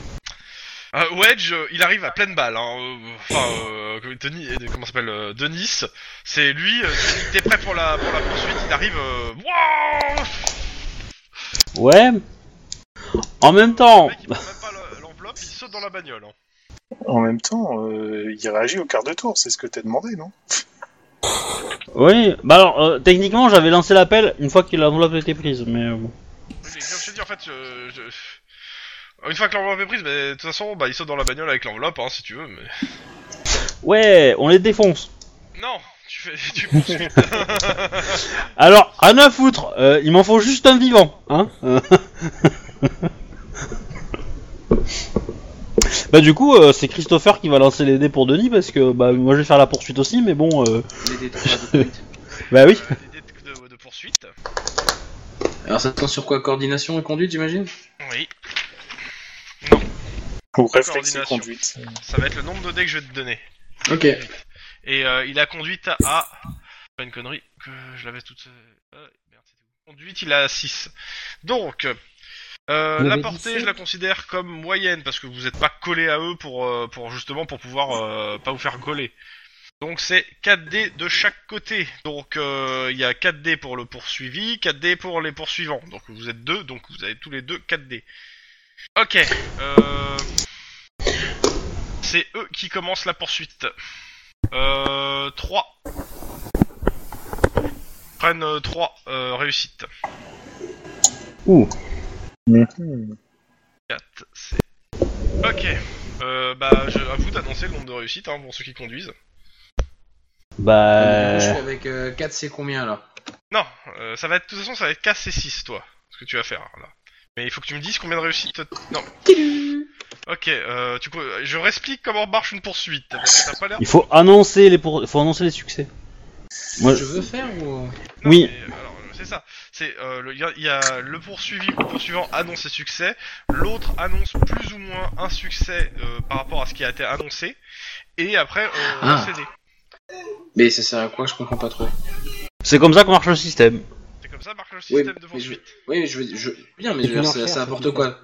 [SPEAKER 2] Euh, Wedge, euh, il arrive à pleine balle. Hein. euh, Enfin, euh, que- Denis, euh, comment s'appelle euh, Denis. C'est lui. euh, il était prêt pour la, pour la poursuite. Il arrive. euh, wouah
[SPEAKER 1] Ouais. En même
[SPEAKER 2] Le
[SPEAKER 1] temps,
[SPEAKER 2] mec, il prend même pas le- l'enveloppe. Il saute dans la bagnole. hein.
[SPEAKER 5] En même temps, euh, il réagit au quart de tour, c'est ce que t'as demandé, non
[SPEAKER 1] oui. Bah alors, euh, techniquement, j'avais lancé l'appel une fois que l'enveloppe était prise, mais euh, bon.
[SPEAKER 2] Oui, mais Comme je t'ai dit, en fait, euh, je- je- une fois que l'enveloppe est prise, mais de toute façon, bah, il saute dans la bagnole avec l'enveloppe, hein, si tu veux. Mais...
[SPEAKER 1] Ouais, on les défonce.
[SPEAKER 2] Non, tu fais, tu poursuis.
[SPEAKER 1] Alors, à neuf foutre, euh, il m'en faut juste un vivant, hein euh. Bah du coup, euh, c'est Christopher qui va lancer les dés pour Denis, parce que bah moi je vais faire la poursuite aussi, mais bon, euh,
[SPEAKER 6] Les détours de conduite.
[SPEAKER 1] bah oui.
[SPEAKER 2] Euh, des dés de, de- de poursuite.
[SPEAKER 6] Alors ça tend sur quoi Coordination et conduite, j'imagine
[SPEAKER 2] Oui.
[SPEAKER 5] Ou réflexe et
[SPEAKER 2] Coordination.
[SPEAKER 5] conduite.
[SPEAKER 2] Ça va être le nombre de dés que je vais te donner.
[SPEAKER 6] Ok.
[SPEAKER 2] Et euh, il a conduite à- à. Pas une connerie, que je l'avais toute. euh, merde, c'était où Conduite, il a 6. Donc. euh,
[SPEAKER 4] Il
[SPEAKER 2] la
[SPEAKER 4] avait
[SPEAKER 2] portée,
[SPEAKER 4] 17.
[SPEAKER 2] je la considère comme moyenne parce que vous n'êtes pas collé à eux pour, euh, pour justement pour pouvoir euh, pas vous faire coller. Donc c'est 4 d de chaque côté. Donc euh, il y a 4 d pour le poursuivi, 4 d pour les poursuivants. Donc vous êtes deux, donc vous avez tous les deux 4 d Ok. euh, C'est eux qui commencent la poursuite. Euh, 3. Prennent euh, 3 réussites.
[SPEAKER 1] Ouh.
[SPEAKER 2] Mhm. 4, c'est... Ok. Euh, bah, je, à vous d'annoncer le nombre de réussites hein, pour ceux qui conduisent.
[SPEAKER 1] Bah.
[SPEAKER 6] Je suis avec 4, c'est combien là
[SPEAKER 2] Non, euh, ça va être, de toute façon, ça va être 4 et 6, toi, ce que tu vas faire, là. Mais il faut que tu me dises combien de réussites... Non. Ok, euh, tu, co- je réexplique comment marche une poursuite. parce que t'as pas l'air...
[SPEAKER 1] Il faut annoncer les pour... il faut annoncer les succès. Moi,
[SPEAKER 6] Je veux faire ou.
[SPEAKER 2] Non,
[SPEAKER 1] Oui.
[SPEAKER 2] mais, euh, alors, c'est ça. C'est euh, le- il y, a- il y a le poursuivi ou le poursuivant annonce ses succès, l'autre annonce plus ou moins un succès euh, par rapport à ce qui a été annoncé, et après euh, on
[SPEAKER 6] Ah.
[SPEAKER 2] cédait.
[SPEAKER 6] Mais ça sert à quoi Je comprends pas trop.
[SPEAKER 1] c'est comme ça que marche le système.
[SPEAKER 2] C'est comme ça marche le
[SPEAKER 6] Oui,
[SPEAKER 2] système de
[SPEAKER 6] mais je...
[SPEAKER 2] poursuite.
[SPEAKER 6] oui, mais je veux je... bien, mais
[SPEAKER 4] C'est
[SPEAKER 6] je veux
[SPEAKER 4] une
[SPEAKER 6] dire, ça,
[SPEAKER 4] enchère,
[SPEAKER 6] ça
[SPEAKER 4] ça,
[SPEAKER 6] apporte
[SPEAKER 4] c'est
[SPEAKER 6] quoi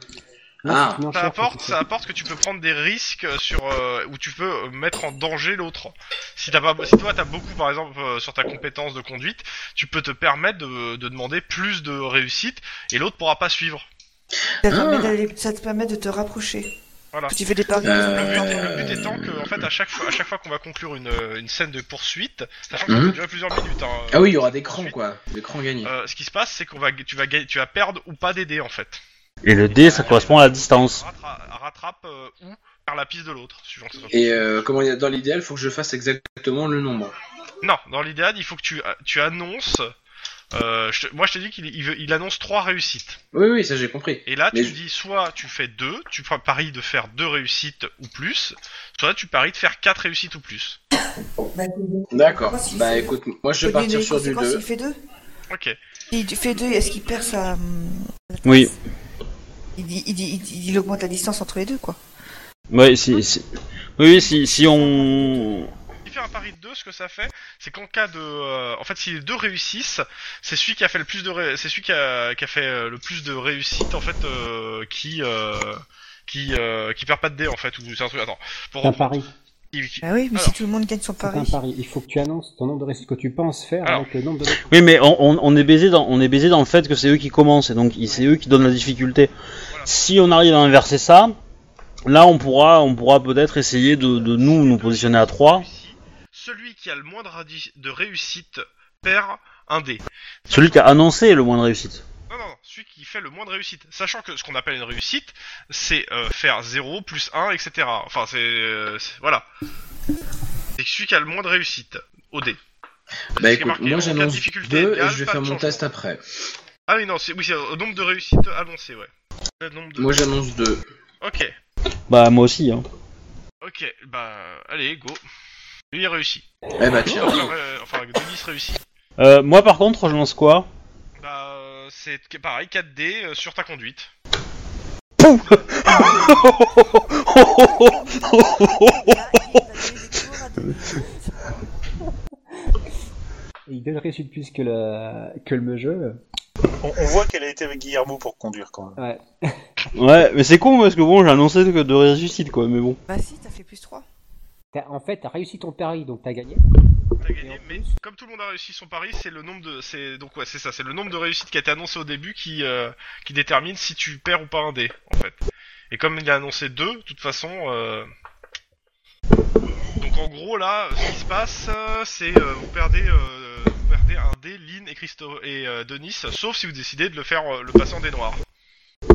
[SPEAKER 4] Non,
[SPEAKER 6] Ah.
[SPEAKER 4] c'est une
[SPEAKER 2] Ça
[SPEAKER 4] enchère,
[SPEAKER 2] apporte,
[SPEAKER 4] c'est-
[SPEAKER 2] ça apporte que tu peux prendre des risques sur euh, où tu peux euh, mettre en danger l'autre. Si t'as pas, si toi t'as beaucoup par exemple euh, sur ta compétence de conduite, tu peux te permettre de, de demander plus de réussite et l'autre pourra pas suivre.
[SPEAKER 3] Ça te,
[SPEAKER 6] Ah.
[SPEAKER 3] permet d'aller- ça te permet de te rapprocher.
[SPEAKER 2] Voilà.
[SPEAKER 3] Tu fais des paris.
[SPEAKER 6] Euh,
[SPEAKER 2] Le but, le but
[SPEAKER 6] Euh,
[SPEAKER 2] étant que, en fait, à chaque fois, à chaque fois qu'on va conclure une, euh, une scène de poursuite, sachant que ça
[SPEAKER 6] Mhm.
[SPEAKER 2] peut durer plusieurs minutes. hein,
[SPEAKER 6] Ah oui, il y aura des crans quoi, des crans gagnés.
[SPEAKER 2] euh, ce qui se passe, c'est qu'on va, tu vas, ga- tu vas perdre ou pas d'aider en fait.
[SPEAKER 1] Et le D, ça correspond à la distance.
[SPEAKER 2] Rattra- rattrape euh, ou par la piste de l'autre, suivant que ce soit.
[SPEAKER 6] Et euh, comment dire, dans l'idéal, faut que je fasse exactement le nombre.
[SPEAKER 2] Non, dans l'idéal, il faut que tu, tu annonces. euh, je te- moi, je t'ai dit qu'il il veut- il annonce trois réussites.
[SPEAKER 6] Oui, oui, ça j'ai compris.
[SPEAKER 2] Et là,
[SPEAKER 6] Mais
[SPEAKER 2] tu
[SPEAKER 6] je-
[SPEAKER 2] dis soit tu fais deux, tu pa- paries de faire deux réussites ou plus, soit tu paries de faire quatre réussites ou plus.
[SPEAKER 3] Bah,
[SPEAKER 6] D'accord.
[SPEAKER 3] Moi, si
[SPEAKER 6] Bah
[SPEAKER 3] c'est-
[SPEAKER 6] écoute, moi je vais partir sur du 2.
[SPEAKER 3] S'il fait deux,
[SPEAKER 2] Ok.
[SPEAKER 3] il fait deux, est-ce qu'il perd sa. hum, la trace
[SPEAKER 1] Oui.
[SPEAKER 3] Il, dit- il, dit- il dit- il augmente la distance entre les deux, quoi.
[SPEAKER 1] Ouais, si, si- Oui, si, si on.
[SPEAKER 2] Il fait un pari de 2, ce que ça fait, c'est qu'en cas de... euh, en fait, si les deux réussissent, c'est celui qui a fait le plus de... ré- C'est celui qui a, qui a fait euh, le plus de réussite, en fait, euh, qui... euh, qui, euh, qui perd pas de dés, en fait. Ou c'est un truc... Attends. Pour
[SPEAKER 4] C'est un pari.
[SPEAKER 2] qui- qui-
[SPEAKER 3] Ah oui, mais
[SPEAKER 2] Alors.
[SPEAKER 3] si tout le monde gagne son
[SPEAKER 4] C'est un
[SPEAKER 3] pari.
[SPEAKER 4] pari. Il faut que tu annonces ton nombre de risques que tu penses faire
[SPEAKER 2] Alors.
[SPEAKER 4] avec le nombre de.
[SPEAKER 1] Oui, mais on, on- on est baisé dans on est baisé dans le fait que c'est eux qui commencent et donc ils- c'est eux qui donnent la difficulté.
[SPEAKER 2] Voilà.
[SPEAKER 1] Si on arrive à inverser ça, là on pourra on pourra peut-être essayer de, de nous nous positionner à 3.
[SPEAKER 2] Celui qui a le moins de, radi- de réussite perd un dé.
[SPEAKER 1] Celui qui a annoncé le moins de réussite.
[SPEAKER 2] Non, non, non, celui qui fait le moins de réussite. Sachant que ce qu'on appelle une réussite, c'est euh, faire 0, plus 1, etc. Enfin, c'est... euh, c'est- voilà. C'est celui qui a le moins de réussite au dé.
[SPEAKER 6] Bah
[SPEAKER 2] C'est
[SPEAKER 6] écoute,
[SPEAKER 2] marqué,
[SPEAKER 6] moi
[SPEAKER 2] en cas de
[SPEAKER 6] j'annonce
[SPEAKER 2] difficulté
[SPEAKER 6] 2 et
[SPEAKER 2] idéale,
[SPEAKER 6] je vais
[SPEAKER 2] pas
[SPEAKER 6] faire
[SPEAKER 2] de
[SPEAKER 6] mon
[SPEAKER 2] changement.
[SPEAKER 6] test après.
[SPEAKER 2] Ah oui, non, c'est oui, c'est au nombre de réussites annoncées, ouais. Le nombre de-
[SPEAKER 6] Moi j'annonce 2.
[SPEAKER 2] Ok,
[SPEAKER 1] Bah moi aussi. Hein.
[SPEAKER 2] ok, bah allez, go. Lui il réussit.
[SPEAKER 6] Eh bah tiens,
[SPEAKER 2] Enfin, euh, enfin, Denis réussit.
[SPEAKER 1] Euh, moi par contre je lance quoi
[SPEAKER 2] Bah euh, c'est qu- pareil, 4D euh, sur ta conduite.
[SPEAKER 4] Et il donne réussite plus que le que le jeu.
[SPEAKER 5] On, on voit qu'elle a été avec Guillermo pour conduire quand même.
[SPEAKER 4] Ouais.
[SPEAKER 1] Ouais, mais c'est con parce que bon j'ai annoncé que de réussite quoi, mais bon.
[SPEAKER 3] Bah si, t'as fait plus 3.
[SPEAKER 4] T'as- en fait, t'as réussi ton pari, donc t'as gagné.
[SPEAKER 2] T'as
[SPEAKER 4] Et en
[SPEAKER 2] gagné, mais comme tout le monde a réussi son pari, c'est le nombre de c'est donc ouais, c'est ça, c'est le nombre de réussites qui a été annoncé au début qui euh, qui détermine si tu perds ou pas un dé en fait. Et comme il a annoncé deux, de toute façon euh, donc en gros là, ce qui se passe euh, c'est euh, vous perdez euh, vous perdez un dé Lynn et Christo et euh, Denis sauf si vous décidez de le faire euh, le passer en dé noir.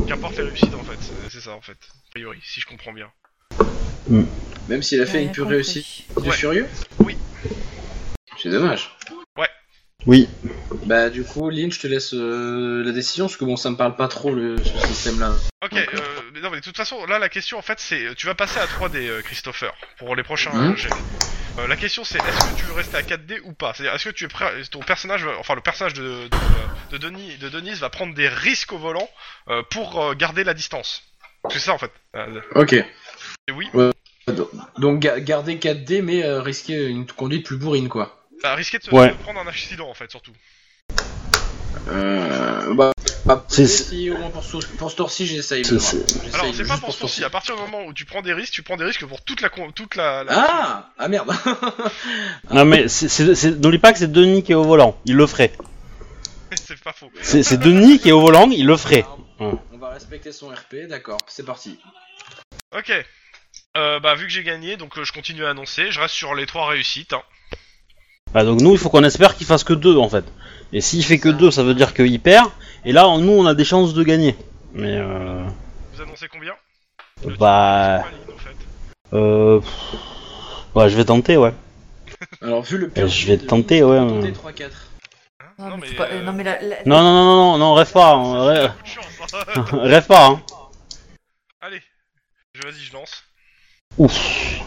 [SPEAKER 2] Qu'importe les réussites en fait, c'est- c'est ça en fait. A priori, si je comprends bien.
[SPEAKER 6] même s'il a fait une
[SPEAKER 3] Rien
[SPEAKER 6] pure
[SPEAKER 3] compris.
[SPEAKER 6] réussite du
[SPEAKER 2] Ouais.
[SPEAKER 6] furieux
[SPEAKER 2] Oui.
[SPEAKER 6] C'est dommage.
[SPEAKER 1] Oui.
[SPEAKER 6] Bah du coup, Lynn, je te laisse euh, la décision, parce que bon, ça me parle pas trop le, ce système-là.
[SPEAKER 2] Ok,
[SPEAKER 6] Donc, euh,
[SPEAKER 2] euh, mais non, mais de toute façon, là, la question, en fait, c'est... euh, Tu vas passer à 3D, euh, Christopher, pour les prochains
[SPEAKER 6] Mhm.
[SPEAKER 2] euh, jets. Euh, la question, c'est, est-ce que tu veux rester à 4D ou pas C'est-à-dire, est-ce que tu es prêt... à- Ton personnage, va- enfin, le personnage de, de, euh, de Denis, de Denise va prendre des risques au volant euh, pour euh, garder la distance. C'est ça, en fait. Euh,
[SPEAKER 6] Ok.
[SPEAKER 2] et oui,
[SPEAKER 6] Donc ga- garder 4D, mais euh, risquer une conduite plus bourrine, quoi.
[SPEAKER 2] bah, risquer de, se-
[SPEAKER 1] Ouais.
[SPEAKER 2] de prendre un accident, en fait, surtout.
[SPEAKER 6] Euh, bah, bah,
[SPEAKER 1] C'est-
[SPEAKER 6] si, au moins pour, ce- pour ce tour-ci, j'essaye.
[SPEAKER 1] C'est-
[SPEAKER 6] moi.
[SPEAKER 1] c'est-
[SPEAKER 6] J'essaye
[SPEAKER 2] Alors, c'est
[SPEAKER 6] juste
[SPEAKER 2] pas pour ce
[SPEAKER 6] ce tour-ci.
[SPEAKER 2] tour-ci. À partir du moment où tu prends des risques, tu prends des risques pour toute la... con- Toute la, la-
[SPEAKER 6] Ah Ah merde
[SPEAKER 1] Non mais c'est- c'est c'est- n'oublie pas que c'est Denis qui est au volant, il le ferait.
[SPEAKER 2] c'est pas faux.
[SPEAKER 1] C'est c'est Denis qui est au volant, il le ferait. Ouais.
[SPEAKER 6] On va respecter son RP, d'accord, c'est parti.
[SPEAKER 2] Ok. Euh, bah, vu que j'ai gagné, donc euh, je continue à annoncer. Je reste sur les trois réussites. hein.
[SPEAKER 1] Bah donc nous, il faut qu'on espère qu'il fasse que deux en fait. Et s'il fait que deux, ça veut dire qu'il perd. Et là, on- nous, on a des chances de gagner. Mais euh,
[SPEAKER 2] Vous annoncez combien
[SPEAKER 1] bah,
[SPEAKER 2] Trois lignes, en fait.
[SPEAKER 1] euh, pff, bah, je vais tenter, ouais.
[SPEAKER 6] Alors, vu le
[SPEAKER 1] Euh, je vais tenter, ouais, mais-
[SPEAKER 6] 3-4.
[SPEAKER 2] Hein
[SPEAKER 3] Non, mais, faut pas-
[SPEAKER 2] euh,
[SPEAKER 3] non, mais la- la-
[SPEAKER 1] Non, non, non, non, non, non, rêve pas, hein,
[SPEAKER 2] ça, c'est
[SPEAKER 1] rêve,
[SPEAKER 2] beaucoup de chance, hein.
[SPEAKER 1] rêve pas. Hein.
[SPEAKER 2] Allez, je- vas-y, je lance.
[SPEAKER 1] Ouf.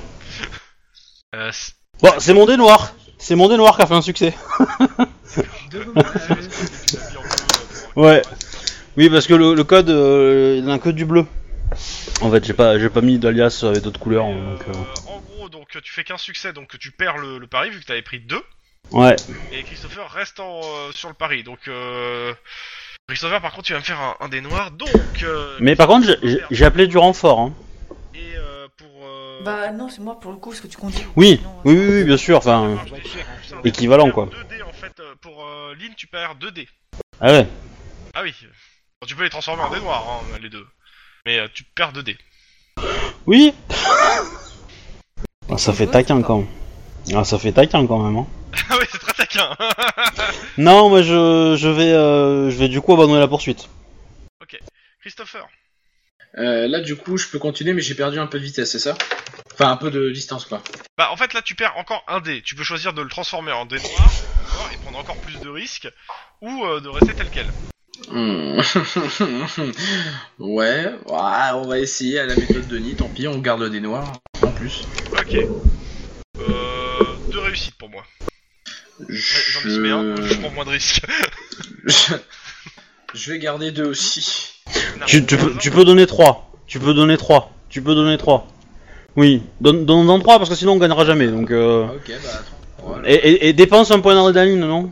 [SPEAKER 2] Euh, c-
[SPEAKER 1] Bon, c'est mon dé noir. C'est mon dé noir qui a fait un succès.
[SPEAKER 2] tu
[SPEAKER 6] Deux
[SPEAKER 2] l'as mis en bleu, euh, pour-
[SPEAKER 1] Ouais. Oui, parce que le, le code, euh, il n'a que du bleu. En fait, j'ai pas, j'ai pas mis d'alias avec d'autres couleurs. hein,
[SPEAKER 2] Et,
[SPEAKER 1] donc,
[SPEAKER 2] euh, En gros, donc tu fais qu'un succès, donc tu perds le, le pari vu que t'avais pris deux.
[SPEAKER 1] euh, Ouais.
[SPEAKER 2] Et Christopher reste en, euh, sur le pari. Donc, euh, Christopher, par contre, tu vas me faire un, un des noirs. Donc, euh,
[SPEAKER 1] Mais par contre, j'ai- j'ai- j'ai appelé du renfort. Hein.
[SPEAKER 2] Et euh, pour. euh,
[SPEAKER 3] Bah non, c'est moi pour le coup, parce que tu conduis.
[SPEAKER 1] Oui,
[SPEAKER 3] Non,
[SPEAKER 1] oui, oui, oui, bien sûr. Enfin, euh.
[SPEAKER 2] marche des chèques, plus un-
[SPEAKER 1] équivalent,
[SPEAKER 2] tu perds
[SPEAKER 1] quoi.
[SPEAKER 2] 2D en fait. euh, Pour euh, Lynn, tu perds 2D.
[SPEAKER 1] ah ouais.
[SPEAKER 2] Ah oui. Bon, tu peux les transformer en des noirs, hein, les deux. Mais euh, tu perds 2D.
[SPEAKER 1] Oui. Ah, ça fait taquin quand même. Ah, ça fait taquin quand même. Hein.
[SPEAKER 2] Ah oui, c'est très taquin.
[SPEAKER 1] Non, moi je, je vais, euh, je vais du coup abandonner la poursuite.
[SPEAKER 2] Christopher.
[SPEAKER 6] Euh, là, du coup, je peux continuer, mais j'ai perdu un peu de vitesse, c'est ça Enfin, un peu de distance, quoi.
[SPEAKER 2] Bah en fait là tu perds encore un dé, tu peux choisir de le transformer en dé noir d'accord, et prendre encore plus de risques ou euh, de rester tel quel.
[SPEAKER 6] Hmm. ouais, ouah, on va essayer à la méthode de Denis, tant pis, on garde des noirs, en plus.
[SPEAKER 2] Ok. Euh, deux réussites pour moi. Ouais, J'en ai mis un,
[SPEAKER 1] Euh.
[SPEAKER 2] je prends moins de risques.
[SPEAKER 6] Je... je vais garder deux aussi.
[SPEAKER 2] Non,
[SPEAKER 1] Tu, tu, peux, tu peux donner 3. Tu peux donner 3. Tu peux donner 3. Oui, donne donne en 3 parce que sinon on gagnera jamais. Donc euh...
[SPEAKER 6] Ah, ok, bah attends. Voilà.
[SPEAKER 1] et, et- et dépense un point d'adrénaline, non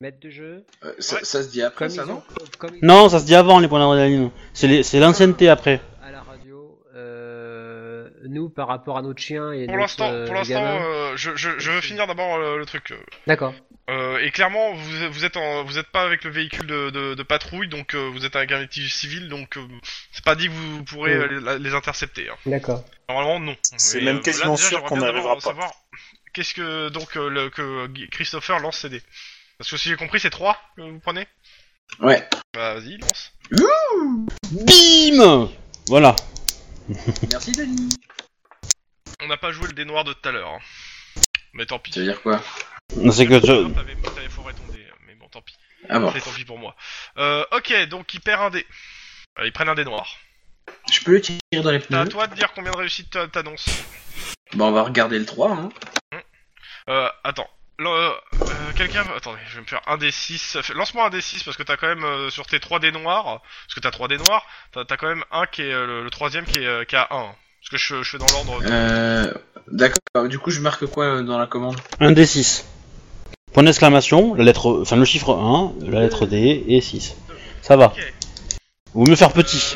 [SPEAKER 4] Maître de jeu,
[SPEAKER 6] Euh, ça,
[SPEAKER 2] Ouais.
[SPEAKER 6] ça se dit après,
[SPEAKER 4] comme
[SPEAKER 6] ça,
[SPEAKER 4] ils
[SPEAKER 6] non
[SPEAKER 4] ont- comme ils
[SPEAKER 1] Non, ça se dit avant les points d'adrénaline. C'est les- c'est l'ancienneté après.
[SPEAKER 4] à la radio, euh, nous par rapport à notre chien et
[SPEAKER 2] Pour
[SPEAKER 4] notre,
[SPEAKER 2] l'instant,
[SPEAKER 4] euh,
[SPEAKER 2] pour l'instant,
[SPEAKER 4] gamin.
[SPEAKER 2] euh, je, je, je veux finir d'abord euh, le, truc.
[SPEAKER 4] D'accord.
[SPEAKER 2] Euh, et clairement, vous, vous êtes en, vous êtes pas avec le véhicule de, de, de patrouille, donc euh, vous êtes avec un véhicule civil, donc euh, c'est pas dit que vous pourrez
[SPEAKER 4] Ouais.
[SPEAKER 2] euh, les, les intercepter. hein.
[SPEAKER 4] D'accord.
[SPEAKER 2] Normalement, non.
[SPEAKER 5] Mm. C'est
[SPEAKER 2] Mais,
[SPEAKER 5] même
[SPEAKER 2] euh,
[SPEAKER 5] quasiment
[SPEAKER 2] déjà,
[SPEAKER 5] sûr
[SPEAKER 2] j'aimerais
[SPEAKER 5] qu'on
[SPEAKER 2] bien
[SPEAKER 5] n'arrivera
[SPEAKER 2] d'abord savoir Qu'est-ce que donc euh, le, que Guy- Christopher lance ses dés Parce que si j'ai compris, c'est 3 que vous prenez
[SPEAKER 6] Ouais.
[SPEAKER 2] Bah vas-y, lance.
[SPEAKER 1] Bim Voilà.
[SPEAKER 6] Merci, Denis.
[SPEAKER 2] On n'a pas joué le dé noir de tout à l'heure. hein. Mais tant pis.
[SPEAKER 6] Ça veut dire quoi
[SPEAKER 1] C'est que tu-
[SPEAKER 2] T'avais t'avais foré ton dé, mais bon, tant pis.
[SPEAKER 6] Ah bon.
[SPEAKER 2] C'est tant pis pour moi. Euh, ok, donc ils perdent un dé. Euh, Ils prennent un dé noir.
[SPEAKER 6] Je peux le tirer dans les
[SPEAKER 2] T'as à
[SPEAKER 5] Mm.
[SPEAKER 6] pneus
[SPEAKER 2] toi de dire combien de réussites t'a- t'annonces.
[SPEAKER 6] Bah, on va regarder le 3, hein.
[SPEAKER 2] Euh, attends. Le- euh, Quelqu'un. Attendez, je vais me faire un des 6. Lance-moi un des 6 parce que t'as quand même euh, sur tes 3 dés noirs. Parce que t'as 3 dés noirs, t'as t'as quand même un qui est euh, le, le troisième qui, est, euh, qui a 1. Parce que je, je fais dans l'ordre. de-
[SPEAKER 6] Euh, D'accord, du coup, je marque quoi euh, dans la commande
[SPEAKER 1] Un D6. Point d'exclamation, la lettre, enfin le chiffre 1, la lettre D et 6. Ça va.
[SPEAKER 2] Ok.
[SPEAKER 1] Vaut mieux faire petit.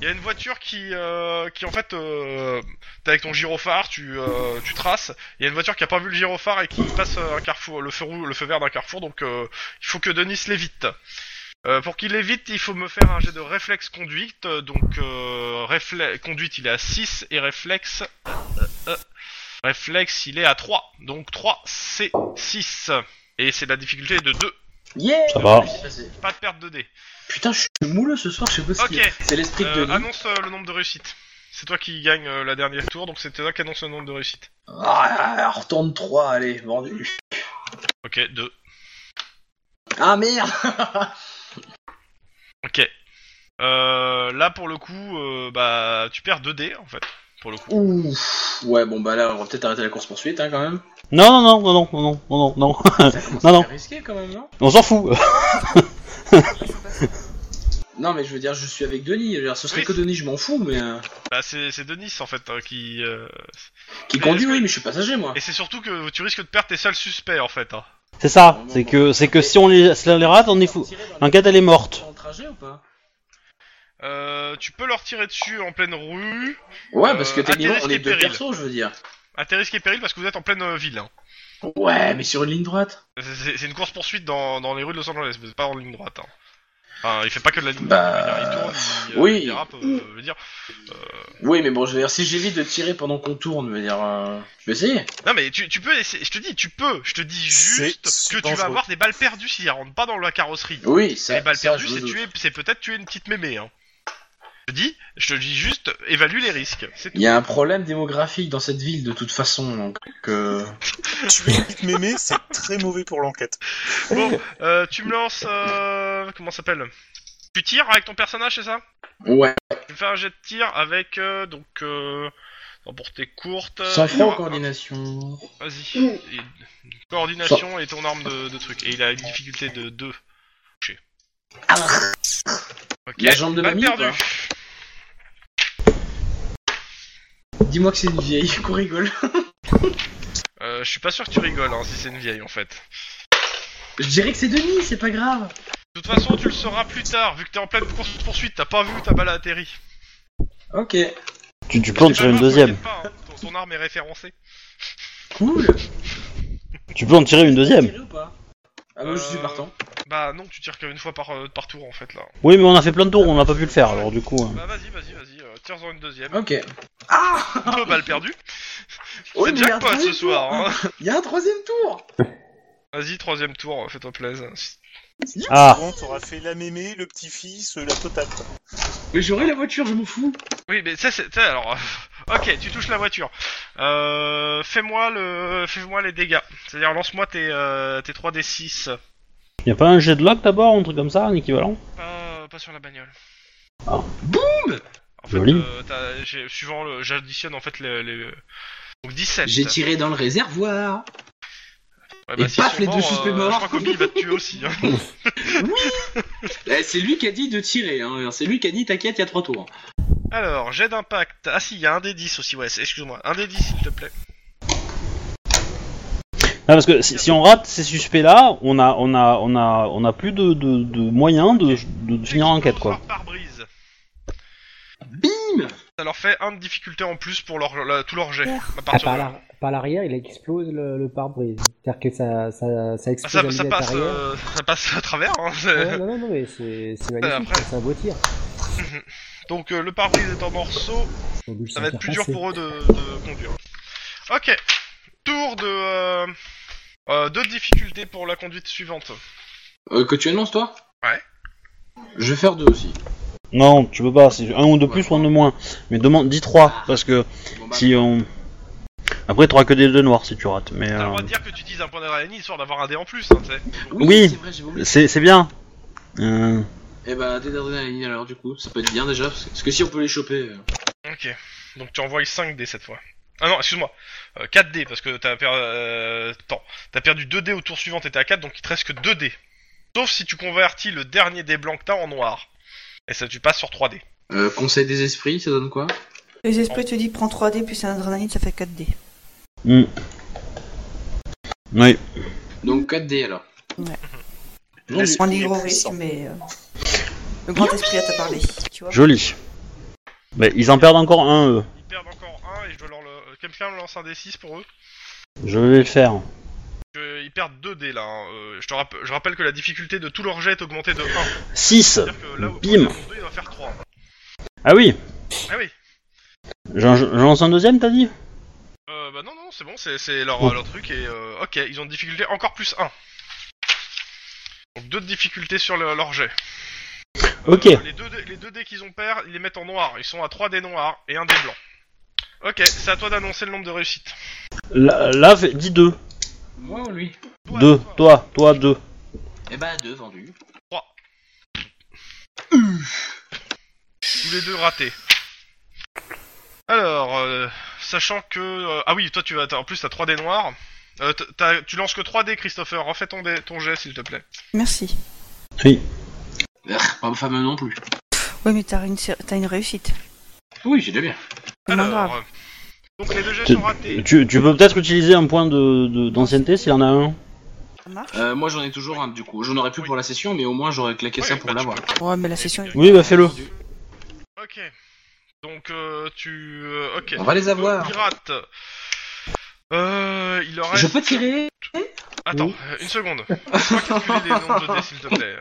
[SPEAKER 2] Il y a une voiture qui, euh, qui en fait, euh, t'es avec ton gyrophare, tu, euh, tu traces. Il y a une voiture qui a pas vu le gyrophare et qui passe euh, un carrefour, le feu, roux- le feu vert d'un carrefour, donc euh, il faut que Denis l'évite. Euh, pour qu'il l'évite, il faut me faire un jet de réflexe conduite. euh, Donc, euh, réfle- conduite, il est à 6 et réflexe. euh, euh, réflexe, il est à 3. Donc 3, c'est 6. Et c'est la difficulté de 2.
[SPEAKER 6] Yeah
[SPEAKER 1] Ça va.
[SPEAKER 2] Pas de perte de dés.
[SPEAKER 6] Putain, je suis mouleux ce soir, je sais pas ce
[SPEAKER 2] Ok.
[SPEAKER 6] qu'il y a. C'est l'esprit de
[SPEAKER 2] Euh,
[SPEAKER 6] Denis.
[SPEAKER 2] annonce euh, le nombre de réussites. C'est toi qui gagne euh, la dernière tour, donc c'était toi qui annonce le nombre de réussites.
[SPEAKER 6] Ah, retourne 3, allez, vendu.
[SPEAKER 2] Ok, 2.
[SPEAKER 6] Ah merde
[SPEAKER 2] Ok. Euh, là, pour le coup, euh, bah, tu perds 2 dés, en fait, pour le coup.
[SPEAKER 6] Ouf Ouais, bon, bah là, on va peut-être arrêter la course-poursuite, hein, quand même.
[SPEAKER 1] Non, non, non, non, non, non, non, non, non.
[SPEAKER 6] Ça
[SPEAKER 1] Ah, Non,
[SPEAKER 6] commence à
[SPEAKER 1] non.
[SPEAKER 6] faire risqué, quand même, non
[SPEAKER 1] On s'en fout.
[SPEAKER 6] Non, mais je veux dire, je suis avec Denis. je veux dire, ce serait
[SPEAKER 2] Oui.
[SPEAKER 6] que Denis, je m'en fous, mais... euh,
[SPEAKER 2] Bah, c'est c'est Denis, en fait, hein, qui... euh,
[SPEAKER 6] Qui
[SPEAKER 2] Mais
[SPEAKER 6] conduit,
[SPEAKER 2] est-ce que-
[SPEAKER 6] oui, mais je suis passager, moi.
[SPEAKER 2] Et c'est surtout que tu risques de perdre tes seuls suspects, en fait. hein.
[SPEAKER 1] C'est ça. Ah, C'est que, c'est que si on les, si on les rate, on est fou. L'enquête, elle est morte.
[SPEAKER 6] Dans le trajet ou pas
[SPEAKER 2] Euh, tu peux leur tirer dessus en pleine rue,
[SPEAKER 6] Ouais, parce que
[SPEAKER 2] Euh,
[SPEAKER 6] techniquement,
[SPEAKER 2] atterrisse
[SPEAKER 6] on est
[SPEAKER 2] et
[SPEAKER 6] deux
[SPEAKER 2] péril.
[SPEAKER 6] persos, je veux dire.
[SPEAKER 2] à tes risques et périls, parce que vous êtes en pleine euh, ville. hein.
[SPEAKER 6] Ouais, mais sur une ligne droite.
[SPEAKER 2] C'est c'est une course-poursuite dans, dans les rues de Los Angeles, vous êtes pas en ligne droite. hein. Enfin, il fait pas que de la ligne
[SPEAKER 6] Bah,
[SPEAKER 2] droite, il tourne, il, euh,
[SPEAKER 6] oui.
[SPEAKER 2] il dérape, euh, je veux dire.
[SPEAKER 6] Oui, mais bon, je veux dire, si j'évite de tirer pendant qu'on tourne, je veux dire, euh, je vais essayer.
[SPEAKER 2] Non mais tu, tu peux essayer, je te dis, tu peux, je te dis
[SPEAKER 5] C'est
[SPEAKER 2] juste que tu
[SPEAKER 5] dangereux.
[SPEAKER 2] vas avoir des balles perdues si elles rentrent pas dans la carrosserie.
[SPEAKER 6] Oui, ça.
[SPEAKER 2] les balles
[SPEAKER 6] ça,
[SPEAKER 2] perdues,
[SPEAKER 6] je me
[SPEAKER 2] Eh, c'est
[SPEAKER 6] doute.
[SPEAKER 2] tuer, c'est peut-être tuer une petite mémé. Hein. Je te dis, je te dis juste, évalue les risques. C'est
[SPEAKER 6] Il y a un problème démographique dans cette ville de toute façon, donc euh,
[SPEAKER 5] Tuer une petite mémé, c'est très mauvais pour l'enquête.
[SPEAKER 2] Bon, euh, tu me lances, euh, comment ça s'appelle Tu tires avec ton personnage, c'est ça
[SPEAKER 6] ouais,
[SPEAKER 2] Tu fais un jet de tir avec euh, donc. Euh... non, Pour tes courtes.
[SPEAKER 6] Euh, sans
[SPEAKER 2] il
[SPEAKER 6] franc
[SPEAKER 2] aura-
[SPEAKER 6] coordination.
[SPEAKER 2] Vas-y. Et- Coordination et ton arme de, de truc. Et il a une difficulté de 2.
[SPEAKER 6] Ah.
[SPEAKER 2] Ok.
[SPEAKER 6] La jambe de
[SPEAKER 2] Balle
[SPEAKER 6] mamie, ou
[SPEAKER 2] perdue.
[SPEAKER 6] Dis-moi que c'est une vieille, qu'on rigole.
[SPEAKER 2] Euh, je suis pas sûr que tu rigoles hein, si c'est une vieille en fait.
[SPEAKER 6] Je dirais que c'est Denis, c'est pas grave.
[SPEAKER 2] De toute façon, tu le sauras plus tard, vu que t'es en pleine course poursuite, t'as pas vu ta balle a atterri.
[SPEAKER 6] Ok,
[SPEAKER 1] Tu, tu plantes sur
[SPEAKER 2] Et
[SPEAKER 1] une
[SPEAKER 2] pas,
[SPEAKER 1] deuxième.
[SPEAKER 2] t'inquiète pas, hein, ton, ton arme est référencée.
[SPEAKER 6] cool.
[SPEAKER 1] Tu peux en tirer une deuxième.
[SPEAKER 6] Tirer ou pas Ah bah je suis
[SPEAKER 2] Euh,
[SPEAKER 6] partant.
[SPEAKER 2] Bah non, tu tires qu'une fois par, euh, par tour en fait là.
[SPEAKER 1] Oui, mais on a fait plein de tours, on n'a pas pu le faire, alors du coup. hein.
[SPEAKER 2] Bah vas-y, vas-y, vas-y, euh, tire-en une deuxième.
[SPEAKER 6] Ok. Ah
[SPEAKER 2] Deux balles perdues.
[SPEAKER 6] Oui,
[SPEAKER 2] c'est
[SPEAKER 6] mais il y a un
[SPEAKER 2] jackpot ce
[SPEAKER 6] troisième
[SPEAKER 2] soir.
[SPEAKER 6] tour.
[SPEAKER 2] Hein.
[SPEAKER 6] Il y a un troisième tour
[SPEAKER 2] Vas-y, troisième tour, euh, fais-toi plaisir.
[SPEAKER 1] Ah,
[SPEAKER 5] Bon, t'auras fait la mémé, le petit-fils, la totale.
[SPEAKER 6] Mais j'aurai la voiture, je m'en fous.
[SPEAKER 2] Oui, mais ça, c'est. ça, Alors. euh, ok, tu touches la voiture. Euh, fais-moi le, fais-moi les dégâts. C'est-à-dire, lance-moi tes, euh, tes 3d6.
[SPEAKER 1] y a pas un jet de lock d'abord, un truc comme ça, un équivalent
[SPEAKER 2] Pas, pas sur la bagnole.
[SPEAKER 1] Ah.
[SPEAKER 2] Boum En fait,
[SPEAKER 1] Joli.
[SPEAKER 2] euh, t'as- j'ai- suivant le, j'additionne en fait les, les- donc 17.
[SPEAKER 6] J'ai tiré dans le réservoir.
[SPEAKER 2] Ouais, bah,
[SPEAKER 6] et
[SPEAKER 2] s'ils
[SPEAKER 6] paf,
[SPEAKER 2] sont
[SPEAKER 6] les deux suspects morts.
[SPEAKER 2] euh, Je crois qu'Obi, il va te tuer aussi. hein.
[SPEAKER 6] Eh, c'est lui qui a dit de tirer, hein. c'est lui qui a dit t'inquiète, il y a trois tours.
[SPEAKER 2] Alors, jet d'impact. Ah si, il y a un des 10 aussi, ouais, c'est- excuse-moi. Un des 10, s'il te plaît.
[SPEAKER 1] Non, parce que si, si on rate ces suspects-là, on a, on a, on a, on a plus de, de, de moyens de, de, de finir l'enquête, quoi.
[SPEAKER 2] Par brise.
[SPEAKER 6] Bim
[SPEAKER 2] Ça leur fait un de difficulté en plus pour leur, la- tout leur jet. À
[SPEAKER 4] Ah,
[SPEAKER 2] partir
[SPEAKER 4] par
[SPEAKER 2] de là.
[SPEAKER 4] la- par l'arrière, il explose le, le pare-brise. C'est-à-dire que ça, ça,
[SPEAKER 2] Ah,
[SPEAKER 4] ça explose
[SPEAKER 2] ça,
[SPEAKER 4] la
[SPEAKER 2] ça
[SPEAKER 4] lunette
[SPEAKER 2] passe,
[SPEAKER 4] arrière.
[SPEAKER 2] euh, ça passe à travers. hein, c'est-
[SPEAKER 4] Ouais, non, non, non, mais c'est c'est magnifique,
[SPEAKER 2] Après.
[SPEAKER 4] c'est un beau tir.
[SPEAKER 2] Donc euh, le pare-brise est en morceaux.
[SPEAKER 4] On a dû le
[SPEAKER 2] Ça va être
[SPEAKER 4] sentir
[SPEAKER 2] plus dur
[SPEAKER 4] passer.
[SPEAKER 2] pour eux de, de conduire. Ok. Tour de euh, euh, deux difficultés pour la conduite suivante.
[SPEAKER 6] euh, Que tu annonces toi
[SPEAKER 2] Ouais.
[SPEAKER 6] Je vais faire deux aussi.
[SPEAKER 1] Non, tu peux pas, c'est un ou de plus ou un de moins. Mais demande, dis 3, parce que
[SPEAKER 6] Bon, bah,
[SPEAKER 1] si on. Après, t'auras que des deux noirs si tu rates, mais.
[SPEAKER 2] T'as le
[SPEAKER 1] euh,
[SPEAKER 2] droit de dire que tu utilises un point d'adrénaline histoire d'avoir un dé en plus, hein, tu sais.
[SPEAKER 6] Oui,
[SPEAKER 1] Oui.
[SPEAKER 6] c'est vrai, j'ai voulu.
[SPEAKER 1] C'est c'est bien. Euh,
[SPEAKER 6] Eh bah, dès la ligne alors, du coup, ça peut être bien déjà, parce que, parce que si on peut les choper. euh,
[SPEAKER 2] Ok. Donc tu envoies 5 dés cette fois. Ah non, excuse-moi. 4 dés parce que t'as per- euh, attends. T'as perdu 2 dés au tour suivant, t'étais à 4, donc il te reste que 2 dés. Sauf si tu convertis le dernier dé blanc que t'as en noir. Et ça, tu passes sur 3 dés.
[SPEAKER 6] euh, conseil des esprits, ça donne quoi
[SPEAKER 3] Les esprits te disent prends 3D plus un adrénaline, ça fait 4D.
[SPEAKER 1] hmm. Oui.
[SPEAKER 6] Donc 4D alors.
[SPEAKER 3] Ouais.
[SPEAKER 6] Non,
[SPEAKER 5] Laisse-
[SPEAKER 6] mais-
[SPEAKER 3] On est gros risque,
[SPEAKER 5] puissant.
[SPEAKER 3] mais. euh, Le grand esprit a t'a parlé, tu vois.
[SPEAKER 1] Joli. Mais ils en perdent encore un, eux.
[SPEAKER 2] Ils perdent encore 1 et je dois leur. le- Quelqu'un me lance un dé 6 pour eux.
[SPEAKER 1] Je vais le faire.
[SPEAKER 2] Euh, ils perdent 2 dés là. hein. Euh, je, te rappe- je rappelle que la difficulté de tout leur jet est augmentée de 1.
[SPEAKER 1] 6
[SPEAKER 2] C'est-à-dire que là où
[SPEAKER 1] Bim.
[SPEAKER 2] 2, il va faire 3.
[SPEAKER 1] Ah oui
[SPEAKER 2] Ah oui.
[SPEAKER 1] J'en j'en lance un deuxième, t'as dit
[SPEAKER 2] Euh, bah non, non, c'est bon, c'est- c'est leur,
[SPEAKER 1] Oh.
[SPEAKER 2] leur truc et euh, ok, ils ont une difficulté encore plus 1. Donc deux difficultés sur le- leur jet. Euh,
[SPEAKER 1] Ok.
[SPEAKER 2] les, deux, dés- les deux dés qu'ils ont perd, ils les mettent en noir. Ils sont à 3 dés noirs et un dé blanc. Ok, c'est à toi d'annoncer le nombre de réussites.
[SPEAKER 1] Là, là, fais- dis 2.
[SPEAKER 6] Moi ou lui
[SPEAKER 1] 2. Toi, toi, 2.
[SPEAKER 6] Eh bah, deux vendus.
[SPEAKER 2] Tous les deux ratés. Alors, euh, sachant que... euh, ah oui, toi tu vas... t'as- En plus t'as 3 dés noirs. Euh, t- t'as- tu lances que 3 dés, Christopher. Refais ton, dé- ton jet, s'il te plaît.
[SPEAKER 3] Merci.
[SPEAKER 6] Arrgh, Pas fameux non plus.
[SPEAKER 3] Oui, mais t'as une, sé- t'as une réussite.
[SPEAKER 6] Oui, j'ai déjà bien.
[SPEAKER 3] C'est moins
[SPEAKER 2] Alors,
[SPEAKER 3] grave.
[SPEAKER 2] euh, donc les deux jets
[SPEAKER 1] Tu-
[SPEAKER 2] sont ratés.
[SPEAKER 1] Tu, tu peux peut-être utiliser un point de- de- d'ancienneté s'il y en a un.
[SPEAKER 3] Ça marche
[SPEAKER 6] Euh, moi j'en ai toujours un du coup. J'en aurais plus
[SPEAKER 2] Oui.
[SPEAKER 6] pour la session, mais au moins j'aurais claqué
[SPEAKER 2] Ouais,
[SPEAKER 6] ça pour
[SPEAKER 2] bah, tu
[SPEAKER 6] l'avoir.
[SPEAKER 2] peux-
[SPEAKER 3] Ouais, mais la session.
[SPEAKER 1] Oui, bah fais-le.
[SPEAKER 2] Ok. Donc euh, tu... euh, ok.
[SPEAKER 6] On va les avoir.
[SPEAKER 2] Pirate. Euh, il leur reste...
[SPEAKER 6] Je peux tirer
[SPEAKER 2] Attends, euh, une seconde. Laisse-moi calculer les nombres de dés, s'il te plaît.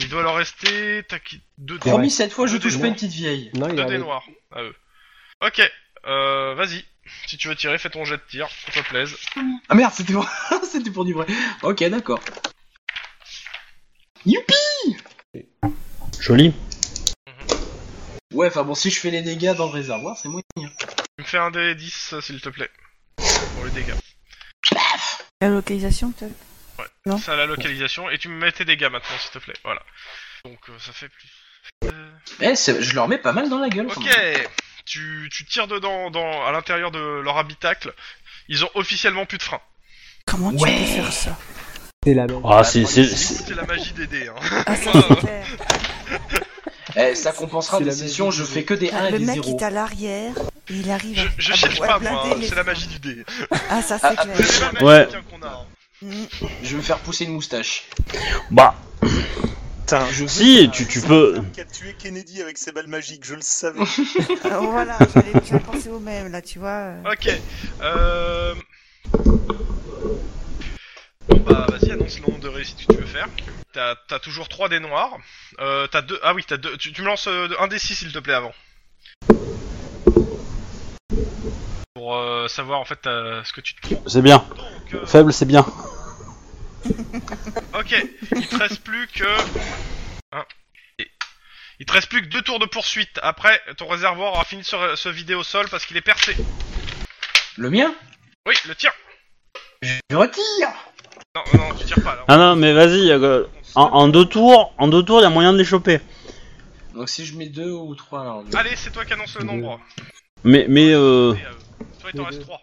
[SPEAKER 2] Il doit leur rester tac, deux
[SPEAKER 4] Ouais.
[SPEAKER 6] Promis, cette fois, je
[SPEAKER 2] Deux
[SPEAKER 6] touche
[SPEAKER 2] des
[SPEAKER 6] pas
[SPEAKER 2] noirs.
[SPEAKER 6] une petite vieille.
[SPEAKER 4] Non, il
[SPEAKER 2] Deux dés
[SPEAKER 4] avait-
[SPEAKER 2] noirs à eux. Ok, euh, vas-y. Si tu veux tirer, fais ton jet de tir, s'il te plaise.
[SPEAKER 6] Ah merde, c'était pour, c'était pour du vrai. Ok, d'accord. Youpi
[SPEAKER 1] Joli.
[SPEAKER 6] Ouais, enfin bon, si je fais les dégâts dans le réservoir, c'est moyen.
[SPEAKER 2] Tu me fais un dé 10, euh, s'il te plaît. Pour les dégâts.
[SPEAKER 3] La localisation, peut-être Non.
[SPEAKER 2] Ça, la localisation. Et tu me mets tes dégâts maintenant, s'il te plaît. Voilà. Donc, euh, ça fait plus. Euh,
[SPEAKER 6] Eh, c'est- je leur mets pas mal dans la gueule. quand
[SPEAKER 2] Ok,
[SPEAKER 6] même.
[SPEAKER 2] tu, tu tires dedans dans, à l'intérieur de leur habitacle. Ils ont officiellement plus de frein.
[SPEAKER 3] Comment tu
[SPEAKER 6] Ouais.
[SPEAKER 3] peux faire ça
[SPEAKER 4] C'est la même.
[SPEAKER 1] Ah, c'est. c'est- c'est-
[SPEAKER 2] C'est la magie des dés. Hein.
[SPEAKER 3] Ah, ça, c'était-
[SPEAKER 6] Eh, ça compensera
[SPEAKER 4] C'est
[SPEAKER 6] des
[SPEAKER 4] la
[SPEAKER 6] sessions,
[SPEAKER 4] magie
[SPEAKER 6] je
[SPEAKER 4] du
[SPEAKER 6] fais
[SPEAKER 4] jeu.
[SPEAKER 6] que des 1 et
[SPEAKER 3] Ah, Le
[SPEAKER 6] des
[SPEAKER 3] mec
[SPEAKER 6] 0.
[SPEAKER 3] est à l'arrière, et il arrive.
[SPEAKER 2] Je,
[SPEAKER 3] à-
[SPEAKER 2] je
[SPEAKER 3] à
[SPEAKER 2] cherche
[SPEAKER 3] Ah, bah, ouais,
[SPEAKER 2] pas,
[SPEAKER 3] blinder
[SPEAKER 2] moi. hein,
[SPEAKER 3] les
[SPEAKER 2] C'est la
[SPEAKER 3] freins.
[SPEAKER 2] magie du dé.
[SPEAKER 3] Ah, ça,
[SPEAKER 6] Ah,
[SPEAKER 3] c'est
[SPEAKER 6] ah,
[SPEAKER 2] C'est
[SPEAKER 3] clair.
[SPEAKER 2] les mêmes
[SPEAKER 1] Ouais.
[SPEAKER 2] magiques, hein, qu'on a. hein.
[SPEAKER 3] Mm.
[SPEAKER 6] Je vais me faire pousser une moustache.
[SPEAKER 1] Bah,
[SPEAKER 5] Putain,
[SPEAKER 6] Je veux-
[SPEAKER 1] si, tu, tu peux.
[SPEAKER 5] qui a tué Kennedy avec ses balles magiques, je le savais.
[SPEAKER 3] Ah, voilà, j'allais déjà penser au même, là, tu vois. euh.
[SPEAKER 2] Ok. Euh... Bon bah vas-y, annonce le nombre de réussites que tu veux faire. T'as t'as toujours 3 dés noirs. Euh, t'as deux. Ah oui, t'as deux. Tu, tu me lances euh, un dé 6 s'il te plaît avant. Pour euh, savoir en fait euh, ce que tu te prends.
[SPEAKER 1] C'est bien.
[SPEAKER 2] Donc, euh,
[SPEAKER 1] Faible, c'est bien.
[SPEAKER 2] Ok, il te reste plus que. Hein. Et- Il te reste plus que deux tours de poursuite. Après, ton réservoir aura fini de se, se vider au sol parce qu'il est percé.
[SPEAKER 6] Le mien
[SPEAKER 2] Oui, le tir.
[SPEAKER 6] Je retire
[SPEAKER 2] Non, non, tu tires pas là.
[SPEAKER 1] Ah non, mais vas-y. euh, en, en deux tours, en deux tours, il y a moyen de les choper.
[SPEAKER 6] Donc si je mets 2 ou 3 alors.
[SPEAKER 2] Allez, c'est toi qui annonce le nombre.
[SPEAKER 1] Mais, mais, euh,
[SPEAKER 2] Et, euh, toi, il t'en reste trois.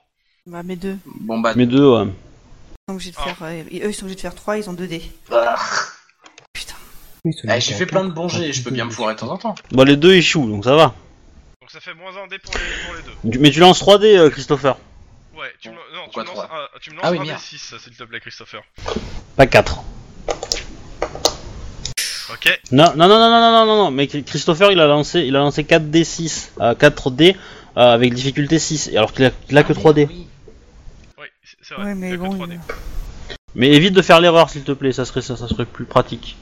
[SPEAKER 3] Bah, mes deux.
[SPEAKER 6] Bon bah.
[SPEAKER 1] mais deux. ouais.
[SPEAKER 3] Ils sont obligés de
[SPEAKER 2] Ah.
[SPEAKER 3] faire, euh, eux, ils sont obligés de faire 3, ils ont 2 dés.
[SPEAKER 6] Ah,
[SPEAKER 3] Putain.
[SPEAKER 4] Oui, c'est
[SPEAKER 6] eh, j'ai
[SPEAKER 4] le
[SPEAKER 6] fait
[SPEAKER 4] temps.
[SPEAKER 6] plein de bons jets, je peux bien me foirer de temps en temps.
[SPEAKER 1] Bon, les deux échouent, donc ça va.
[SPEAKER 2] Donc ça fait moins un dé pour les, pour les deux.
[SPEAKER 1] Tu- mais tu lances 3D, euh, Christopher.
[SPEAKER 2] Ouais, tu me, non, tu
[SPEAKER 6] Pourquoi
[SPEAKER 2] me lances,
[SPEAKER 6] trois
[SPEAKER 2] un, tu me lances
[SPEAKER 6] Ah oui,
[SPEAKER 2] un dé
[SPEAKER 6] merde.
[SPEAKER 2] 6, s'il te plaît, Christopher.
[SPEAKER 1] Pas 4.
[SPEAKER 2] Ok,
[SPEAKER 1] Non, non, non, non, non, non, non, non, non, mais Christopher il a lancé, il a lancé 4D6, euh, 4D euh, avec difficulté 6, et alors qu'il a, qu'il a que 3D.
[SPEAKER 6] Oui.
[SPEAKER 2] oui, c'est c'est vrai.
[SPEAKER 3] Ouais, mais
[SPEAKER 2] il y a que
[SPEAKER 3] bon.
[SPEAKER 2] trois
[SPEAKER 3] ils-
[SPEAKER 2] dés.
[SPEAKER 1] Mais évite de faire l'erreur s'il te plaît, ça serait, ça, ça serait plus pratique.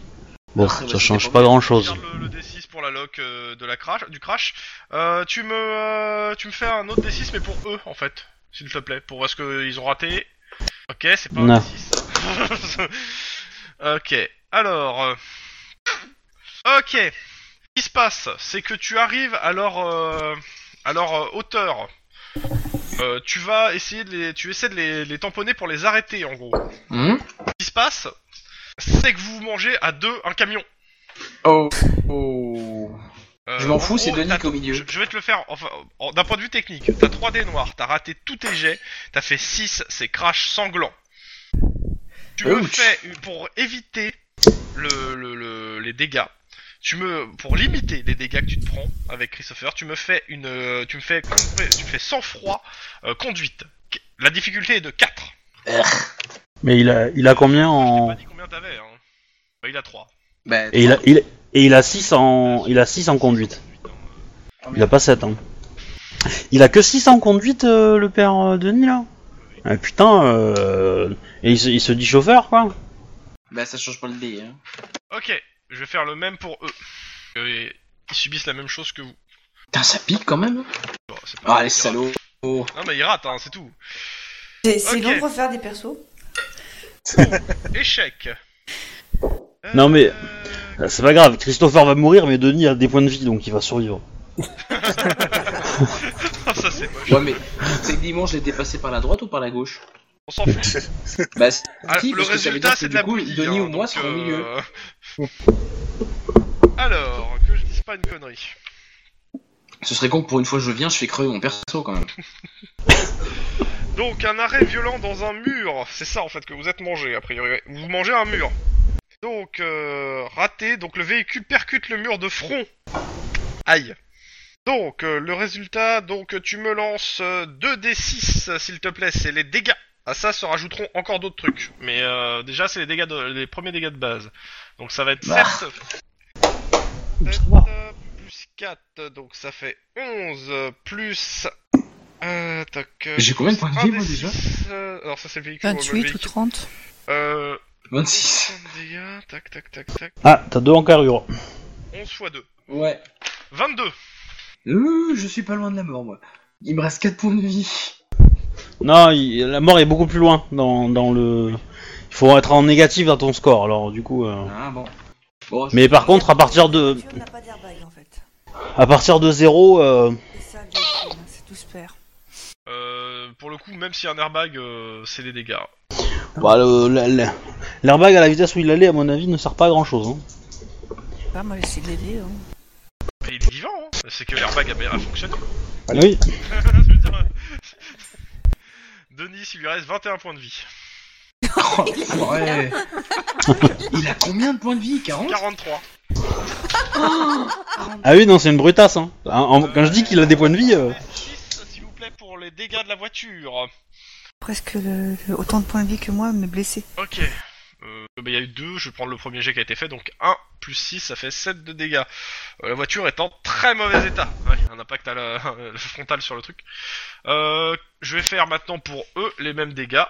[SPEAKER 1] Bon,
[SPEAKER 6] Ah, ça
[SPEAKER 1] ça
[SPEAKER 6] va,
[SPEAKER 1] change
[SPEAKER 6] c'était
[SPEAKER 1] pas
[SPEAKER 6] pas
[SPEAKER 1] grand chose.
[SPEAKER 2] Regarde le, le D6 pour la lock euh, de la crash, du crash. Euh, tu me euh, tu me fais un autre D6 mais pour eux en fait, s'il te plaît, pour est-ce qu'ils ont raté. Ok, c'est pas un
[SPEAKER 1] Non.
[SPEAKER 2] D6. ok, alors. euh, Ok, ce qui se passe, c'est que tu arrives à leur euh, à leur euh, hauteur. Euh, tu vas essayer de les, tu essaies de les- les tamponner pour les arrêter en gros. Ce
[SPEAKER 6] Hmm
[SPEAKER 2] qui se passe, c'est que vous mangez à deux un camion.
[SPEAKER 6] oh. oh.
[SPEAKER 2] Euh,
[SPEAKER 6] Je m'en fous, c'est
[SPEAKER 2] gros, t'as
[SPEAKER 6] Denis au milieu.
[SPEAKER 2] Je, je vais te le faire, enfin, en- d'un point de vue technique, t'as 3 dés noirs, t'as raté tous tes jets, t'as fait 6, c'est crash sanglant. Tu me
[SPEAKER 6] Ouch.
[SPEAKER 2] fais, une- pour éviter le, le- le- les dégâts, tu me, pour limiter les dégâts que tu te prends avec Christopher, tu me fais une, euh, tu me fais, tu me fais sans froid, euh, conduite. La difficulté est de 4.
[SPEAKER 1] Mais il a, il a combien
[SPEAKER 2] Je t'ai
[SPEAKER 1] en
[SPEAKER 2] pas dit combien t'avais, hein. Bah, il a 3.
[SPEAKER 6] Bah,
[SPEAKER 1] et il a, il, et il a 6 en, il a 6 en conduite. Il a pas 7 hein. Il a que 6 en conduite euh, le père euh, Denis là. Ah, putain, euh, et il se, il se dit chauffeur quoi.
[SPEAKER 6] bah ça change pas le dé. Hein.
[SPEAKER 2] Ok, je vais faire le même pour eux. Euh, Ils subissent la même chose que vous.
[SPEAKER 6] Putain, ça pique quand même. hein.
[SPEAKER 2] Bon, c'est pas
[SPEAKER 6] Ah,
[SPEAKER 2] grave.
[SPEAKER 6] les salauds. Oh.
[SPEAKER 2] Non mais il rate, hein, c'est tout.
[SPEAKER 3] C'est c'est
[SPEAKER 2] Ok.
[SPEAKER 3] long de refaire des persos.
[SPEAKER 2] Échec. Euh,
[SPEAKER 1] Non, mais- Ah, C'est pas grave, Christopher va mourir, mais Denis a des points de vie donc il va survivre.
[SPEAKER 2] ça c'est moche.
[SPEAKER 6] Ouais, mais c'est que dimanche, j'étais passé par la droite ou par la gauche
[SPEAKER 2] On s'en fout.
[SPEAKER 6] Bah, si,
[SPEAKER 2] Ah,
[SPEAKER 6] parce
[SPEAKER 2] le
[SPEAKER 6] que ça veut dire
[SPEAKER 2] résultat
[SPEAKER 6] que
[SPEAKER 2] c'est de
[SPEAKER 6] du
[SPEAKER 2] la
[SPEAKER 6] coup,
[SPEAKER 2] bouillie.
[SPEAKER 6] Denis
[SPEAKER 2] hein,
[SPEAKER 6] ou moi
[SPEAKER 2] donc,
[SPEAKER 6] serons au milieu.
[SPEAKER 2] euh, Alors, que je dise pas une connerie.
[SPEAKER 6] Ce serait con que pour une fois je viens, je fais crever mon perso quand même.
[SPEAKER 2] Donc un arrêt violent dans un mur, c'est ça en fait que vous êtes mangé a priori. Vous mangez un mur. Donc euh, raté, donc le véhicule percute le mur de front. Aïe. Donc euh, le résultat, donc tu me lances euh, 2 d6 s'il te plaît, c'est les dégâts. À ça se rajouteront encore d'autres trucs, mais euh, déjà c'est les dégâts de, les premiers dégâts de base. Donc ça va être
[SPEAKER 6] Bah.
[SPEAKER 2] 7
[SPEAKER 4] Ça va.
[SPEAKER 2] plus 4, donc ça fait 11 plus euh, tac, euh,
[SPEAKER 6] J'ai combien de points de vie,
[SPEAKER 2] un
[SPEAKER 6] moi,
[SPEAKER 2] des
[SPEAKER 6] déjà
[SPEAKER 2] six, euh, Alors ça c'est le véhicule. bon, le
[SPEAKER 3] 28 ou
[SPEAKER 2] véhicule.
[SPEAKER 3] 30.
[SPEAKER 2] Euh,
[SPEAKER 6] 26.
[SPEAKER 2] de dégâts, tac, tac, tac, tac.
[SPEAKER 1] Ah, t'as deux en carrure.
[SPEAKER 2] 11 x 2.
[SPEAKER 6] Ouais.
[SPEAKER 2] 22.
[SPEAKER 6] Euh, je suis pas loin de la mort, moi. Il me reste 4 points de vie.
[SPEAKER 1] Non, il- la mort est beaucoup plus loin dans, dans le. Il faut être en négatif dans ton score, alors du coup. euh.
[SPEAKER 6] Ah bon. Bon,
[SPEAKER 1] Mais par contre, à partir de,
[SPEAKER 3] Tu n'as pas d'airbag en fait.
[SPEAKER 1] à partir de zéro, euh,
[SPEAKER 3] C'est ça le problème, c'est tout se perd.
[SPEAKER 2] Euh, pour le coup, même si un airbag, euh, c'est des dégâts.
[SPEAKER 1] bah, le- la- la- l'airbag à la vitesse où il allait, à mon avis, ne sert pas à hein. grand chose.
[SPEAKER 3] Bah, moi j'essaie de l'aider. hein.
[SPEAKER 2] Et il est vivant, hein. C'est que l'airbag a, bien fonctionné.
[SPEAKER 1] Oui.
[SPEAKER 2] Je veux dire, euh, Denis, il lui reste 21 points de vie.
[SPEAKER 6] Oh, ouais. Il a combien de points de vie 40
[SPEAKER 2] 43.
[SPEAKER 1] Ah oui, non, c'est une brutasse. Hein. En- en- quand je dis qu'il a des points de vie, euh,
[SPEAKER 2] 6, s'il vous plaît, pour les dégâts de la voiture.
[SPEAKER 3] Presque le- le- autant de points de vie que moi, mais blessé.
[SPEAKER 2] Ok. Euh, bah, Il y a eu deux, je vais prendre le premier jet qui a été fait, donc 1 plus 6, ça fait 7 de dégâts. Euh, la voiture est en très mauvais état. Ouais, un impact à la, le frontal sur le truc. Euh, je vais faire maintenant pour eux les mêmes dégâts.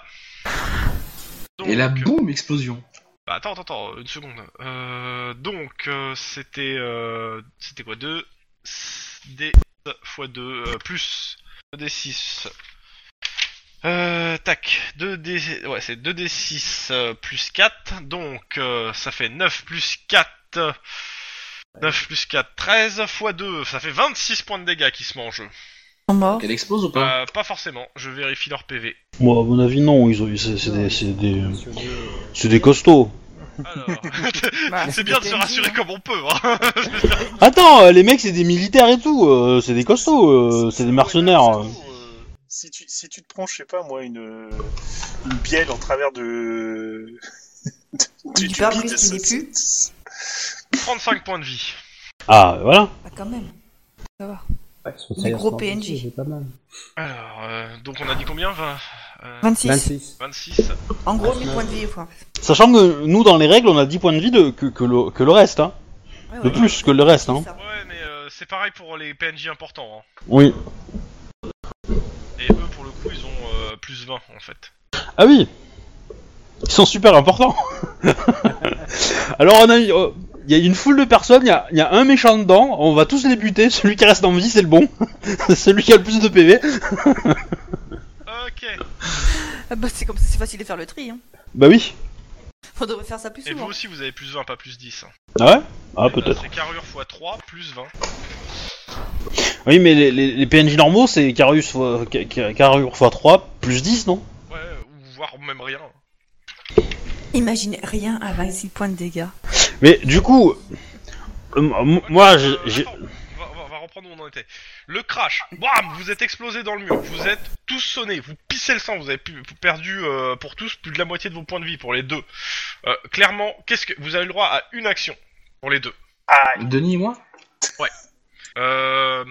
[SPEAKER 2] Donc, euh,
[SPEAKER 6] Et la bombe explosion.
[SPEAKER 2] bah, attends, attends, attends, une seconde. Euh, donc, euh, c'était... euh, c'était quoi 2 D x 2 euh, plus 2D6. Euh, tac, 2D... Ouais, c'est 2D6 euh, plus 4. Donc, euh, ça fait 9 plus 4... 9 plus 4, 13 x 2, ça fait 26 points de dégâts qui se mangent.
[SPEAKER 3] Ils sont morts.
[SPEAKER 6] Elle explose ou pas
[SPEAKER 2] Euh, pas forcément, je vérifie leur PV.
[SPEAKER 1] moi, à mon avis, non. Ils ont, c'est, c'est des, c'est des, euh,
[SPEAKER 4] Sur des-
[SPEAKER 1] c'est des costauds.
[SPEAKER 2] Alors,
[SPEAKER 3] Bah,
[SPEAKER 2] c'est bien de se
[SPEAKER 3] c'était
[SPEAKER 2] rassurer
[SPEAKER 3] dit,
[SPEAKER 2] comme on peut, hein
[SPEAKER 1] Attends, euh, les mecs, c'est des militaires et tout. euh, c'est des costauds. euh, c'est des mercenaires. euh.
[SPEAKER 5] Si tu, si tu te prends, je sais pas moi, une, euh, une bielle en travers de.
[SPEAKER 3] Du
[SPEAKER 5] bide,
[SPEAKER 3] pare-brise qui
[SPEAKER 5] ça-
[SPEAKER 3] n'est plus.
[SPEAKER 5] ça-
[SPEAKER 2] 35 points de vie.
[SPEAKER 1] Ah, voilà.
[SPEAKER 3] hein. Ah, quand même. Ça va.
[SPEAKER 4] Ouais, sur
[SPEAKER 3] Du
[SPEAKER 4] Science
[SPEAKER 3] gros
[SPEAKER 4] Force,
[SPEAKER 3] PNJ.
[SPEAKER 4] C'est pas mal.
[SPEAKER 2] Alors, euh, donc on a dit combien 20, euh,
[SPEAKER 3] 26.
[SPEAKER 4] 26.
[SPEAKER 2] 26.
[SPEAKER 3] En gros, 1000 points de vie, quoi.
[SPEAKER 1] Sachant que nous, dans les règles, on a 10 points de vie de, que, que le, que le reste. Hein.
[SPEAKER 3] Ouais,
[SPEAKER 1] De
[SPEAKER 3] ouais.
[SPEAKER 1] plus que le reste. Hein.
[SPEAKER 3] Ça.
[SPEAKER 2] Ouais, mais euh, c'est pareil pour les PNJ importants.
[SPEAKER 1] Oui.
[SPEAKER 2] hein. Et eux, pour le coup, ils ont euh, plus 20 en fait.
[SPEAKER 1] Ah oui Ils sont super importants Alors on a eu- euh, Il y a une foule de personnes, il y a- il y, a un méchant dedans, on va tous les buter, celui qui reste en vie c'est le bon, C'est celui qui a le plus de PV.
[SPEAKER 2] Ok.
[SPEAKER 3] Ah bah, c'est comme ça, c'est facile de faire le tri. Hein.
[SPEAKER 1] Bah oui.
[SPEAKER 3] On devrait faire ça plus
[SPEAKER 2] Et vous
[SPEAKER 3] souvent.
[SPEAKER 2] aussi, vous avez plus 20, pas plus 10. hein.
[SPEAKER 1] Ah ouais Ah
[SPEAKER 2] Euh,
[SPEAKER 1] peut-être.
[SPEAKER 2] C'est carrure x 3, plus 20.
[SPEAKER 1] Oui mais les, les- les PNJ normaux c'est Carus fois- Ca- Ca- Carrure x3 plus 10 non
[SPEAKER 2] Ouais, ou voire même rien.
[SPEAKER 3] Imaginez rien à 26 points de dégâts.
[SPEAKER 1] Mais du coup... euh, m- moi j'ai...
[SPEAKER 2] Euh,
[SPEAKER 1] j'ai-
[SPEAKER 2] attends, on va- on va- on va reprendre où on en était. Le crash, bam, vous êtes explosé dans le mur, vous êtes tous sonnés, vous pissez le sang, vous avez pu- perdu euh, pour tous plus de la moitié de vos points de vie pour les deux. Euh, clairement, qu'est-ce que vous avez le droit à une action pour les deux.
[SPEAKER 5] Aïe
[SPEAKER 6] Denis et moi
[SPEAKER 2] Euh...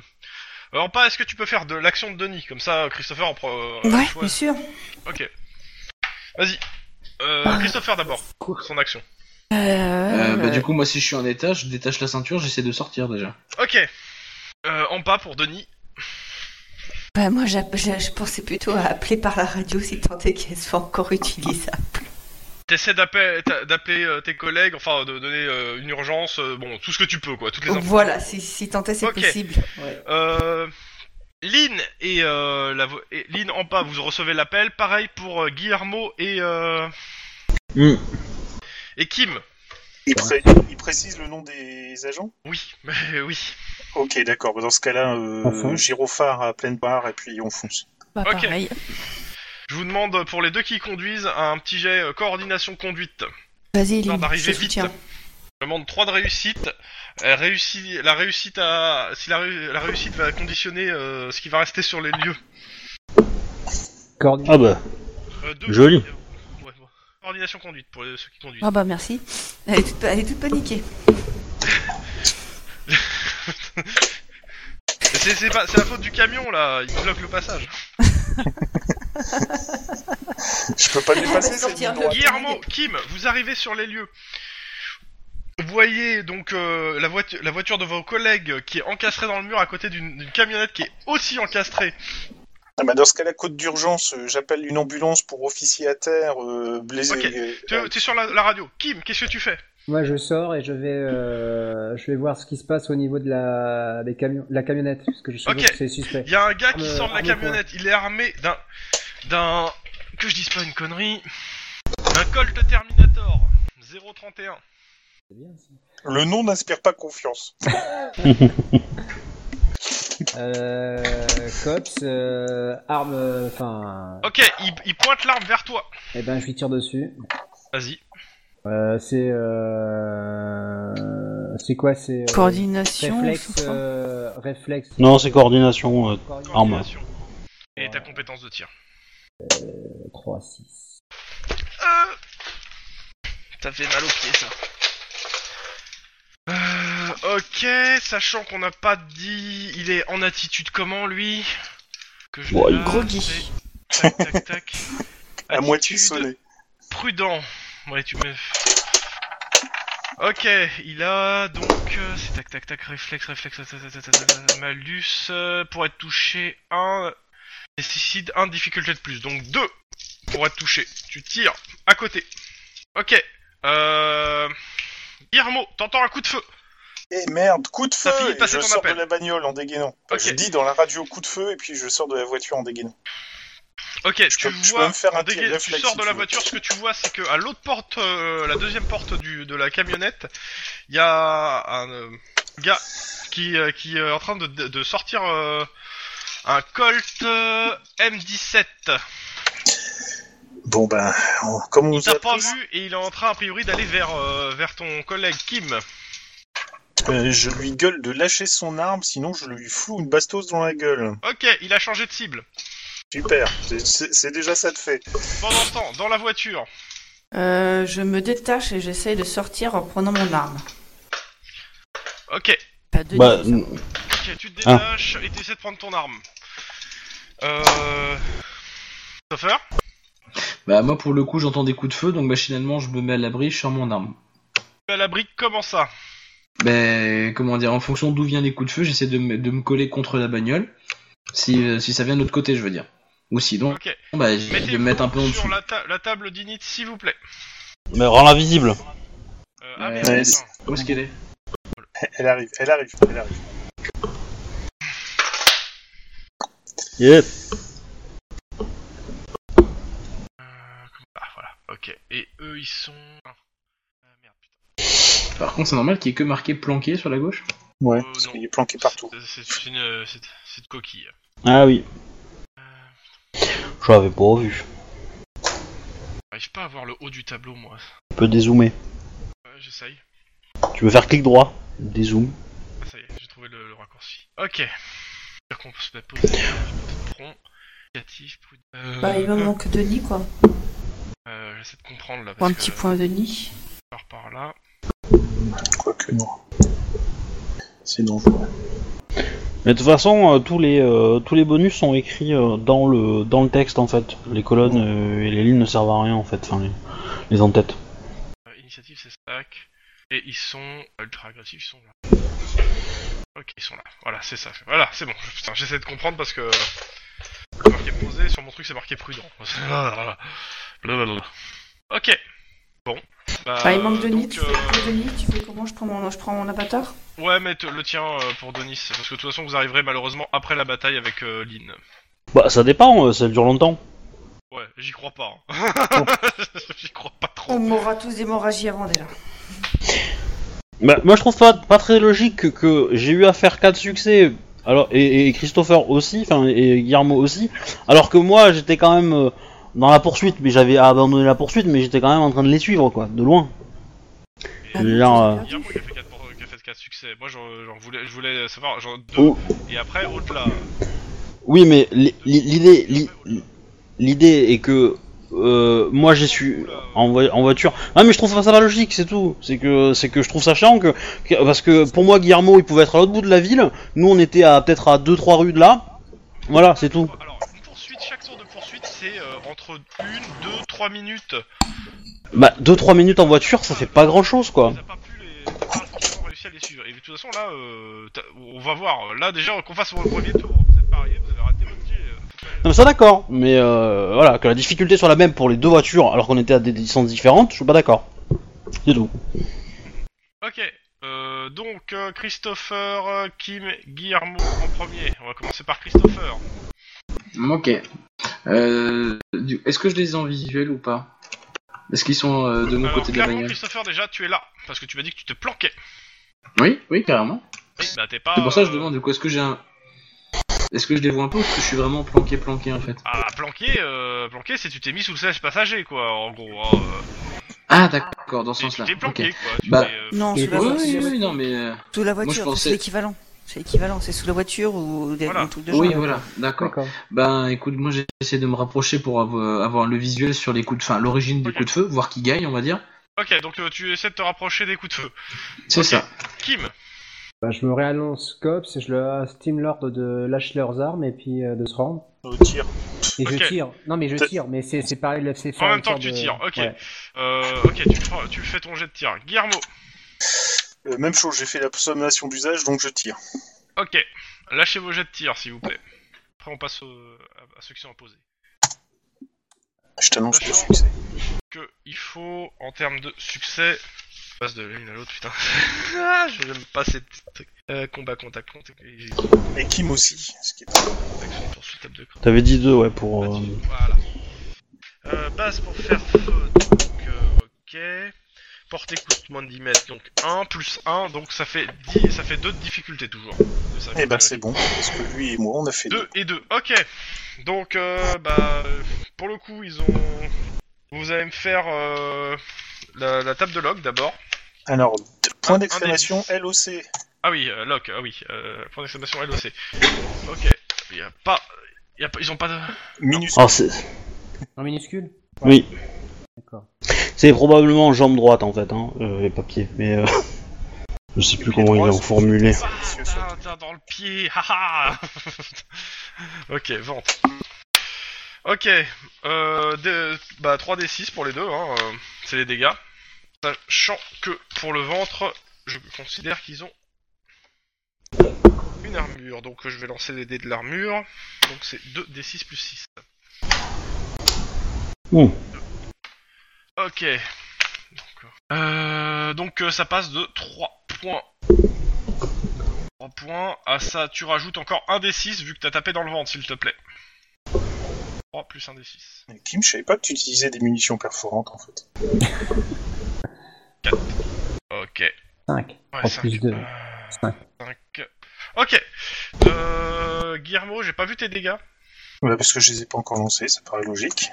[SPEAKER 2] Alors pas, est-ce que tu peux faire de l'action de Denis comme ça, Christopher en prend. euh,
[SPEAKER 3] Ouais,
[SPEAKER 2] choix.
[SPEAKER 3] bien sûr.
[SPEAKER 2] Ok. Vas-y. Euh,
[SPEAKER 3] Ah.
[SPEAKER 2] Christopher d'abord, son action.
[SPEAKER 3] Euh,
[SPEAKER 6] euh, Bah du coup, moi si je suis en état, je détache la ceinture, j'essaie de sortir déjà.
[SPEAKER 2] Ok. Euh, en pas pour Denis.
[SPEAKER 3] bah, moi, j'app- je, je pensais plutôt à appeler par la radio si tant est qu'elle soit encore utilisable.
[SPEAKER 2] T'essaies d'appeler t'a- d'appeler, euh, tes collègues, enfin de donner euh, une urgence, euh, bon, tout ce que tu peux, quoi, toutes les infos.
[SPEAKER 3] Voilà, si, si tant est c'est
[SPEAKER 2] Ok.
[SPEAKER 3] possible.
[SPEAKER 2] Euh, Lynn et, euh, la vo- et Lynn en pas, vous recevez l'appel. Pareil pour euh, Guillermo et, euh,
[SPEAKER 1] Hmm.
[SPEAKER 2] et Kim.
[SPEAKER 5] il, pré- il précise le nom des agents
[SPEAKER 2] Oui, mais oui.
[SPEAKER 5] Ok, d'accord. Bah, Dans ce cas-là, euh,
[SPEAKER 4] On fonce.
[SPEAKER 5] gyrophare à pleine barre et puis on fonce.
[SPEAKER 3] Bah,
[SPEAKER 2] Ok.
[SPEAKER 3] pareil.
[SPEAKER 2] Je vous demande pour les deux qui conduisent un petit jet euh, coordination conduite.
[SPEAKER 3] Vas-y,
[SPEAKER 2] Histoire
[SPEAKER 3] Lynn, je
[SPEAKER 2] d'arriver
[SPEAKER 3] te
[SPEAKER 2] vite.
[SPEAKER 3] soutiens.
[SPEAKER 2] Je demande 3 de réussite. Elle réussit, la réussite à, si la, réu- la réussite va conditionner euh, ce qui va rester sur les lieux.
[SPEAKER 4] Cordi-
[SPEAKER 1] Ah bah.
[SPEAKER 2] Euh, deux-
[SPEAKER 1] Joli.
[SPEAKER 2] Ouais, ouais. Coordination conduite pour les- ceux qui conduisent.
[SPEAKER 3] Ah bah, merci. Elle est toute, elle est toute paniquée.
[SPEAKER 2] C'est c'est pas- c'est la faute du camion là, il bloque le passage.
[SPEAKER 5] Je peux pas dépasser
[SPEAKER 3] va
[SPEAKER 5] cette
[SPEAKER 3] sortir
[SPEAKER 5] ligne
[SPEAKER 3] le-
[SPEAKER 5] droite.
[SPEAKER 2] Guillermo, Kim, vous arrivez sur les lieux. Vous voyez donc euh, la, voitu- la voiture de vos collègues qui est encastrée dans le mur à côté d'une d'une camionnette qui est aussi encastrée.
[SPEAKER 5] Ah bah, dans ce cas-là, côte d'urgence, euh, j'appelle une ambulance pour officier à terre, euh, blessé.
[SPEAKER 2] Ok.
[SPEAKER 5] euh,
[SPEAKER 2] Tu es sur la, la radio. Kim, qu'est-ce que tu fais
[SPEAKER 4] Moi, je sors et je vais, euh, je vais voir ce qui se passe au niveau de la, des camions, la camionnette, parce que je suppose
[SPEAKER 2] Ok.
[SPEAKER 4] que c'est suspect.
[SPEAKER 2] Il y a un gars qui
[SPEAKER 4] Arme-
[SPEAKER 2] sort de la
[SPEAKER 4] arme
[SPEAKER 2] camionnette. Il est armé d'un. d'un. que je dise pas une connerie. Un Colt Terminator 031.
[SPEAKER 4] C'est bien, ça.
[SPEAKER 5] Le nom n'inspire pas confiance.
[SPEAKER 4] Euh, cops, euh, arme, euh, enfin,
[SPEAKER 2] Ok, il, il pointe l'arme vers toi.
[SPEAKER 4] eh ben, je lui tire dessus.
[SPEAKER 2] Vas-y.
[SPEAKER 4] Euh, c'est, euh, c'est quoi, c'est euh,
[SPEAKER 3] Coordination.
[SPEAKER 4] réflexe,
[SPEAKER 3] souffrance.
[SPEAKER 4] euh, réflexe.
[SPEAKER 1] Non, c'est coordination. euh,
[SPEAKER 4] Coordination.
[SPEAKER 1] Arme.
[SPEAKER 2] Coordination. Et ta compétence de tir.
[SPEAKER 4] 3, 6.
[SPEAKER 2] Euh, Ça fait mal aux pieds, ça. Euh, ok, sachant qu'on n'a pas dit. Il est en attitude comment, lui que je
[SPEAKER 1] Ouais,
[SPEAKER 2] l'ai là,
[SPEAKER 3] Groggy.
[SPEAKER 2] c'est- Tac, tac, tac.
[SPEAKER 5] À moitié
[SPEAKER 2] Attitude
[SPEAKER 5] sonné.
[SPEAKER 2] Prudent. Ouais, tu me. Ok, il a donc. euh, c'est tac, tac, tac, réflexe, réflexe, tac, tac, tac, tac, tac, tac, malus. euh, pour être touché, un. Nécessite un difficulté de plus, donc deux pour être touché. Tu tires à côté. Ok. Euh. Guillermo, t'entends un coup de feu.
[SPEAKER 5] Eh merde, coup de feu
[SPEAKER 2] T'as fini de
[SPEAKER 5] et
[SPEAKER 2] passer
[SPEAKER 5] Je
[SPEAKER 2] ton
[SPEAKER 5] sors
[SPEAKER 2] appel.
[SPEAKER 5] de la bagnole en dégainant. Enfin,
[SPEAKER 2] Ok.
[SPEAKER 5] Je dis dans la radio coup de feu et puis je sors de la voiture en dégainant.
[SPEAKER 2] Ok,
[SPEAKER 5] Je
[SPEAKER 2] tu
[SPEAKER 5] peux- je peux
[SPEAKER 2] vois,
[SPEAKER 5] me faire
[SPEAKER 2] en
[SPEAKER 5] un tir
[SPEAKER 2] dégay- tu
[SPEAKER 5] réflexe,
[SPEAKER 2] sors
[SPEAKER 5] si
[SPEAKER 2] de
[SPEAKER 5] tu
[SPEAKER 2] la
[SPEAKER 5] veux.
[SPEAKER 2] voiture, ce que tu vois, c'est que à l'autre porte, euh, la deuxième porte du, de la camionnette, il y a un euh, gars qui, euh, qui est en train de, de- de sortir euh, un Colt euh, M17.
[SPEAKER 5] Bon ben, on- comme on
[SPEAKER 2] Il
[SPEAKER 5] nous a
[SPEAKER 2] t'a pas
[SPEAKER 5] appris,
[SPEAKER 2] vu et il est en train, a priori, d'aller vers, euh, vers ton collègue Kim.
[SPEAKER 5] euh, je lui gueule de lâcher son arme, sinon je lui fous une bastos dans la gueule.
[SPEAKER 2] Ok, il a changé de cible.
[SPEAKER 5] Super, c'est- c'est c'est déjà ça de fait.
[SPEAKER 2] Pendant ce temps, dans la voiture,
[SPEAKER 3] Euh, je me détache et j'essaye de sortir en prenant mon arme.
[SPEAKER 2] ok,
[SPEAKER 3] Pas de
[SPEAKER 1] Bah,
[SPEAKER 3] dire ça.
[SPEAKER 2] Ok, tu te détaches et t'essaies de prendre ton arme. Euh... Christopher
[SPEAKER 6] Bah moi pour le coup j'entends des coups de feu donc machinalement je me mets à l'abri, je sors mon arme.
[SPEAKER 2] à la brique, comment ça
[SPEAKER 6] Ben comment dire, en fonction d'où viennent les coups de feu, j'essaie de, me- de me coller contre la bagnole. Si, euh, si ça vient de l'autre côté je veux dire. Ou sinon,
[SPEAKER 2] Ok,
[SPEAKER 6] bah, je
[SPEAKER 2] mettez
[SPEAKER 6] vais me mettre un peu en
[SPEAKER 2] sur
[SPEAKER 6] dessous.
[SPEAKER 2] la, ta- la table d'init, s'il vous plaît.
[SPEAKER 1] Mais rends-la visible.
[SPEAKER 2] Euh, ah,
[SPEAKER 6] Ouais.
[SPEAKER 2] merde,
[SPEAKER 5] Ouais,
[SPEAKER 2] putain.
[SPEAKER 6] Où est-ce qu'elle est
[SPEAKER 5] Elle arrive, elle arrive, elle arrive.
[SPEAKER 1] Yep.
[SPEAKER 2] Ah, voilà, ok. Et eux, ils sont... Ah, merde,
[SPEAKER 6] Par contre c'est normal qu'il y ait que marqué planqué sur la gauche
[SPEAKER 5] Ouais,
[SPEAKER 2] Euh,
[SPEAKER 5] parce
[SPEAKER 2] non.
[SPEAKER 5] qu'il est planqué partout.
[SPEAKER 2] putain. C'est- C'est une... euh, C'est c'est une coquille.
[SPEAKER 1] Ah oui. Je l'avais pas vu.
[SPEAKER 2] J'arrive pas à voir le haut du tableau, moi.
[SPEAKER 1] Tu peux dézoomer.
[SPEAKER 2] Ouais, j'essaye.
[SPEAKER 1] Tu peux faire clic droit. Dézoom.
[SPEAKER 2] Ah, ça y est, j'ai trouvé le, le raccourci. Ok. C'est-à-dire qu'on peut se mettre posé, peut-être prompt, négatif, prudent. Euh,
[SPEAKER 3] Bah, il me manque Denis, quoi.
[SPEAKER 2] euh, j'essaie de comprendre là,
[SPEAKER 3] Ou
[SPEAKER 2] parce
[SPEAKER 3] un
[SPEAKER 2] que
[SPEAKER 3] petit point Denis.
[SPEAKER 2] par par là.
[SPEAKER 5] Quoique non. C'est dangereux.
[SPEAKER 1] Mais de toute façon, euh, tous les euh, tous les bonus sont écrits euh, dans le dans le texte en fait. Les colonnes euh, et les lignes ne servent à rien en fait. Enfin les, les en-têtes.
[SPEAKER 2] Euh, initiative, c'est stack. Et ils sont ultra agressifs, ils sont là. Ok, ils sont là. Voilà, c'est ça. Voilà, c'est bon. Putain, j'essaie de comprendre parce que. c'est Marqué posé, sur mon truc c'est marqué prudent. Blablabla. Blablabla. Ok. Bon. Bah,
[SPEAKER 3] Bah, il manque Denis.
[SPEAKER 2] donc,
[SPEAKER 3] Tu
[SPEAKER 2] euh,
[SPEAKER 3] fais Denis, tu fais comment je prends, mon... je prends mon avatar
[SPEAKER 2] Ouais, mais te- le tien euh, pour Denis, parce que de toute façon vous arriverez malheureusement après la bataille avec euh, Lynn.
[SPEAKER 1] Bah ça dépend. euh, ça dure longtemps.
[SPEAKER 2] Ouais, j'y crois pas. hein. j'y crois pas
[SPEAKER 3] On
[SPEAKER 2] trop.
[SPEAKER 3] mourra tous d'hémorragie avant déjà.
[SPEAKER 1] Bah, moi je trouve pas, pas très logique que, que j'ai eu à faire 4 succès, alors, et, et Christopher aussi, enfin et Guillermo aussi, alors que moi j'étais quand même euh, dans la poursuite, mais j'avais abandonné la poursuite, mais j'étais quand même en train de les suivre quoi, de loin. Je veux dire, euh,
[SPEAKER 2] Guillermo, il a fait 4, pour- il a fait quatre succès. Moi, j'en j'en voulais, je voulais savoir, genre 2,
[SPEAKER 1] Oh.
[SPEAKER 2] et après, au-delà.
[SPEAKER 1] oui mais li- li- l'idée li- l'idée est que euh, moi j'ai su en, voi- en voiture. Ah mais je trouve pas ça pas logique, c'est tout. C'est que c'est que je trouve ça chiant que, que- parce que pour moi Guillermo il pouvait être à l'autre bout de la ville, nous on était à peut-être à 2-3 rues de là. Voilà, c'est tout.
[SPEAKER 2] Alors, une poursuite, chaque tour de poursuite, c'est euh, entre 1, 2, 3 minutes.
[SPEAKER 1] Bah, 2-3 minutes en voiture, ça fait pas grand chose quoi.
[SPEAKER 2] T'as pas pu les. T'as pas forcément réussi à les suivre. Et de toute façon, là, euh, t'as- on va voir. Là, déjà, qu'on fasse au premier tour. Vous êtes pariés, vous avez raté votre jet. euh, faut pas-
[SPEAKER 1] Non, mais ça d'accord, mais euh, voilà, que la difficulté soit la même pour les deux voitures alors qu'on était à des distances différentes, je suis pas d'accord. C'est tout.
[SPEAKER 2] Ok, euh, donc euh, Christopher, euh, Kim, Guillermo en premier. On va commencer par Christopher.
[SPEAKER 6] Ok. Euh, du- Est-ce que je les ai en visuel ou pas Est-ce qu'ils sont euh, de mon
[SPEAKER 2] Alors,
[SPEAKER 6] côté de la
[SPEAKER 2] clairement,
[SPEAKER 6] bagnole
[SPEAKER 2] Christopher, déjà, tu es là, parce que tu m'as dit que tu te planquais.
[SPEAKER 6] Oui, oui, carrément.
[SPEAKER 2] Oui, bah, t'es pas.
[SPEAKER 6] C'est pour ça que je
[SPEAKER 2] euh,
[SPEAKER 6] demande, du coup, est-ce que j'ai un... Est-ce que je les vois un peu ou est-ce que je suis vraiment planqué, planqué, en fait
[SPEAKER 2] Ah, planqué, euh, planqué, c'est tu t'es mis sous le siège passager, quoi, en gros. hein, euh,
[SPEAKER 6] Ah, d'accord, dans ce
[SPEAKER 2] t'es- tu
[SPEAKER 6] sens-là.
[SPEAKER 2] t'es
[SPEAKER 6] Ok.
[SPEAKER 2] planqué, quoi. Tu
[SPEAKER 6] Bah,
[SPEAKER 2] t'es, euh,
[SPEAKER 3] Non,
[SPEAKER 4] Et
[SPEAKER 3] sous la,
[SPEAKER 6] Oui,
[SPEAKER 4] ouais,
[SPEAKER 3] voiture,
[SPEAKER 6] oui, oui, non, mais... euh,
[SPEAKER 3] sous la
[SPEAKER 6] je
[SPEAKER 3] voiture,
[SPEAKER 6] pensais-
[SPEAKER 3] c'est l'équivalent. C'est l'équivalent, c'est sous la voiture ou des
[SPEAKER 2] Voilà.
[SPEAKER 3] un truc de genre.
[SPEAKER 6] Oui, voilà, d'accord.
[SPEAKER 4] D'accord.
[SPEAKER 6] Ben, écoute, moi, j'essaie de me rapprocher pour avo- avoir le visuel sur les coups de... Enfin, l'origine du
[SPEAKER 2] Ok.
[SPEAKER 6] coup de feu, voir qui gagne, on va dire.
[SPEAKER 2] Ok, donc euh, tu essaies de te rapprocher des coups de feu.
[SPEAKER 6] C'est
[SPEAKER 2] Ok.
[SPEAKER 6] ça.
[SPEAKER 2] Kim,
[SPEAKER 4] Bah, je me réannonce cops et je leur estime l'ordre de lâcher leurs armes et puis euh, de se rendre.
[SPEAKER 5] Au tir.
[SPEAKER 4] Et
[SPEAKER 2] Ok.
[SPEAKER 4] je tire. Non, mais je
[SPEAKER 5] T'as-
[SPEAKER 4] tire, mais c'est c'est pareil, le- c'est
[SPEAKER 2] En
[SPEAKER 4] faire
[SPEAKER 2] même
[SPEAKER 4] une
[SPEAKER 2] temps
[SPEAKER 4] sorte
[SPEAKER 2] que tu
[SPEAKER 4] de-
[SPEAKER 2] tires, ok.
[SPEAKER 4] Ouais.
[SPEAKER 2] euh, ok, tu, feras- tu fais ton jet de tir. Guillermo,
[SPEAKER 5] Euh, même chose, j'ai fait la sommation d'usage, donc je tire.
[SPEAKER 2] ok. Lâchez vos jets de tir, s'il vous plaît. Après, on passe au- à- à ceux qui sont opposés.
[SPEAKER 5] Je t'annonce le succès.
[SPEAKER 2] que il faut en termes de succès. Je passe de l'une à l'autre, putain. ah, je n'aime pas ces petits trucs. Euh, combat, contact, contact. et J'ai dit
[SPEAKER 5] Et Kim aussi. Ce qui est...
[SPEAKER 2] action, poursuite, table de cran.
[SPEAKER 1] T'avais dit deux, ouais, pour. euh,
[SPEAKER 2] Voilà. Euh, base pour faire feu, donc euh, ok. Portée coûte moins de 10 mètres, donc 1 plus 1, donc ça fait 10, ça fait 2 de difficulté toujours.
[SPEAKER 5] Eh ben c'est bon, parce que lui et moi, on a fait deux.
[SPEAKER 2] 2 et 2, ok. Donc, euh, bah, euh, pour le coup, ils ont. Vous allez me faire euh, la- la table de log d'abord.
[SPEAKER 5] Alors, deux points
[SPEAKER 2] Un- un
[SPEAKER 5] d'exclamation,
[SPEAKER 2] des-
[SPEAKER 5] LOC.
[SPEAKER 2] Ah oui, euh, Locke, ah oui, euh, point d'exclamation LOC. Ok, y a pas. y a pas- ils ont pas de.
[SPEAKER 5] Minus.
[SPEAKER 1] Alors, Ah, c'est
[SPEAKER 4] En minuscule
[SPEAKER 1] Oui.
[SPEAKER 4] D'accord.
[SPEAKER 1] c'est probablement jambe droite en fait, hein, euh, les papiers, mais. euh, je sais plus
[SPEAKER 5] Pied
[SPEAKER 1] comment ils
[SPEAKER 5] droit,
[SPEAKER 1] l'ont
[SPEAKER 5] c'est-
[SPEAKER 1] formulé.
[SPEAKER 5] c'est vicieux, ça.
[SPEAKER 2] Ah, t'as dans le pied, haha Ok, vente. Ok, euh, des- bah 3d6 pour les deux, hein, euh, c'est les dégâts. Sachant que pour le ventre, je considère qu'ils ont une armure, donc euh, je vais lancer les dés de l'armure. Donc c'est 2d6 plus 6.
[SPEAKER 1] Ouh.
[SPEAKER 2] Ok. Donc, euh, donc, euh, ça passe de 3 points. 3 points à ça. Tu rajoutes encore un des 6 vu que t'as tapé dans le ventre, s'il te plaît. 3 plus un des 6.
[SPEAKER 5] Mais Kim, je savais pas que tu utilisais des munitions perforantes en fait.
[SPEAKER 2] Ok. Ouais,
[SPEAKER 4] 5. En
[SPEAKER 2] cinq.
[SPEAKER 4] plus 2. 5.
[SPEAKER 2] Cinq. Ok. Euh, Guillermo, j'ai pas vu tes dégâts.
[SPEAKER 5] Ouais, Bah, parce que je les ai pas encore lancés, ça paraît logique.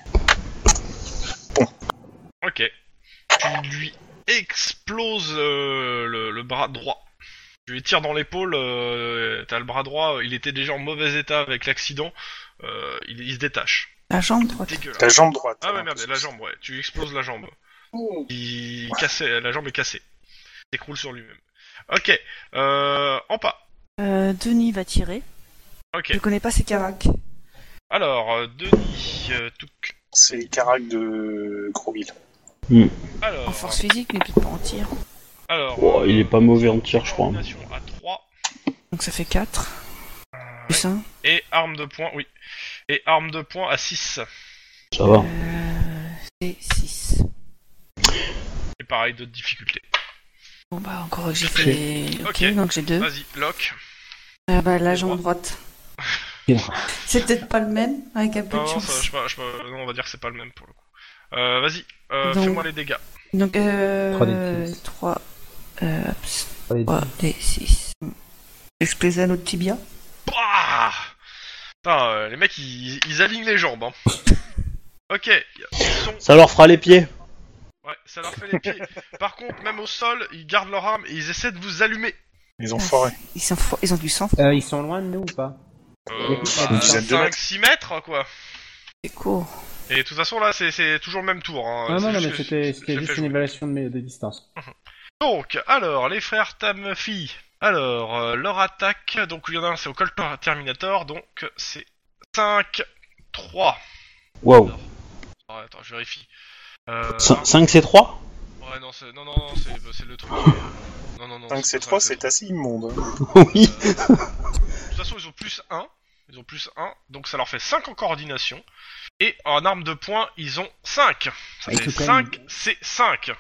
[SPEAKER 2] Ok. Tu lui exploses euh, le, le bras droit. Tu lui tires dans l'épaule, euh, t'as le bras droit, il était déjà en mauvais état avec l'accident, euh, il, il se détache.
[SPEAKER 3] La jambe droite.
[SPEAKER 2] Dégueulasse.
[SPEAKER 5] La jambe droite.
[SPEAKER 2] Ah ouais
[SPEAKER 5] alors,
[SPEAKER 2] merde,
[SPEAKER 5] parce que
[SPEAKER 2] la jambe, ouais, tu lui exploses la jambe.
[SPEAKER 5] Ouh.
[SPEAKER 2] Il cassait, la jambe est cassée. Il S'écroule sur lui-même. Ok, euh, en pas.
[SPEAKER 3] Euh, Denis va tirer.
[SPEAKER 2] Ok,
[SPEAKER 3] Je connais pas ses caracs.
[SPEAKER 2] alors, euh, Denis, euh, touc.
[SPEAKER 5] C'est les caracs de Grosville.
[SPEAKER 1] Hmm.
[SPEAKER 2] Alors,
[SPEAKER 3] En force physique, mais peut-être pas en tir.
[SPEAKER 2] alors
[SPEAKER 1] Oh, il est pas mauvais en tir, je crois. hein.
[SPEAKER 2] coordination à 3
[SPEAKER 3] Donc ça fait 4. Plus 1.
[SPEAKER 2] et arme de poing, oui. Et arme de poing à 6.
[SPEAKER 1] Ça va.
[SPEAKER 3] Euh, c'est 6.
[SPEAKER 2] Et pareil, d'autres difficultés.
[SPEAKER 3] Bon bah encore que j'ai fait... Ok,
[SPEAKER 2] Ok.
[SPEAKER 3] donc j'ai 2.
[SPEAKER 2] Vas-y, lock.
[SPEAKER 3] Ah bah la jambe droite. C'est peut-être pas le même, avec un peu
[SPEAKER 2] Non,
[SPEAKER 3] de
[SPEAKER 2] non, ça,
[SPEAKER 3] chance.
[SPEAKER 2] je, sais pas, je sais pas, non, on va dire que c'est pas le même pour le coup. Euh, vas-y, euh,
[SPEAKER 3] Donc-
[SPEAKER 2] fais-moi les dégâts.
[SPEAKER 3] Donc
[SPEAKER 4] Trois
[SPEAKER 3] euh...
[SPEAKER 4] des six.
[SPEAKER 3] 3... Euh, 3 des 6. Explosé à notre tibia
[SPEAKER 2] Bah Putain, euh, les mecs, ils, ils alignent les jambes. Hein. ok, ils sont...
[SPEAKER 1] Ça leur fera les pieds.
[SPEAKER 2] Ouais, ça leur fait les pieds. Par contre, même au sol, ils gardent leur arme et ils essaient de vous allumer.
[SPEAKER 5] Les enfoirés.
[SPEAKER 3] Ah, Ils, sont fo- ils ont du sang,
[SPEAKER 4] Euh, ils sont loin de nous ou pas
[SPEAKER 2] Euh,
[SPEAKER 4] Une
[SPEAKER 2] bah,
[SPEAKER 5] dizaine de mètres.
[SPEAKER 2] 5-6 mètres, quoi.
[SPEAKER 3] c'est court.
[SPEAKER 2] Et de toute façon, là, c'est- c'est toujours le même tour. Hein.
[SPEAKER 4] Non,
[SPEAKER 2] C'est
[SPEAKER 4] non, non,
[SPEAKER 2] juste
[SPEAKER 4] mais
[SPEAKER 2] que
[SPEAKER 4] c'était
[SPEAKER 2] c'est-
[SPEAKER 4] c'était
[SPEAKER 2] c'est
[SPEAKER 4] juste
[SPEAKER 2] fait
[SPEAKER 4] une évaluation de, mes- de distance.
[SPEAKER 2] Donc, alors, les frères Tamfi. Alors, euh, leur attaque, donc il y en a un, c'est au Colt Terminator, donc euh, c'est 5, 3.
[SPEAKER 1] Waouh.
[SPEAKER 2] Ah, attends, je vérifie. Euh,
[SPEAKER 1] 5 c'est 3
[SPEAKER 2] Ouais, non, c'est, non, non, non, c'est, c'est le truc. Non, non, non. c'est
[SPEAKER 5] 5 c'est
[SPEAKER 2] pas
[SPEAKER 5] 3,
[SPEAKER 2] cinq,
[SPEAKER 5] c'est assez immonde. hein.
[SPEAKER 1] Oui.
[SPEAKER 2] trois. De toute façon, ils ont plus 1, Ils ont plus 1, donc ça leur fait 5 en coordination. Et en arme de poing, ils ont 5. Ça
[SPEAKER 4] Ah, Ils
[SPEAKER 2] fait
[SPEAKER 4] sont quand
[SPEAKER 2] 5, c'est 5.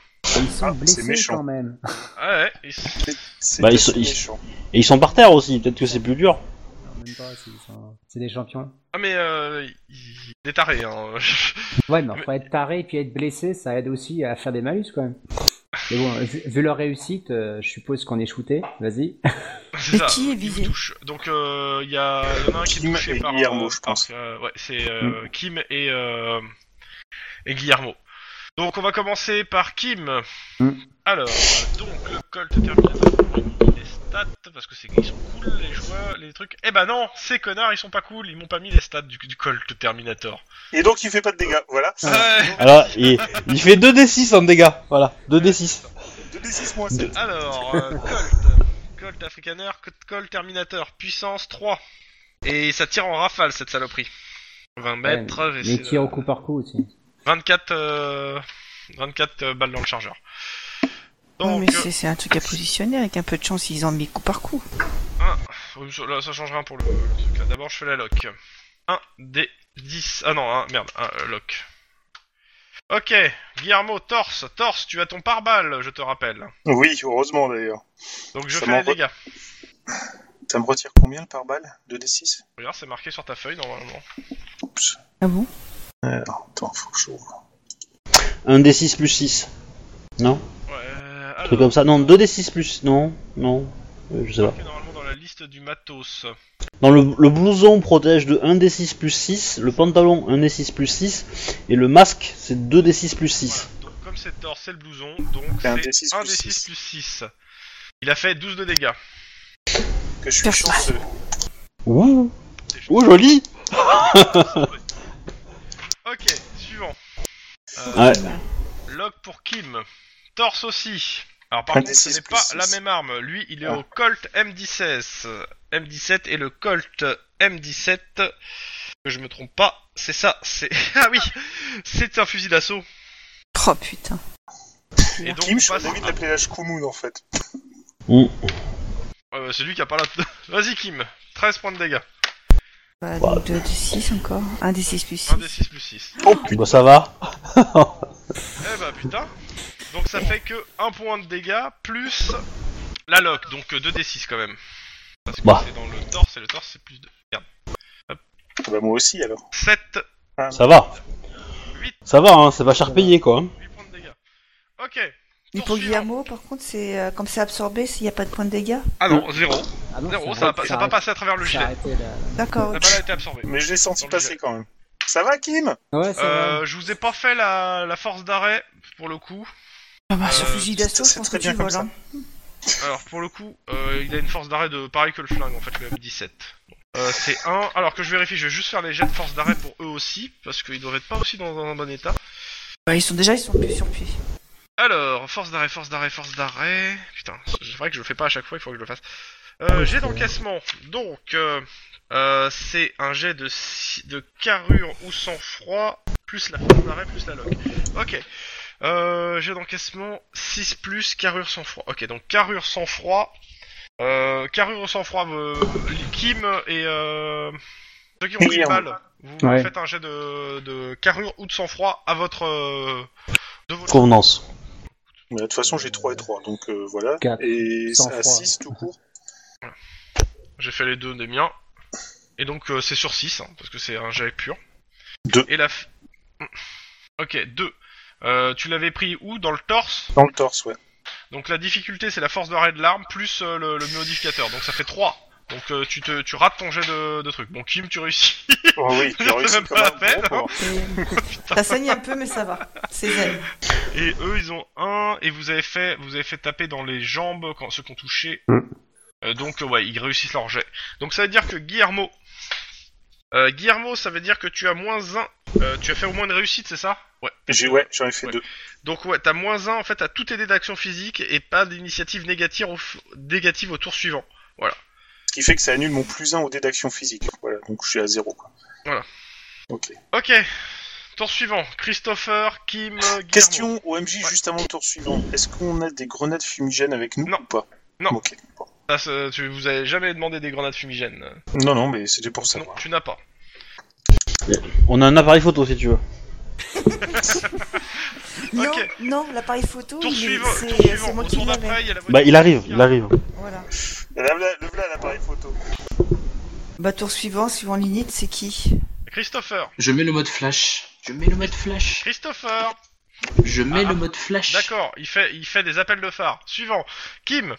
[SPEAKER 4] Ils sont
[SPEAKER 5] Ah, c'est
[SPEAKER 4] blessés
[SPEAKER 5] méchant.
[SPEAKER 4] quand même.
[SPEAKER 2] Ouais, et c'est-
[SPEAKER 5] C'est
[SPEAKER 1] Bah, ils
[SPEAKER 5] assez
[SPEAKER 1] sont- ils-
[SPEAKER 5] méchant.
[SPEAKER 1] Et ils sont par terre aussi, peut-être que c'est plus dur.
[SPEAKER 4] Non, même pas, c'est- c'est un- c'est des champions.
[SPEAKER 2] Ah mais euh, il est taré, hein.
[SPEAKER 4] Ouais, mais faut être taré puis être blessé, ça aide aussi à faire des malus quand même. Mais bon, vu, vu leur réussite, euh, je suppose qu'on est shooté. Vas-y.
[SPEAKER 2] C'est
[SPEAKER 3] Mais
[SPEAKER 2] ça.
[SPEAKER 3] qui est
[SPEAKER 2] Il vous
[SPEAKER 3] visé
[SPEAKER 2] touche. Donc euh, il y, a il y en a un qui est
[SPEAKER 5] Kim
[SPEAKER 2] touché
[SPEAKER 5] et
[SPEAKER 2] par
[SPEAKER 5] Guillermo,
[SPEAKER 2] euh,
[SPEAKER 5] je
[SPEAKER 2] par-
[SPEAKER 5] pense.
[SPEAKER 2] euh, ouais, c'est euh, Kim et euh, et Guillermo. Donc on va commencer par Kim.
[SPEAKER 4] Mm.
[SPEAKER 2] Alors euh, donc le Colt Terminator on les stats parce que c'est qu'ils sont cool les joueurs, les trucs. Eh ben non, ces connards ils sont pas cool, ils m'ont pas mis les stats du, du Colt Terminator. Euh,
[SPEAKER 5] Et donc il fait pas de dégâts, voilà.
[SPEAKER 2] Ouais.
[SPEAKER 1] Alors, Ah il, il fait 2d6 en dégâts, voilà, 2d6.
[SPEAKER 5] 2d6 moins 7.
[SPEAKER 2] Alors euh, Colt, Colt Africaner, Colt Terminator, puissance 3 et ça tire en rafale cette saloperie. 20 mètres. Bah, et
[SPEAKER 4] Les
[SPEAKER 2] c'est- euh,
[SPEAKER 4] tirs au coup par coup aussi.
[SPEAKER 2] 24, euh, 24 euh, balles dans le chargeur.
[SPEAKER 3] Ouais,
[SPEAKER 2] Donc,
[SPEAKER 3] mais c'est- c'est un truc à positionner, avec un peu de chance, ils en mis coup par coup.
[SPEAKER 2] euh, ça- là, ça change rien pour le, le truc là. D'abord, je fais la lock. 1 des 10. Ah non, un- merde, un, euh, lock. Ok, Guillermo, torse, torse, tu as ton pare-balles, je te rappelle.
[SPEAKER 5] Oui, heureusement d'ailleurs.
[SPEAKER 2] Donc je
[SPEAKER 5] Ça
[SPEAKER 2] fais les
[SPEAKER 5] m'envoie-
[SPEAKER 2] dégâts.
[SPEAKER 5] Ça me retire combien le pare-balles 2d6
[SPEAKER 2] Regarde, c'est marqué sur ta feuille normalement.
[SPEAKER 5] Oups.
[SPEAKER 3] Ah bon
[SPEAKER 5] Alors, attends, faut que je...
[SPEAKER 1] 1d6 plus 6. Non
[SPEAKER 2] Ouais, euh,
[SPEAKER 1] Un
[SPEAKER 2] alors,
[SPEAKER 1] truc comme ça Non, 2d6 plus, non, non, euh, je sais pas.
[SPEAKER 2] marqué normalement dans la liste du matos.
[SPEAKER 1] Dans le, le blouson protège de 1d6 plus 6, le pantalon 1d6 plus 6, et le masque c'est 2d6 plus 6.
[SPEAKER 2] Voilà, donc comme c'est torse, c'est le blouson, donc c'est
[SPEAKER 5] C'est un
[SPEAKER 2] 1
[SPEAKER 5] D6
[SPEAKER 2] d
[SPEAKER 5] plus
[SPEAKER 2] 6
[SPEAKER 5] six.
[SPEAKER 2] plus 6. Il a fait 12 de dégâts.
[SPEAKER 5] Que je suis
[SPEAKER 3] Personne.
[SPEAKER 5] chanceux.
[SPEAKER 1] Ouh,
[SPEAKER 2] C'est chaud.
[SPEAKER 1] ouh, joli
[SPEAKER 2] Ok, suivant. Euh,
[SPEAKER 1] Ouais.
[SPEAKER 2] Log pour Kim. Torse aussi. Alors par
[SPEAKER 5] Un
[SPEAKER 2] contre,
[SPEAKER 5] des
[SPEAKER 2] ce
[SPEAKER 5] six
[SPEAKER 2] n'est
[SPEAKER 5] plus
[SPEAKER 2] pas
[SPEAKER 5] six.
[SPEAKER 2] la même arme. Lui, il est
[SPEAKER 5] Ah.
[SPEAKER 2] au Colt M16. euh, M17 et le Colt M17. Que je me trompe pas, c'est ça. C'est ah oui, c'est un fusil d'assaut.
[SPEAKER 3] Oh putain.
[SPEAKER 2] Et donc
[SPEAKER 5] Kim, je
[SPEAKER 2] on
[SPEAKER 5] suis
[SPEAKER 2] passe.
[SPEAKER 5] envie de l'appeler l'âge Koumoun en fait.
[SPEAKER 1] Mmh.
[SPEAKER 2] Euh, c'est lui qui a pas la. Vas-y Kim. 13 points de dégâts.
[SPEAKER 3] Bah, donc 2 des 6 encore. 1 des 6 plus 6.
[SPEAKER 2] 1 des 6 plus 6.
[SPEAKER 5] Oh,
[SPEAKER 1] Bah ça va
[SPEAKER 2] Eh bah putain. Donc ça fait que 1 point de dégâts plus la lock, donc 2d6 quand même. Parce que
[SPEAKER 1] Bah.
[SPEAKER 2] c'est dans le torse et le torse c'est plus de. Merde.
[SPEAKER 5] Ah Bah moi aussi alors.
[SPEAKER 2] 7,
[SPEAKER 1] Ça va
[SPEAKER 2] 8,
[SPEAKER 1] Ça va, hein, c'est pas cher payé quoi. hein.
[SPEAKER 2] 8 points de dégâts. Ok.
[SPEAKER 3] Mais
[SPEAKER 2] Tour
[SPEAKER 3] pour
[SPEAKER 2] suivant.
[SPEAKER 3] Guillermo, par contre, c'est euh, comme c'est absorbé, s'il n'y a pas de point de dégâts.
[SPEAKER 2] Ah non, 0.
[SPEAKER 4] Ah non,
[SPEAKER 2] 0, ça
[SPEAKER 4] c'est
[SPEAKER 2] va
[SPEAKER 4] arrêté,
[SPEAKER 2] pas-
[SPEAKER 4] c'est
[SPEAKER 2] ça va pas
[SPEAKER 4] arrêté.
[SPEAKER 2] passer à travers le
[SPEAKER 4] C'est
[SPEAKER 2] jet.
[SPEAKER 4] arrêté, là, là.
[SPEAKER 3] D'accord.
[SPEAKER 2] La
[SPEAKER 3] ok.
[SPEAKER 2] balle a été absorbée.
[SPEAKER 5] Mais je l'ai senti
[SPEAKER 2] Dans le
[SPEAKER 5] passer
[SPEAKER 2] jet.
[SPEAKER 5] quand même. Ça va Kim
[SPEAKER 4] Ouais, ça va.
[SPEAKER 2] Euh, je vous ai pas fait la, la force d'arrêt pour le coup.
[SPEAKER 3] Ah bah, sur
[SPEAKER 2] euh,
[SPEAKER 3] fusil d'assaut,
[SPEAKER 5] c'est
[SPEAKER 3] je pense que
[SPEAKER 5] très bien
[SPEAKER 3] tu
[SPEAKER 5] comme
[SPEAKER 3] voles. hein.
[SPEAKER 2] Alors pour le coup, euh, il a une force d'arrêt de pareil que le flingue en fait, le M17. Euh, c'est 1. Alors que je vérifie, je vais juste faire les jets de force d'arrêt pour eux aussi, parce qu'ils doivent être pas aussi dans un bon état.
[SPEAKER 3] Bah, ils sont déjà, ils sont plus sur pied.
[SPEAKER 2] Alors, force d'arrêt, force d'arrêt, force d'arrêt. Putain, c'est vrai que je le fais pas à chaque fois, il faut que je le fasse. Euh, jet d'encaissement. Donc, euh, euh, c'est un jet de, si- de carrure ou sang-froid, plus la force d'arrêt, plus la lock. Ok. Euh, jet d'encaissement 6 plus carrure sang-froid. Ok, donc carrure sang-froid. Euh, carrure au sang-froid, euh, Kim et euh, ceux qui ont pris une
[SPEAKER 5] Guillermo.
[SPEAKER 2] balle, vous
[SPEAKER 4] Ouais.
[SPEAKER 2] faites un jet de, de carrure ou de sang-froid à votre. euh, de votre
[SPEAKER 1] Provenance.
[SPEAKER 5] Mais de toute façon j'ai 3 et 3 donc euh, voilà.
[SPEAKER 4] Quatre.
[SPEAKER 5] Et
[SPEAKER 4] Sans
[SPEAKER 5] c'est à
[SPEAKER 4] froid.
[SPEAKER 5] 6 tout court.
[SPEAKER 2] J'ai fait les deux des miens. Et donc euh, c'est sur 6, parce que c'est un jet pur.
[SPEAKER 5] Deux.
[SPEAKER 2] Et la... f- Mm. Ok, 2. tu l'avais pris où Dans le torse
[SPEAKER 5] Dans le torse ouais.
[SPEAKER 2] Donc la difficulté c'est la force d'arrêt de l'arme plus euh, le, le modificateur. Donc ça fait 3. Donc euh, tu, te, tu rates ton jet de, de truc. Bon Kim, tu réussis.
[SPEAKER 5] Oh oui, il a réussi
[SPEAKER 2] même
[SPEAKER 5] quand
[SPEAKER 2] pas
[SPEAKER 5] même.
[SPEAKER 2] la peine,
[SPEAKER 5] Bon, bon.
[SPEAKER 3] Ça saigne un peu, mais ça va. C'est zen.
[SPEAKER 2] Et eux ils ont 1. Et vous avez fait, vous avez fait taper dans les jambes quand, ceux qui ont touché.
[SPEAKER 4] Mm.
[SPEAKER 2] Euh, donc euh, ouais, ils réussissent leur jet. Donc ça veut dire que Guillermo... Euh, Guillermo, ça veut dire que tu as moins 1. tu as fait au moins une réussite, c'est ça Ouais.
[SPEAKER 5] J'ai ouais, j'en ai fait
[SPEAKER 2] Ouais.
[SPEAKER 5] 2.
[SPEAKER 2] Donc ouais, t'as moins 1 en fait à tout aider d'action physique et pas d'initiative négative au, f- négative au tour suivant.
[SPEAKER 5] Ce qui fait que ça annule mon plus 1 au dé d'action physique. Voilà, donc je suis à 0 quoi.
[SPEAKER 2] Voilà.
[SPEAKER 5] Ok.
[SPEAKER 2] Ok, tour suivant. Christopher, Kim, euh, Guillermo.
[SPEAKER 5] Question OMJ
[SPEAKER 2] Ouais.
[SPEAKER 5] juste avant le tour suivant. Est-ce qu'on a des grenades fumigènes avec nous
[SPEAKER 2] Non.
[SPEAKER 5] ou pas
[SPEAKER 2] Non.
[SPEAKER 5] Ok. bon.
[SPEAKER 2] Ça, c'est- tu vous avez jamais demandé des grenades fumigènes.
[SPEAKER 5] Non, non, mais c'était pour
[SPEAKER 2] Non,
[SPEAKER 5] savoir.
[SPEAKER 2] tu n'as pas.
[SPEAKER 1] On a un appareil photo si tu veux.
[SPEAKER 3] Non,
[SPEAKER 2] Ok.
[SPEAKER 3] non, l'appareil photo,
[SPEAKER 2] Tour
[SPEAKER 3] il est-
[SPEAKER 2] suivant,
[SPEAKER 3] c'est
[SPEAKER 2] tour
[SPEAKER 3] c'est
[SPEAKER 2] suivant.
[SPEAKER 3] moi
[SPEAKER 2] Au
[SPEAKER 3] qui
[SPEAKER 2] tour
[SPEAKER 3] l'avais.
[SPEAKER 2] d'après, il y a la
[SPEAKER 1] Bah, il arrive, il arrive.
[SPEAKER 3] Voilà.
[SPEAKER 5] Le voilà l'appareil photo.
[SPEAKER 3] Bah, tour suivant, suivant l'init, c'est qui
[SPEAKER 2] Christopher,
[SPEAKER 6] Je mets le mode flash. Je mets le mode flash.
[SPEAKER 2] Christopher.
[SPEAKER 6] Je mets
[SPEAKER 2] Ah,
[SPEAKER 6] le mode flash.
[SPEAKER 2] D'accord, il fait, il fait des appels de phare. Suivant, Kim.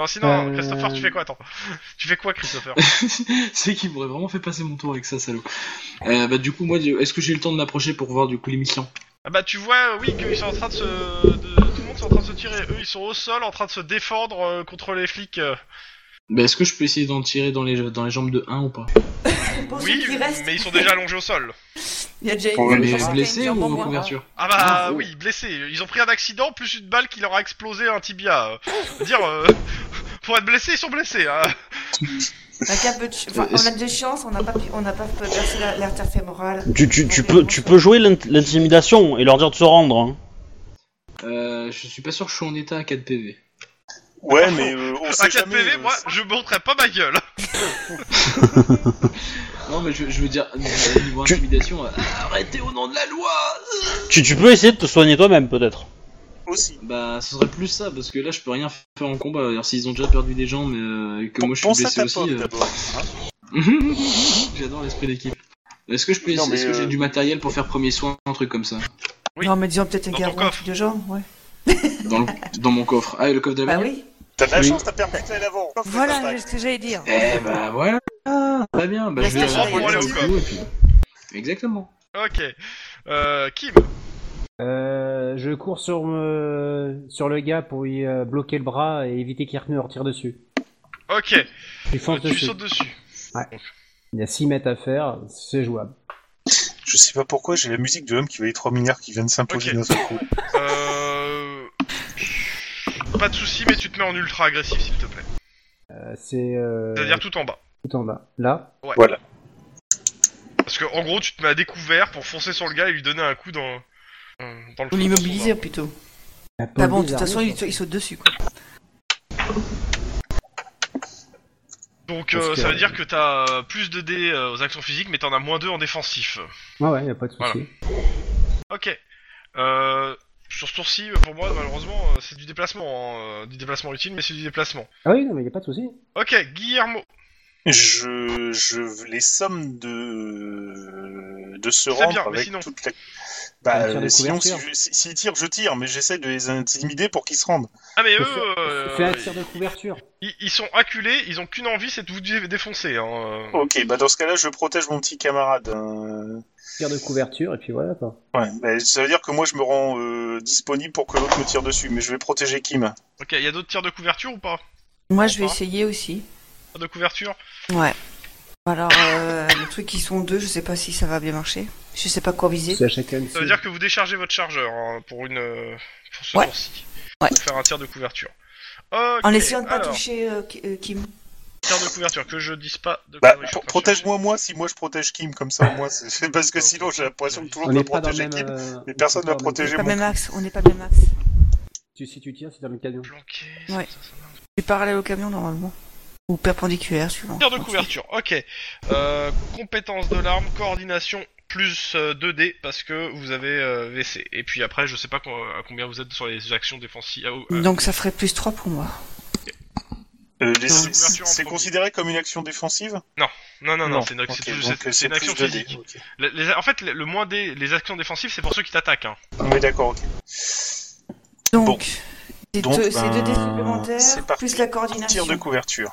[SPEAKER 2] Non, sinon,
[SPEAKER 6] Euh,
[SPEAKER 2] Christopher, tu fais quoi Attends, tu fais quoi, Christopher
[SPEAKER 6] C'est qu'il m'aurait vraiment fait passer mon tour avec ça, salaud. Euh, bah du coup, moi, je- est-ce que j'ai eu le temps de m'approcher pour voir du coup l'émission
[SPEAKER 2] Ah bah, tu vois, euh, oui, qu'ils sont en train de se, de- tout le monde est en train de se tirer. Eux, ils sont au sol, en train de se défendre euh, contre les flics. euh.
[SPEAKER 6] Bah est-ce que je peux essayer d'en tirer dans les, dans les jambes de 1 ou pas
[SPEAKER 3] Pour
[SPEAKER 2] Oui,
[SPEAKER 3] ceux qui restent,
[SPEAKER 2] mais ils sont déjà allongés au sol.
[SPEAKER 3] il y a déjà
[SPEAKER 5] Pour
[SPEAKER 3] il y a
[SPEAKER 6] les
[SPEAKER 3] déjà une
[SPEAKER 6] blessés ou
[SPEAKER 3] jambe en
[SPEAKER 6] en
[SPEAKER 3] moins.
[SPEAKER 6] couverture
[SPEAKER 2] Ah
[SPEAKER 6] Ah,
[SPEAKER 2] bah
[SPEAKER 6] oui.
[SPEAKER 2] oui, blessés. Ils ont pris un accident plus une balle qui leur a explosé un tibia. euh. Dire, euh, pour être blessés, ils sont blessés. hein.
[SPEAKER 3] Avec un peu de ch- enfin, on a de chance, on n'a pas, pu- on n'a pas percé la- l'artère fémorale.
[SPEAKER 1] Tu, tu, tu peux, tu peux jouer l'int- l'intimidation et leur dire de se rendre. hein.
[SPEAKER 6] euh, Je suis pas sûr que je suis en état à 4 PV.
[SPEAKER 5] Ouais, mais euh, on
[SPEAKER 2] À
[SPEAKER 5] sait
[SPEAKER 2] 4
[SPEAKER 5] jamais.
[SPEAKER 2] PV,
[SPEAKER 5] euh,
[SPEAKER 2] moi, je montrerai pas ma gueule.
[SPEAKER 6] Non mais je, je veux dire, euh, niveau
[SPEAKER 1] Tu-
[SPEAKER 6] intimidation, euh, arrêtez au nom de la loi
[SPEAKER 1] Tu, tu peux essayer de te soigner toi-même peut-être.
[SPEAKER 5] aussi.
[SPEAKER 6] Bah ce serait plus ça, parce que là je peux rien faire en combat. Alors s'ils ont déjà perdu des jambes euh, et que moi je suis
[SPEAKER 5] Pense à
[SPEAKER 6] blessé
[SPEAKER 5] ta
[SPEAKER 6] aussi...
[SPEAKER 5] pomme
[SPEAKER 6] euh,
[SPEAKER 5] d'abord. hein.
[SPEAKER 6] J'adore l'esprit d'équipe. Est-ce que je peux
[SPEAKER 5] Non,
[SPEAKER 6] essayer-
[SPEAKER 5] mais,
[SPEAKER 6] est-ce que j'ai
[SPEAKER 5] euh,
[SPEAKER 6] du matériel pour faire premier soin, un truc comme ça
[SPEAKER 2] Oui.
[SPEAKER 3] Non, mais disons peut-être un
[SPEAKER 2] Dans ton
[SPEAKER 3] garde
[SPEAKER 2] coffre.
[SPEAKER 3] de jambe, ouais.
[SPEAKER 6] dans, le- dans mon coffre. Ah, et le coffre de la
[SPEAKER 3] Bah
[SPEAKER 6] bagnole
[SPEAKER 3] oui.
[SPEAKER 5] T'as de la
[SPEAKER 6] Oui.
[SPEAKER 5] chance, t'as percuté à l'avant.
[SPEAKER 3] Voilà ce que j'allais dire.
[SPEAKER 6] Eh bah voilà Très bien, bah
[SPEAKER 3] La
[SPEAKER 6] je vais
[SPEAKER 3] station
[SPEAKER 6] la
[SPEAKER 2] pour aller au coffre.
[SPEAKER 6] et puis... Exactement.
[SPEAKER 2] Ok. Euh, Kim,
[SPEAKER 4] Euh, je cours sur, me... sur le gars pour lui euh, bloquer le bras et éviter qu'il me retire dessus.
[SPEAKER 2] ok.
[SPEAKER 4] Je lui fonce
[SPEAKER 2] tu
[SPEAKER 4] dessus.
[SPEAKER 2] sautes dessus.
[SPEAKER 4] Il y a 6 mètres à faire, c'est jouable.
[SPEAKER 5] Je sais pas pourquoi, j'ai la musique de l'homme qui valait 3 milliards qui vient de s'imposer
[SPEAKER 2] Ok.
[SPEAKER 5] d'un seul coup.
[SPEAKER 2] Euh... Pas de soucis, mais tu te mets en ultra agressif, s'il te plaît.
[SPEAKER 4] Euh, c'est euh,
[SPEAKER 2] C'est-à-dire tout en bas.
[SPEAKER 4] tout en bas. Là,
[SPEAKER 5] Voilà.
[SPEAKER 2] Parce que, en gros, tu te mets à découvert pour foncer sur le gars et lui donner un coup dans, euh, dans le
[SPEAKER 3] Ou l'immobiliser plutôt.
[SPEAKER 4] la
[SPEAKER 3] Bah
[SPEAKER 4] police
[SPEAKER 3] bon, de toute
[SPEAKER 4] arrive,
[SPEAKER 3] façon, il,
[SPEAKER 4] quoi.
[SPEAKER 3] il saute dessus quoi.
[SPEAKER 2] Donc,
[SPEAKER 4] Parce
[SPEAKER 2] euh,
[SPEAKER 4] que-
[SPEAKER 2] ça veut dire que t'as euh, plus de dés euh, aux actions physiques, mais t'en as moins 2 en défensif.
[SPEAKER 4] Ah ouais, y a pas de souci.
[SPEAKER 2] Voilà. Ok. Euh, sur ce tour-ci, pour moi, malheureusement, euh, c'est du déplacement. hein, euh, Du déplacement utile, mais c'est du déplacement.
[SPEAKER 4] Ah oui, non, mais y a pas de souci.
[SPEAKER 2] Ok, Guillermo.
[SPEAKER 5] Je, je les sommes de de se
[SPEAKER 2] C'est
[SPEAKER 5] rendre
[SPEAKER 2] bien, mais
[SPEAKER 5] avec
[SPEAKER 2] sinon.
[SPEAKER 5] toute la. Bah,
[SPEAKER 4] Un tir de
[SPEAKER 5] euh, sinon, si
[SPEAKER 4] couverture.
[SPEAKER 5] je- si- s'ils tirent, je tire, mais j'essaie de les intimider pour qu'ils se rendent.
[SPEAKER 2] Ah, mais
[SPEAKER 4] Fais-
[SPEAKER 2] eux, euh,
[SPEAKER 4] Fais un tir de couverture.
[SPEAKER 2] ils, ils sont acculés, ils ont qu'une envie, c'est de vous dé- défoncer. Hein. euh.
[SPEAKER 5] Ok, bah dans ce cas-là, je protège mon petit camarade. hein.
[SPEAKER 4] Tir de couverture, et puis voilà quoi.
[SPEAKER 5] Ouais, bah, ça veut dire que moi, je me rends euh, disponible pour que l'autre me tire dessus, mais je vais protéger Kim.
[SPEAKER 2] Ok, il y a d'autres tirs de couverture ou pas
[SPEAKER 3] Moi, je vais
[SPEAKER 2] D'accord.
[SPEAKER 3] essayer aussi.
[SPEAKER 2] Tirs de couverture
[SPEAKER 3] Ouais. Alors, euh, le truc, ils sont deux, je sais pas si ça va bien marcher. Je sais pas quoi viser.
[SPEAKER 4] C'est à chacun de
[SPEAKER 2] Ça veut dire que vous déchargez votre chargeur hein, pour une euh, pour ce
[SPEAKER 3] Ouais.
[SPEAKER 2] tour-ci.
[SPEAKER 3] Ouais.
[SPEAKER 2] Pour faire un tir de couverture. Ok,
[SPEAKER 3] En essayant de pas
[SPEAKER 2] alors,
[SPEAKER 3] toucher euh, Ki- euh, Kim.
[SPEAKER 2] Tir de couverture, que je dise pas de
[SPEAKER 5] Bah,
[SPEAKER 2] conneries, je
[SPEAKER 5] pro-
[SPEAKER 2] suis pas
[SPEAKER 5] protège-moi moi si moi je protège Kim comme ça au moins c'est parce que sinon j'ai l'impression que tout le
[SPEAKER 4] On
[SPEAKER 5] monde
[SPEAKER 4] n'est pas
[SPEAKER 5] va
[SPEAKER 4] dans le
[SPEAKER 5] protéger
[SPEAKER 4] même.
[SPEAKER 5] Kim.
[SPEAKER 4] euh,
[SPEAKER 5] mais
[SPEAKER 4] on
[SPEAKER 5] personne
[SPEAKER 4] est pas
[SPEAKER 5] n'a
[SPEAKER 4] dans le même-
[SPEAKER 5] protégé
[SPEAKER 3] Pas
[SPEAKER 5] mon
[SPEAKER 3] même hein. axe, on n'est pas même axe.
[SPEAKER 4] Tu- Si tu tires, c'est dans le camion.
[SPEAKER 2] sûr. Planqué,
[SPEAKER 3] Ouais.
[SPEAKER 2] ça, ça, ça, ça.
[SPEAKER 3] Je suis parallèle au camion normalement. Ou perpendiculaire, suivant.
[SPEAKER 2] Tir de couverture, ok. Euh, compétence de l'arme, coordination plus euh, 2D parce que vous avez euh, VC. Et puis après, je sais pas co- à combien vous êtes sur les actions défensives. Ah, oh, euh,
[SPEAKER 3] Donc ça ferait plus 3 pour moi.
[SPEAKER 5] Euh, les-
[SPEAKER 3] Non.
[SPEAKER 5] c'est-
[SPEAKER 2] Couverture en
[SPEAKER 5] C'est
[SPEAKER 2] premier.
[SPEAKER 5] considéré comme une action défensive
[SPEAKER 2] non, non, non, c'est une,
[SPEAKER 5] Ok,
[SPEAKER 2] c'est tout-
[SPEAKER 5] donc,
[SPEAKER 2] c'est-
[SPEAKER 5] euh,
[SPEAKER 2] c'est une
[SPEAKER 5] plus
[SPEAKER 2] action
[SPEAKER 5] 2D,
[SPEAKER 2] physique.
[SPEAKER 5] ok.
[SPEAKER 2] Les- les- en fait, le, le moins des les actions défensives, c'est pour ceux qui t'attaquent. hein.
[SPEAKER 5] Oui, d'accord, ok.
[SPEAKER 3] Donc,
[SPEAKER 5] Bon.
[SPEAKER 3] c'est
[SPEAKER 5] Donc,
[SPEAKER 3] deux, c'est deux dés
[SPEAKER 5] ben,
[SPEAKER 3] supplémentaires,
[SPEAKER 5] c'est parti.
[SPEAKER 3] plus la
[SPEAKER 5] Tir
[SPEAKER 3] coordination.
[SPEAKER 5] de couverture.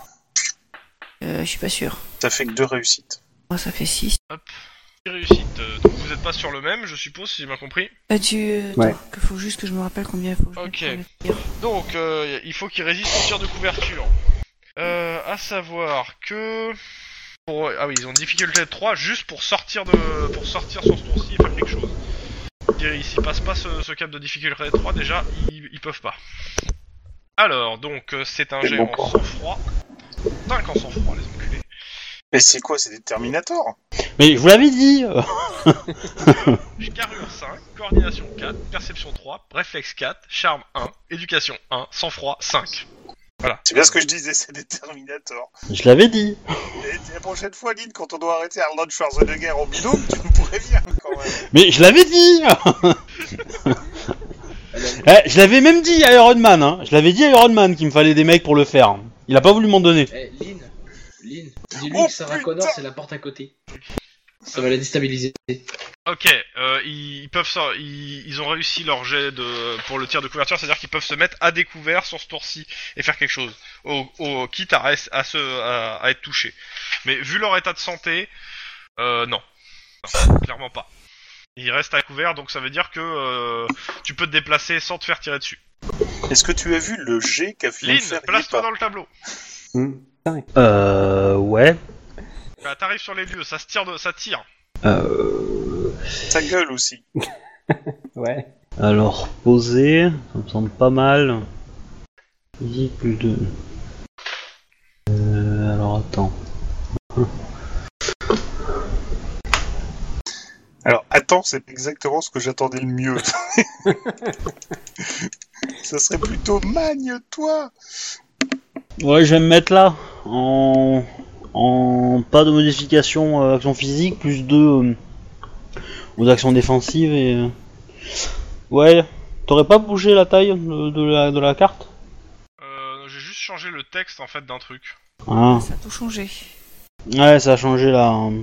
[SPEAKER 3] Euh, je suis pas sûr.
[SPEAKER 5] Ça fait que deux réussites.
[SPEAKER 3] Moi, ça fait 6.
[SPEAKER 2] Réussite. euh, Donc vous n'êtes pas sur le même, je suppose, si j'ai bien compris.
[SPEAKER 3] Ah, tu. euh,
[SPEAKER 4] Ouais.
[SPEAKER 3] attends, que faut juste que je me rappelle combien il faut. que je
[SPEAKER 2] Ok.
[SPEAKER 3] mette pour le tir.
[SPEAKER 2] Donc, euh, il faut qu'il résiste aux tirs de couverture. Euh, à savoir que... pour- Ah oui, ils ont difficulté 3 juste pour sortir de pour sortir sur ce tour-ci et faire quelque chose. S'ils s'ils passent pas ce, ce cap de difficulté 3, déjà, ils, ils peuvent pas. Alors, donc, euh, c'est un
[SPEAKER 5] C'est
[SPEAKER 2] jet
[SPEAKER 5] bon
[SPEAKER 2] en
[SPEAKER 5] corps.
[SPEAKER 2] sang-froid. 5 en sang-froid, les enculés.
[SPEAKER 5] Mais c'est quoi C'est des Terminators
[SPEAKER 1] Mais je vous l'avais dit. euh.
[SPEAKER 2] Carrure 5, coordination 4, perception 3, réflexe 4, charme 1, éducation 1, sang-froid 5. Voilà.
[SPEAKER 5] C'est bien ce que je disais, c'est des Terminators.
[SPEAKER 1] Je l'avais dit.
[SPEAKER 5] Et la prochaine fois, Lynn, quand on doit arrêter Arnold Schwarzenegger en binôme, tu nous préviens quand même.
[SPEAKER 1] Mais je l'avais dit euh, Eh, Je l'avais même dit à Iron Man. Hein. Je l'avais dit à Iron Man qu'il me fallait des mecs pour le faire. Il a pas voulu m'en donner.
[SPEAKER 6] Eh, Lynn, Lynn, dis-lui
[SPEAKER 5] Oh,
[SPEAKER 6] que Sarah
[SPEAKER 5] putain
[SPEAKER 6] Connor, c'est la porte à côté. Ça va la déstabiliser.
[SPEAKER 2] Ok, euh, ils, ils peuvent sor- ils, ils ont réussi leur jet de pour le tir de couverture, c'est-à-dire qu'ils peuvent se mettre à découvert sur ce tour-ci et faire quelque chose, au, au- quitte à, res- à, se, à, à être touchés. Mais vu leur état de santé, euh, non. Non, clairement pas. Ils restent à couvert, donc ça veut dire que euh, tu peux te déplacer sans te faire tirer dessus.
[SPEAKER 5] Est-ce que tu as vu le G qu'a fait
[SPEAKER 2] Lynn,
[SPEAKER 5] faire hein.
[SPEAKER 2] place-toi
[SPEAKER 5] Yepa
[SPEAKER 2] dans le tableau.
[SPEAKER 4] Hum,
[SPEAKER 1] Euh, ouais.
[SPEAKER 2] Bah, T'arrives sur les lieux, ça se tire, de, ça tire.
[SPEAKER 1] Euh,
[SPEAKER 5] Ta gueule aussi.
[SPEAKER 4] Ouais.
[SPEAKER 1] alors, poser, ça me semble pas mal. Physique plus de... Euh, alors, attends.
[SPEAKER 5] Alors, attends, c'est exactement ce que j'attendais le mieux. ça serait plutôt magne-toi
[SPEAKER 1] Ouais, je vais me mettre là, en, en pas de modification euh, action physique, plus 2 aux actions défensives et... euh, Ouais, t'aurais pas bougé la taille de, de la, de la carte
[SPEAKER 2] Euh, J'ai juste changé le texte en fait d'un truc.
[SPEAKER 1] ah.
[SPEAKER 3] Ça a tout changé.
[SPEAKER 1] Ouais, ça a changé là. hein.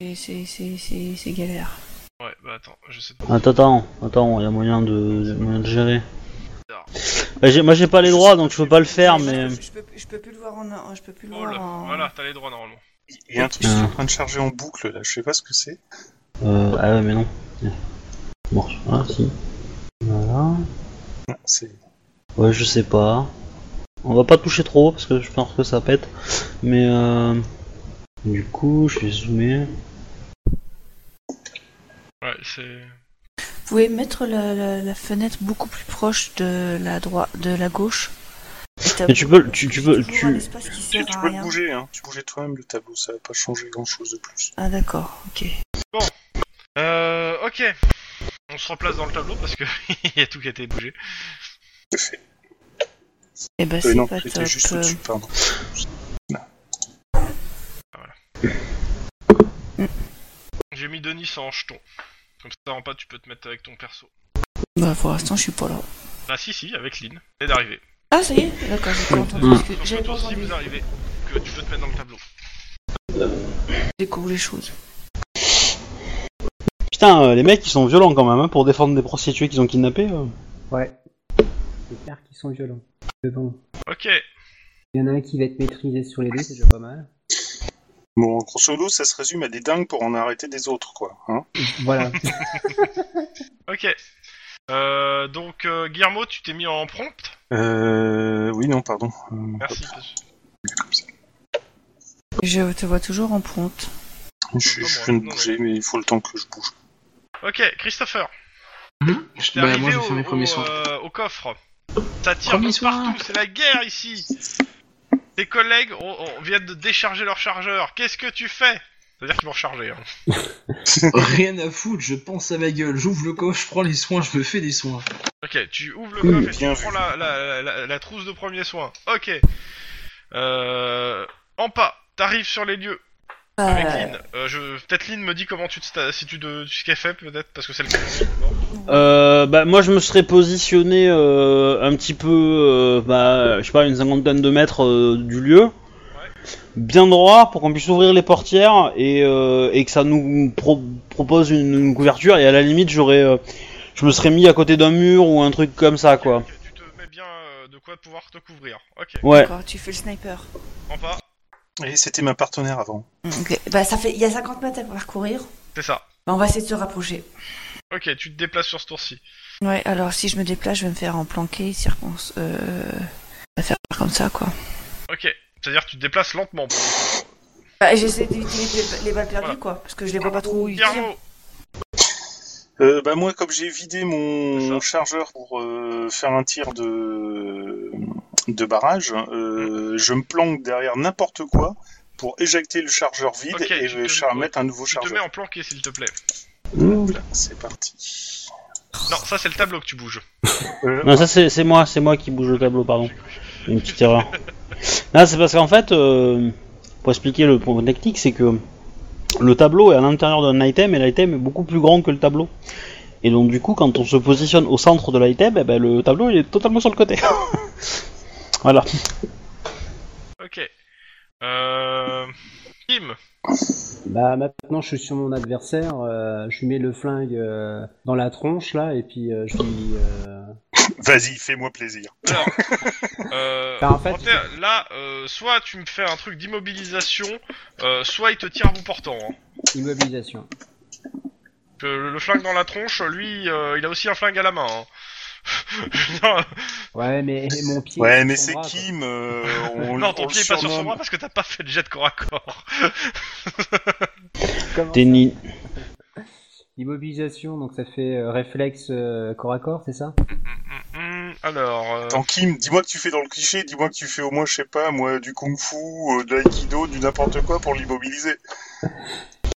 [SPEAKER 3] Et c'est- c'est c'est- c'est galère.
[SPEAKER 2] Ouais, bah attends, j'essaie de
[SPEAKER 1] Attends, attends, attends, y a moyen de, y a moyen de gérer.
[SPEAKER 2] Alors.
[SPEAKER 1] Bah, j'ai- moi j'ai pas les droits donc je peux pas le faire mais...
[SPEAKER 3] Je, je peux, je peux plus le voir en. en- Je peux plus le
[SPEAKER 2] Oh
[SPEAKER 3] voir
[SPEAKER 2] là,
[SPEAKER 3] en.
[SPEAKER 2] Voilà, t'as les droits normalement.
[SPEAKER 5] Il y a un truc qui est en train de charger en boucle, là, je sais pas ce que c'est.
[SPEAKER 1] Euh, ah ouais mais non. Bon, ah si. Voilà.
[SPEAKER 5] Ah, c'est-
[SPEAKER 1] Ouais, je sais pas. On va pas toucher trop parce que je pense que ça pète. Mais euh... du coup, je vais zoomer.
[SPEAKER 2] Ouais, c'est.
[SPEAKER 3] Vous pouvez mettre la, la- la fenêtre beaucoup plus proche de la droite, de la gauche.
[SPEAKER 1] Mais tu peux, tu, tu peux,
[SPEAKER 3] Toujours un
[SPEAKER 1] tu.
[SPEAKER 3] espace qui
[SPEAKER 5] Tu,
[SPEAKER 3] sert
[SPEAKER 5] tu
[SPEAKER 3] à
[SPEAKER 5] peux le
[SPEAKER 3] rien.
[SPEAKER 5] bouger, hein. Tu bougeais toi-même le tableau, ça va pas changer grand-chose de plus.
[SPEAKER 3] Ah d'accord, ok.
[SPEAKER 2] Euh, ok. On se replace dans le tableau parce que il y a tout qui a été bougé.
[SPEAKER 5] Tout à fait.
[SPEAKER 3] Et bah
[SPEAKER 5] Euh,
[SPEAKER 3] c'est
[SPEAKER 5] non,
[SPEAKER 3] pas
[SPEAKER 5] c'était
[SPEAKER 3] top.
[SPEAKER 5] juste
[SPEAKER 3] euh,
[SPEAKER 5] au-dessus, pardon.
[SPEAKER 2] J'ai mis Denis en jeton. Comme ça, en pas, tu peux te mettre avec ton perso.
[SPEAKER 3] Bah pour l'instant je suis pas là.
[SPEAKER 2] Bah si, si, avec Lynn. C'est d'arriver.
[SPEAKER 3] Ah ça y est, d'accord, j'ai pas entendu.
[SPEAKER 1] Mm.
[SPEAKER 3] parce que
[SPEAKER 2] Donc,
[SPEAKER 3] J'avais
[SPEAKER 2] le
[SPEAKER 3] pas
[SPEAKER 2] tour, si
[SPEAKER 3] entendu.
[SPEAKER 2] vous arrivez, que tu peux te mettre dans le tableau.
[SPEAKER 3] Je découvre les choses.
[SPEAKER 1] Putain, euh, les mecs ils sont violents quand même hein, pour défendre des prostituées qu'ils ont kidnappées. euh.
[SPEAKER 4] Ouais. C'est clair qu'ils sont violents. Mais bon.
[SPEAKER 2] Ok.
[SPEAKER 4] Il y en a un qui va être maîtrisé sur les deux, c'est déjà pas mal.
[SPEAKER 5] Bon, grosso modo, ça se résume à des dingues pour en arrêter des autres, quoi. Hein
[SPEAKER 4] Voilà.
[SPEAKER 2] Ok. Euh, donc, euh, Guillermo, tu t'es mis en prompt.
[SPEAKER 5] euh... Oui, non, pardon. Euh,
[SPEAKER 2] Merci.
[SPEAKER 3] Je te vois toujours en prompte.
[SPEAKER 5] Je, je viens de bouger, mais il faut le temps que je bouge.
[SPEAKER 2] Ok, Christopher. T'es
[SPEAKER 6] Bah,
[SPEAKER 2] arrivé
[SPEAKER 6] moi, j'ai
[SPEAKER 2] au,
[SPEAKER 6] fait mes premiers
[SPEAKER 2] au,
[SPEAKER 6] soins.
[SPEAKER 2] euh, au coffre. Ça tire
[SPEAKER 6] Premier
[SPEAKER 2] de
[SPEAKER 6] soin.
[SPEAKER 2] partout, c'est la guerre ici. Tes collègues ont- ont- viennent de décharger leur chargeur. Qu'est-ce que tu fais C'est-à-dire qu'ils vont recharger. hein.
[SPEAKER 6] Rien à foutre, je pense à ma gueule, j'ouvre le coffre, je prends les soins, je me fais des soins.
[SPEAKER 2] Ok, tu ouvres le
[SPEAKER 5] Oui,
[SPEAKER 2] coffre et tu
[SPEAKER 5] bien
[SPEAKER 2] prends
[SPEAKER 5] vu.
[SPEAKER 2] la, la, la- la trousse de premier soin. Ok. Euh, en pas, t'arrives sur les lieux avec
[SPEAKER 3] Euh,
[SPEAKER 2] Lynn. Euh, je... Peut-être Lynn me dit comment tu te sta- si tu te tu te fait peut-être parce que c'est le
[SPEAKER 1] Euh, bah moi je me serais positionné euh, un petit peu, euh, bah je sais pas une cinquantaine de mètres euh, du lieu, bien droit pour qu'on puisse ouvrir les portières et, euh, et que ça nous pro- propose une, une couverture. Et à la limite j'aurais, euh, je me serais mis à côté d'un mur ou un truc comme ça quoi.
[SPEAKER 2] Tu- Tu te mets bien euh, de quoi pouvoir te couvrir. Ok.
[SPEAKER 1] Ouais.
[SPEAKER 3] D'accord, tu fais le sniper.
[SPEAKER 2] En pas,
[SPEAKER 5] Et c'était ma partenaire avant.
[SPEAKER 3] Ok. Bah ça fait, il y a 50 mètres à parcourir.
[SPEAKER 2] c'est ça.
[SPEAKER 3] Bah, on va essayer de se rapprocher.
[SPEAKER 2] Ok, tu te déplaces sur ce tour-ci.
[SPEAKER 3] Ouais, alors si je me déplace, je vais me faire en planqué, circon... Euh... à faire comme ça, quoi.
[SPEAKER 2] Ok. C'est-à-dire que tu te déplaces lentement. pour le coup.
[SPEAKER 3] Bah, j'essaie d'éviter les, les balles perdues,
[SPEAKER 2] Voilà.
[SPEAKER 3] quoi, parce que je les vois pas trop où ils tirent.
[SPEAKER 2] Guillermo,
[SPEAKER 5] Euh, bah moi, comme j'ai
[SPEAKER 2] C'est
[SPEAKER 5] vidé
[SPEAKER 2] ça.
[SPEAKER 5] mon chargeur pour euh, faire un tir de, de barrage, euh,
[SPEAKER 2] Mm.
[SPEAKER 5] je me planque derrière n'importe quoi pour éjecter le chargeur vide
[SPEAKER 2] Ok,
[SPEAKER 5] et
[SPEAKER 2] tu
[SPEAKER 5] euh,
[SPEAKER 2] te-
[SPEAKER 5] char- mettre un nouveau
[SPEAKER 2] tu te mets
[SPEAKER 5] chargeur.
[SPEAKER 2] en planqué s'il te plaît.
[SPEAKER 5] C'est parti.
[SPEAKER 2] Non, ça c'est le tableau que tu bouges.
[SPEAKER 5] Euh,
[SPEAKER 1] Non ça c'est c'est moi, c'est moi qui bouge le tableau pardon. une petite erreur. Là, c'est parce qu'en fait, euh, pour expliquer le point technique, c'est que le tableau est à l'intérieur d'un item et l'item est beaucoup plus grand que le tableau. Et donc, du coup, quand on se positionne au centre de l'item, eh ben, le tableau il est totalement sur le côté. voilà.
[SPEAKER 2] Ok. Euh... Kim,
[SPEAKER 4] Bah maintenant je suis sur mon adversaire, euh, je lui mets le flingue euh, dans la tronche là et puis euh, je lui... euh,
[SPEAKER 5] Vas-y, fais-moi plaisir.
[SPEAKER 2] euh,
[SPEAKER 4] Bah, en fait,
[SPEAKER 2] Panthère, là, euh, soit tu me fais un truc d'immobilisation, euh, soit il te tire à bout portant. hein.
[SPEAKER 4] Immobilisation.
[SPEAKER 2] Que Le, le flingue dans la tronche, lui, euh, il a aussi un flingue à la main. hein. non,
[SPEAKER 4] Ouais mais mon pied...
[SPEAKER 5] Ouais,
[SPEAKER 4] sur
[SPEAKER 5] mais
[SPEAKER 4] son
[SPEAKER 5] c'est
[SPEAKER 4] bras, quoi.
[SPEAKER 5] Kim. euh, on,
[SPEAKER 2] non,
[SPEAKER 5] on
[SPEAKER 2] ton
[SPEAKER 5] le
[SPEAKER 2] pied est pas sur son
[SPEAKER 5] surnomme.
[SPEAKER 2] bras parce que t'as pas fait de jet de corps à corps.
[SPEAKER 4] Comment
[SPEAKER 1] T'es ni-
[SPEAKER 4] Immobilisation, donc ça fait euh, réflexe euh, corps à corps, c'est ça
[SPEAKER 2] Hmm, alors, euh,
[SPEAKER 5] Attends, Kim, dis-moi que tu fais dans le cliché, dis-moi que tu fais au moins, je sais pas, moi, du kung-fu, euh, de l'aïkido, du n'importe quoi pour l'immobiliser.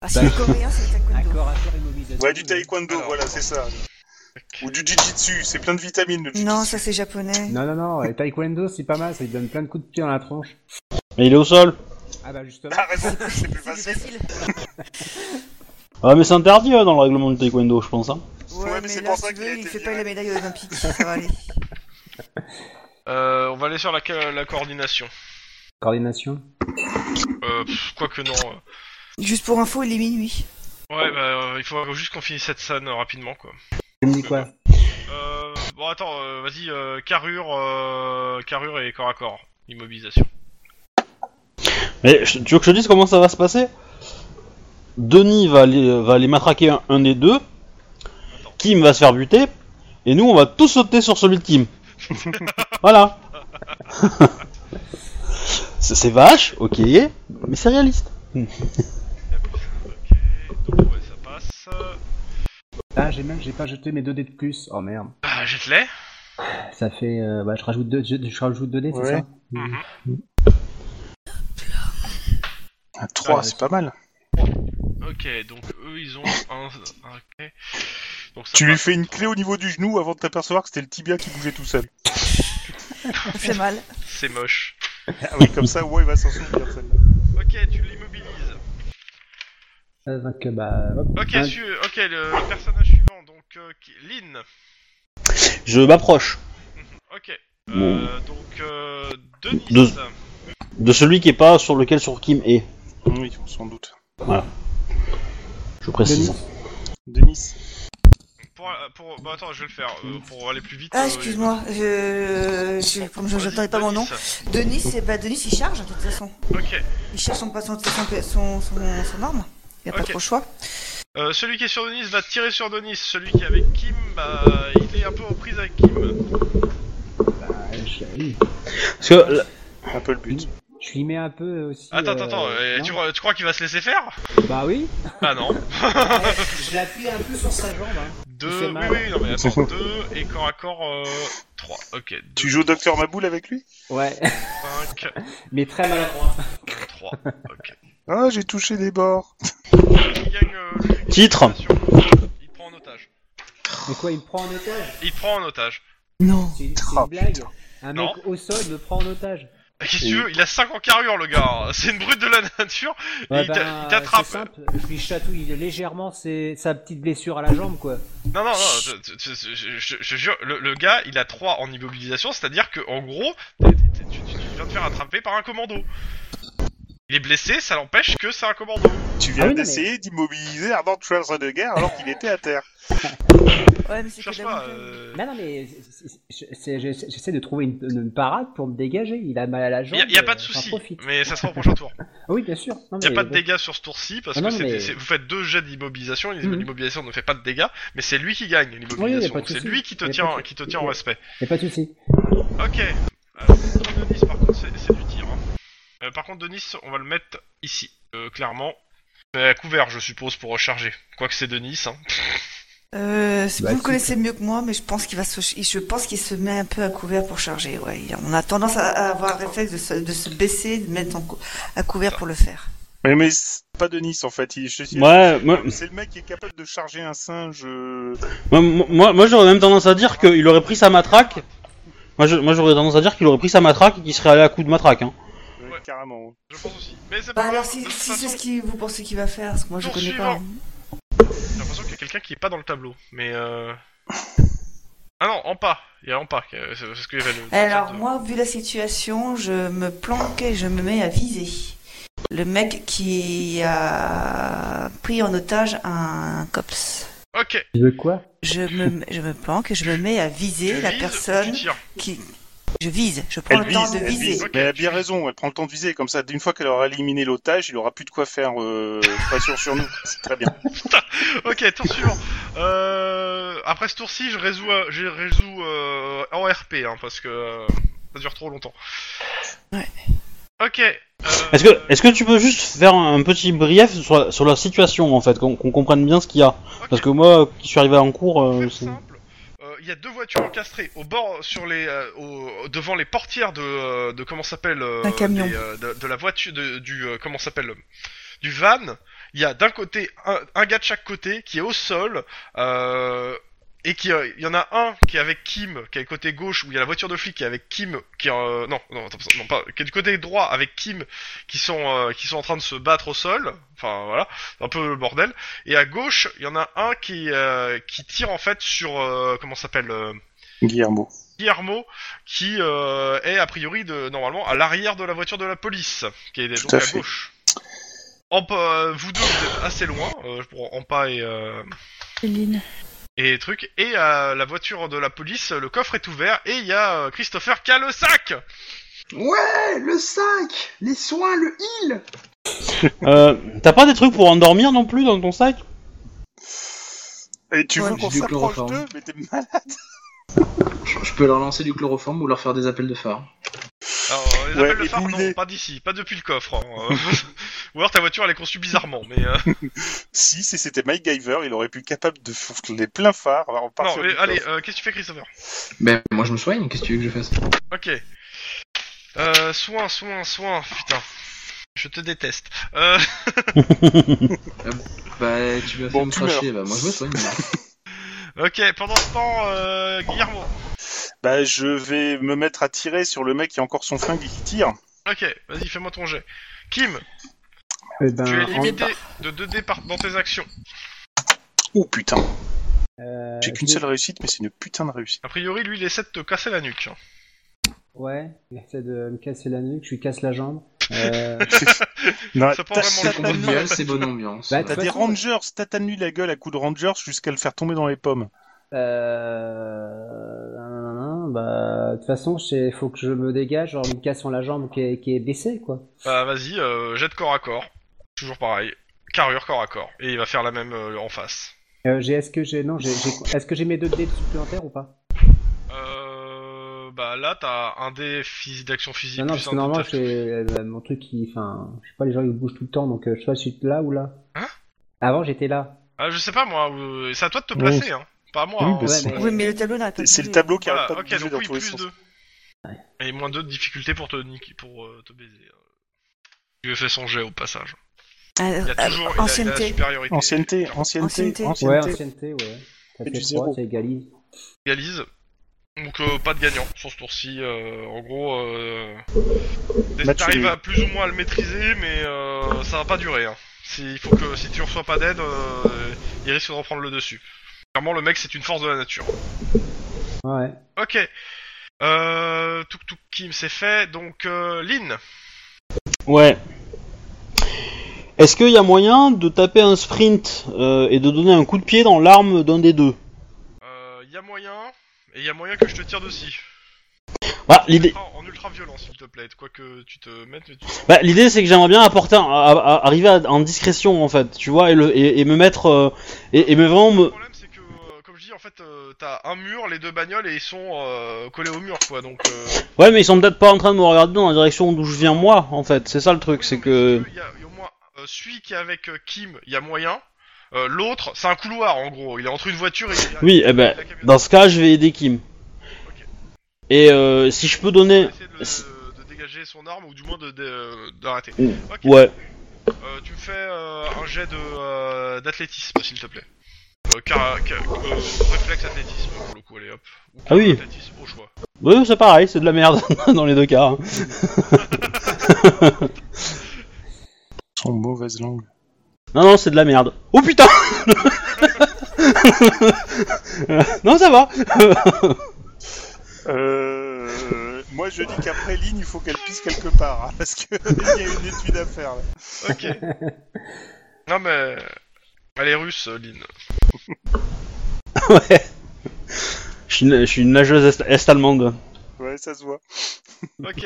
[SPEAKER 3] Ah, c'est le coréen, c'est le
[SPEAKER 4] Un
[SPEAKER 3] taekwondo.
[SPEAKER 4] corps à corps immobilisation.
[SPEAKER 5] Ouais, du taekwondo,
[SPEAKER 2] Alors,
[SPEAKER 5] voilà, c'est ça. Ou du jiu-jitsu, c'est plein de vitamines, le
[SPEAKER 3] Non,
[SPEAKER 5] jiu-jitsu.
[SPEAKER 3] ça c'est japonais.
[SPEAKER 4] Non, non, non, euh, taekwondo c'est pas mal, ça lui donne plein de coups de pied dans la tronche.
[SPEAKER 1] Mais il est au sol.
[SPEAKER 4] Ah bah justement.
[SPEAKER 5] Ah, raison, c'est plus
[SPEAKER 3] C'est plus
[SPEAKER 5] facile.
[SPEAKER 3] facile.
[SPEAKER 1] Ah, mais c'est interdit hein, dans le règlement du taekwondo, je pense. Hein.
[SPEAKER 5] Ouais,
[SPEAKER 3] Ouais,
[SPEAKER 5] mais
[SPEAKER 3] mais,
[SPEAKER 5] c'est
[SPEAKER 3] là,
[SPEAKER 5] pour
[SPEAKER 3] si
[SPEAKER 5] ça
[SPEAKER 3] tu
[SPEAKER 5] qu'il a
[SPEAKER 3] veux,
[SPEAKER 5] été
[SPEAKER 3] il fait pas
[SPEAKER 5] viré.
[SPEAKER 3] la médaille olympique, ça va aller.
[SPEAKER 2] euh, on va aller sur la, co- la coordination.
[SPEAKER 4] Coordination.
[SPEAKER 2] Euh, pff, Quoique non. euh.
[SPEAKER 3] Juste pour info, il est minuit.
[SPEAKER 2] Ouais, bah, euh, il faut juste qu'on finisse cette scène euh, rapidement, quoi.
[SPEAKER 4] Tu me dis quoi
[SPEAKER 2] Euh, bon, attends, euh, vas-y, euh, carrure, euh, carrure et corps à corps. Immobilisation.
[SPEAKER 1] Mais je- tu veux que je te dise comment ça va se passer Denis va aller, va aller matraquer un, un des deux. Kim va se faire buter. Et nous, on va tous sauter sur celui de Kim. voilà. c'est c'est vache, ok, mais c'est réaliste.
[SPEAKER 2] Ok, donc ouais, ça passe.
[SPEAKER 4] Ah j'ai même, j'ai pas jeté mes deux dés de plus. Oh merde.
[SPEAKER 2] Bah, jette-les.
[SPEAKER 4] Ça fait... euh, bah je rajoute deux, je, je rajoute deux dés, c'est
[SPEAKER 5] Ouais.
[SPEAKER 4] ça
[SPEAKER 2] Mhm.
[SPEAKER 5] 3, c'est pas mal.
[SPEAKER 2] Ok, donc eux, ils ont un... Ok. Donc ça
[SPEAKER 5] Tu lui
[SPEAKER 2] passe.
[SPEAKER 5] fais une clé au niveau du genou avant de t'apercevoir que c'était le tibia qui bougeait tout seul.
[SPEAKER 3] Ça fait mal.
[SPEAKER 2] C'est moche.
[SPEAKER 5] Ah oui, comme ça, ouais, il va s'en souvenir, celle-là.
[SPEAKER 2] Ok, tu l'immobilises.
[SPEAKER 4] Euh, Donc euh, bah... hop.
[SPEAKER 2] Ok,
[SPEAKER 4] Un-
[SPEAKER 2] su- ok, le, le personnage suivant, donc euh, qui- Lynn.
[SPEAKER 1] Je m'approche
[SPEAKER 2] Ok. Euh, donc, euh, Denis.
[SPEAKER 1] Deux. de celui qui est pas sur lequel sur Kim est,
[SPEAKER 5] Oui, on s'en doute.
[SPEAKER 1] je précise.
[SPEAKER 4] Denis
[SPEAKER 5] Denis
[SPEAKER 2] Pour, pour, bah, attends, je vais le faire euh, pour aller plus vite.
[SPEAKER 3] Ah,
[SPEAKER 2] euh,
[SPEAKER 3] excuse-moi, je... je- comme je
[SPEAKER 2] vas-y,
[SPEAKER 3] n'entendais pas mon nom.
[SPEAKER 2] Denis.
[SPEAKER 3] Denis, c'est bah, Denis, il charge, de toute façon.
[SPEAKER 2] Ok.
[SPEAKER 3] Il cherche son, son, son, son, son, son arme. Il n'y a pas
[SPEAKER 2] Ok.
[SPEAKER 3] trop le choix.
[SPEAKER 2] Euh, celui qui est sur Denis va tirer sur Denis. Celui qui est avec Kim, bah, il est un peu en prise avec Kim.
[SPEAKER 4] Bah, je,
[SPEAKER 1] Parce que euh, là,
[SPEAKER 5] Un peu le but.
[SPEAKER 4] je lui mets un peu aussi...
[SPEAKER 2] Attends,
[SPEAKER 4] euh,
[SPEAKER 2] attends, attends. euh,
[SPEAKER 4] non
[SPEAKER 2] tu, crois- tu crois qu'il va se laisser faire
[SPEAKER 4] Bah oui
[SPEAKER 2] Ah non.
[SPEAKER 4] Je l'appuie un peu sur sa jambe. Hein. Il
[SPEAKER 2] Deux.
[SPEAKER 4] fait
[SPEAKER 2] Oui,
[SPEAKER 4] mal.
[SPEAKER 2] oui, non mais attends. Deux et corps à corps. Euh, trois. Ok. Deux,
[SPEAKER 5] Tu joues au Docteur Maboule avec lui
[SPEAKER 4] Ouais,
[SPEAKER 2] Cinq. euh,
[SPEAKER 4] mais très mal.
[SPEAKER 2] Trois. Ok.
[SPEAKER 5] Ah, j'ai touché des bords.
[SPEAKER 2] Il gagne. euh, le truc
[SPEAKER 1] Titre.
[SPEAKER 2] d'immobilisation. Il te prend en otage.
[SPEAKER 4] Mais quoi, il me prend en otage
[SPEAKER 2] Il te prend en otage.
[SPEAKER 3] Non.
[SPEAKER 4] C'est c'est
[SPEAKER 5] Oh,
[SPEAKER 4] une blague Un
[SPEAKER 2] Non.
[SPEAKER 4] mec au sol me prend en otage
[SPEAKER 2] Bah, Qu'est-ce que tu veux Il a 5 en carrure, le gars. C'est une brute de la nature. Et
[SPEAKER 4] Ouais,
[SPEAKER 2] il t'a-
[SPEAKER 4] ben,
[SPEAKER 2] il
[SPEAKER 4] c'est
[SPEAKER 2] t'attrape.
[SPEAKER 4] simple, je lui chatouille légèrement ses- sa petite blessure à la jambe, quoi.
[SPEAKER 2] Non, non, non, je, je- je- je- je jure, le, le gars, il a 3 en immobilisation, c'est-à-dire que, en gros, t'es- t'es- tu, tu- tu viens de faire attraper par un commando. Il est blessé, ça l'empêche que c'est un commando.
[SPEAKER 5] Tu
[SPEAKER 4] Ah
[SPEAKER 5] viens
[SPEAKER 4] oui, non,
[SPEAKER 5] d'essayer d'immobiliser Arnold Schwarzenegger alors qu'il était à terre.
[SPEAKER 3] Ouais, mais c'est que
[SPEAKER 2] Cherche
[SPEAKER 3] de
[SPEAKER 2] pas,
[SPEAKER 3] la
[SPEAKER 2] euh...
[SPEAKER 4] Non, non, mais c'est- c'est- c'est- j'essa- j'essaie de trouver une, une parade pour me dégager. Il a mal à la jambe.
[SPEAKER 2] y a, y a pas de
[SPEAKER 4] euh, j'en
[SPEAKER 2] souci,
[SPEAKER 4] profite.
[SPEAKER 2] mais ça sera au prochain tour.
[SPEAKER 4] Ah oui, bien sûr. Non,
[SPEAKER 2] Y a
[SPEAKER 4] mais
[SPEAKER 2] pas de
[SPEAKER 4] bon.
[SPEAKER 2] dégâts sur ce tour-ci, parce
[SPEAKER 4] Ah
[SPEAKER 2] que
[SPEAKER 4] non,
[SPEAKER 2] c'est-
[SPEAKER 4] mais-
[SPEAKER 2] c'est- vous faites deux jets d'immobilisation, et
[SPEAKER 4] Mhm.
[SPEAKER 2] l'immobilisation ne fait pas de dégâts, mais c'est lui qui gagne
[SPEAKER 4] Oui, y a
[SPEAKER 2] l'immobilisation.
[SPEAKER 4] pas de
[SPEAKER 2] c'est
[SPEAKER 4] souci.
[SPEAKER 2] lui qui te
[SPEAKER 4] Y a pas
[SPEAKER 2] tient,
[SPEAKER 4] de-
[SPEAKER 2] qui te tient en respect.
[SPEAKER 4] Y a pas de souci.
[SPEAKER 2] Ok. Euh, pour Denis, par contre, c'est c'est du tir. hein. Euh, par contre, Denis, on va le mettre ici, euh, clairement. Euh, couvert, je suppose, pour recharger. Quoique c'est Denis, hein.
[SPEAKER 3] Euh, c'est-
[SPEAKER 4] Bah,
[SPEAKER 3] vous le
[SPEAKER 4] si.
[SPEAKER 3] connaissez mieux que moi, mais je pense qu'il va se, je pense qu'il se met un peu à couvert pour charger. Ouais, Il- on a tendance à, à avoir le réflexe de se, de se baisser, de mettre en cou- à couvert pour le faire.
[SPEAKER 5] Mais, mais c'est pas Denis en fait. Il- je sais-
[SPEAKER 1] ouais, moi,
[SPEAKER 5] C'est le mec qui est capable de charger un singe. euh,
[SPEAKER 1] moi, moi, moi, j'aurais même tendance à dire qu'il aurait pris sa matraque Moi, je- moi, j'aurais tendance à dire qu'il aurait pris sa matraque et qu'il serait allé à coup de matraque. Hein.
[SPEAKER 2] Ouais.
[SPEAKER 5] Carrément.
[SPEAKER 2] Je pense aussi. Mais c'est pas
[SPEAKER 3] Bah alors,
[SPEAKER 2] grave,
[SPEAKER 3] si,
[SPEAKER 2] de toute
[SPEAKER 3] si c'est
[SPEAKER 2] façon,
[SPEAKER 3] ce que vous pensez qu'il va faire, parce que moi je
[SPEAKER 2] Tour
[SPEAKER 3] connais pas.
[SPEAKER 2] suivant.
[SPEAKER 3] hein.
[SPEAKER 2] J'ai l'impression qu'il y a quelqu'un qui est pas dans le tableau, mais euh... Ah non, en pas, il y a en pas, c'est c'est ce que j'avais le...
[SPEAKER 3] Alors,
[SPEAKER 2] de-
[SPEAKER 3] moi, vu la situation, je me planque et je me mets à viser. Le mec qui a pris en otage un copse.
[SPEAKER 2] Ok,
[SPEAKER 4] Tu veux quoi
[SPEAKER 3] Je me, je me planque et je me mets à
[SPEAKER 2] tu
[SPEAKER 3] viser la
[SPEAKER 2] vises ou
[SPEAKER 3] personne
[SPEAKER 2] tu tires
[SPEAKER 3] qui. Je vise, je prends
[SPEAKER 5] Elle
[SPEAKER 3] le temps
[SPEAKER 5] vise,
[SPEAKER 3] de
[SPEAKER 5] elle
[SPEAKER 3] viser.
[SPEAKER 5] vise.
[SPEAKER 2] Ok,
[SPEAKER 5] Mais elle a bien
[SPEAKER 2] tu-
[SPEAKER 5] raison, elle prend le temps de viser. Comme ça, une fois qu'elle aura éliminé l'otage, il aura plus de quoi faire euh, pression sur nous. C'est très bien.
[SPEAKER 2] Ok, tour suivant. Euh... Après ce tour-ci, je résous, euh, je résous euh, en RP, hein, parce que euh, ça dure trop longtemps.
[SPEAKER 3] Ouais.
[SPEAKER 2] Ok. euh,
[SPEAKER 1] Est-ce que, est-ce que tu peux juste faire un un petit brief sur la, sur la situation en fait, qu'on qu'on comprenne bien ce qu'il y a
[SPEAKER 2] ok,
[SPEAKER 1] Parce que moi, euh, qui suis arrivé en cours,
[SPEAKER 2] pour
[SPEAKER 1] euh,
[SPEAKER 2] faire
[SPEAKER 1] c'est-
[SPEAKER 2] simple, euh, il y a deux voitures encastrées au bord, sur les, euh, au- devant les portières de, euh, de comment ça s'appelle euh,
[SPEAKER 3] Un camion.
[SPEAKER 2] des, euh, de, de la voiture de- du euh, comment ça s'appelle du van. Il y a d'un côté un, un gars de chaque côté qui est au sol. euh, et qui, euh, il y en a un qui est avec Kim, qui est côté gauche, où il y a la voiture de flic qui est avec Kim, qui est, euh, non, non, attends, non, pas, qui est du côté droit avec Kim, qui sont, euh, qui sont en train de se battre au sol. Enfin, voilà. C'est un peu le bordel. Et à gauche, il y en a un qui, euh, qui tire, en fait, sur, euh, comment ça s'appelle, euh,
[SPEAKER 5] Guillermo.
[SPEAKER 2] Guillermo, qui euh, est a priori de, normalement à l'arrière de la voiture de la police, qui est
[SPEAKER 5] Tout
[SPEAKER 2] donc à,
[SPEAKER 5] à fait.
[SPEAKER 2] gauche. Ampa, euh, vous deux, vous êtes assez loin, euh, pour Ampa et, euh,
[SPEAKER 7] Céline.
[SPEAKER 2] et truc. Et euh, la voiture de la police, le coffre est ouvert et il y a euh, Christopher qui a le sac
[SPEAKER 6] Ouais, le sac Les soins, le heal
[SPEAKER 1] Euh, t'as pas des trucs pour endormir non plus dans ton sac
[SPEAKER 5] Et tu
[SPEAKER 3] Ouais,
[SPEAKER 5] veux qu'on
[SPEAKER 6] j'ai du
[SPEAKER 5] s'approche
[SPEAKER 6] chloroforme.
[SPEAKER 3] hein.
[SPEAKER 5] d'eux Mais t'es malade.
[SPEAKER 6] Je, je peux leur lancer du chloroforme ou leur faire des appels de phare.
[SPEAKER 2] Alors, les
[SPEAKER 5] Ouais,
[SPEAKER 2] appels de
[SPEAKER 5] et
[SPEAKER 2] phare, non,
[SPEAKER 5] brûlé.
[SPEAKER 2] pas d'ici, pas depuis le coffre. hein, euh. Ou alors ta voiture elle est conçue bizarrement, mais euh,
[SPEAKER 5] Si, si c'était Mike Giver, il aurait pu être capable de foutre les pleins phares. hein, Alors, on part
[SPEAKER 2] non,
[SPEAKER 5] sur
[SPEAKER 2] mais
[SPEAKER 5] Victor.
[SPEAKER 2] allez, euh, qu'est-ce que tu fais, Christopher
[SPEAKER 6] Ben, moi je me soigne, qu'est-ce que tu veux que je fasse
[SPEAKER 2] Ok. Euh, soin, soin, soin, putain. Je te déteste. Euh,
[SPEAKER 6] Bah, tu vas
[SPEAKER 5] Bon,
[SPEAKER 6] faire me
[SPEAKER 5] tu meurs.
[SPEAKER 6] cracher, bah moi je me soigne.
[SPEAKER 2] ok, pendant ce temps, euh, Guillermo.
[SPEAKER 5] Bah, je vais me mettre à tirer sur le mec qui a encore son flingue et qui tire.
[SPEAKER 2] Ok, vas-y, fais-moi ton jet. Kim,
[SPEAKER 4] Eh ben,
[SPEAKER 2] tu es
[SPEAKER 4] en-
[SPEAKER 2] limité de 2 dés par- dans tes actions.
[SPEAKER 5] Oh putain,
[SPEAKER 4] euh,
[SPEAKER 5] j'ai qu'une
[SPEAKER 4] je-
[SPEAKER 5] seule réussite, mais c'est une putain de réussite.
[SPEAKER 2] A priori, lui, il essaie de te casser la nuque. hein.
[SPEAKER 4] Ouais, j'essaie de me casser la nuque, je lui casse la jambe. Euh,
[SPEAKER 5] Non,
[SPEAKER 2] Ça prend
[SPEAKER 5] t'as-
[SPEAKER 2] vraiment
[SPEAKER 6] Le
[SPEAKER 2] le
[SPEAKER 5] t'as-
[SPEAKER 6] combat duel, c'est bonne ambiance.
[SPEAKER 4] Bah,
[SPEAKER 5] T'as
[SPEAKER 4] De
[SPEAKER 5] des
[SPEAKER 4] toute façon-
[SPEAKER 5] Rangers, t'atténues la gueule à coups de Rangers jusqu'à le faire tomber dans les pommes.
[SPEAKER 4] euh, nanana, bah, de toute façon, il faut que je me dégage en lui cassant la jambe qui est, qui est baissée, quoi.
[SPEAKER 2] Bah, vas-y, euh, jet de corps à corps. Toujours pareil. Carrure corps à corps. Et il va faire la même euh, en face.
[SPEAKER 4] Euh, j'ai, est-ce que j'ai, non, j'ai, j'ai- est-ce que j'ai mes deux dés supplémentaires ou pas
[SPEAKER 2] Euh, bah là, t'as un dé phys- d'action physique.
[SPEAKER 4] Non, non,
[SPEAKER 2] plus
[SPEAKER 4] parce que
[SPEAKER 2] un de
[SPEAKER 4] normalement,
[SPEAKER 2] ta-
[SPEAKER 4] j'ai euh, mon truc qui, enfin, je sais pas, les gens ils bougent tout le temps, donc euh, je sais pas, je suis là ou là.
[SPEAKER 2] Hein
[SPEAKER 4] Avant, j'étais là.
[SPEAKER 2] Ah, je sais pas, moi. euh, C'est à toi de te placer, hein. Pas à moi.
[SPEAKER 5] Oui,
[SPEAKER 2] hein.
[SPEAKER 5] bah,
[SPEAKER 4] Ouais, mais-
[SPEAKER 3] Oui, mais le tableau n'arrête pas de
[SPEAKER 5] C'est le
[SPEAKER 3] bouger.
[SPEAKER 5] tableau qui
[SPEAKER 2] Voilà,
[SPEAKER 5] arrête pas
[SPEAKER 2] ok,
[SPEAKER 5] de bouger
[SPEAKER 2] donc
[SPEAKER 5] dans
[SPEAKER 2] oui,
[SPEAKER 5] tous les
[SPEAKER 2] plus
[SPEAKER 5] sens.
[SPEAKER 2] 2. Et moins 2 de difficulté pour te, niquer- pour, euh, te baiser. Tu lui fait son jet au passage. Il y a
[SPEAKER 3] Ah, ah,
[SPEAKER 2] toujours il a- il a la
[SPEAKER 3] Ancienneté.
[SPEAKER 2] supériorité.
[SPEAKER 5] Ancienneté, hein. ancienneté,
[SPEAKER 3] Ancienneté.
[SPEAKER 4] Ouais,
[SPEAKER 5] ancienneté.
[SPEAKER 4] ancienneté, ouais. Ça
[SPEAKER 5] Et
[SPEAKER 4] fait
[SPEAKER 5] du
[SPEAKER 4] 3,
[SPEAKER 5] zéro.
[SPEAKER 4] ça égalise.
[SPEAKER 2] Réalise. Donc euh, pas de gagnant sur ce tour-ci. euh, en gros, euh,
[SPEAKER 5] Bah, tu-
[SPEAKER 2] t'arrives à plus ou moins à le maîtriser, mais euh, ça va pas durer. Hein. Si, il faut que si tu reçois pas d'aide, euh, il risque de reprendre le dessus. Clairement, le mec, c'est une force de la nature.
[SPEAKER 4] Ouais.
[SPEAKER 2] Ok. Euh, Tuk Tuk Kim, c'est fait. Donc, euh, Lynn.
[SPEAKER 1] Ouais. Est-ce qu'il y a moyen de taper un sprint euh, et de donner un coup de pied dans l'arme d'un des deux
[SPEAKER 2] Euh, y a moyen, et y a moyen que je te tire de scie.
[SPEAKER 1] Voilà, Bah, l'idée.
[SPEAKER 2] Ah, en ultra violent, s'il te plaît. Quoique tu te mettes, mais tu.
[SPEAKER 1] Bah, l'idée c'est que j'aimerais bien apporter, un- à- à- arriver à- en discrétion en fait, tu vois, et, le, et, et me mettre, euh, et, et me vraiment
[SPEAKER 2] Le
[SPEAKER 1] me...
[SPEAKER 2] problème, c'est que, euh, comme je dis, en fait, euh, t'as un mur, les deux bagnoles, et ils sont euh, collés au mur, quoi. Donc. euh,
[SPEAKER 1] Ouais mais ils sont peut-être pas en train de me regarder dans la direction d'où je viens moi en fait, c'est ça le truc,
[SPEAKER 2] oui,
[SPEAKER 1] c'est
[SPEAKER 2] non, mais
[SPEAKER 1] que...
[SPEAKER 2] si tu veux, y a- y a au moins euh, celui qui est avec euh, Kim, y a moyen. Euh, L'autre, c'est un couloir, en gros. Il est entre une voiture et.
[SPEAKER 1] Oui, eh ben,
[SPEAKER 2] la camionnette.
[SPEAKER 1] Dans ce cas je vais aider Kim.
[SPEAKER 2] Ok.
[SPEAKER 1] Et euh, si je peux
[SPEAKER 2] On
[SPEAKER 1] donner...
[SPEAKER 2] va essayer de, le- de dégager son arme ou du moins de- de- d'arrêter.
[SPEAKER 1] Ouh.
[SPEAKER 2] Ok.
[SPEAKER 1] Ouais,
[SPEAKER 2] Euh, tu me fais euh, un jet de euh, d'athlétisme, s'il te plaît. Euh, car, car- euh, réflexe athlétisme, pour le coup, allez hop. Ou
[SPEAKER 1] Ah oui.
[SPEAKER 2] athlétisme, au choix.
[SPEAKER 1] Ouais, c'est pareil, c'est de la merde dans les deux cas. hein.
[SPEAKER 5] Son mauvaise langue.
[SPEAKER 1] Non, non, c'est de la merde. Oh putain Non, ça va
[SPEAKER 5] Euh, moi, je dis qu'après ligne, il faut qu'elle pisse quelque part, hein, parce qu'il y a une étude à faire. là.
[SPEAKER 2] Ok. non mais. Elle est russe, Lynn.
[SPEAKER 1] Ouais. Je suis une, je suis une nageuse est- est-allemande.
[SPEAKER 5] Ouais, ça se voit.
[SPEAKER 2] Ok.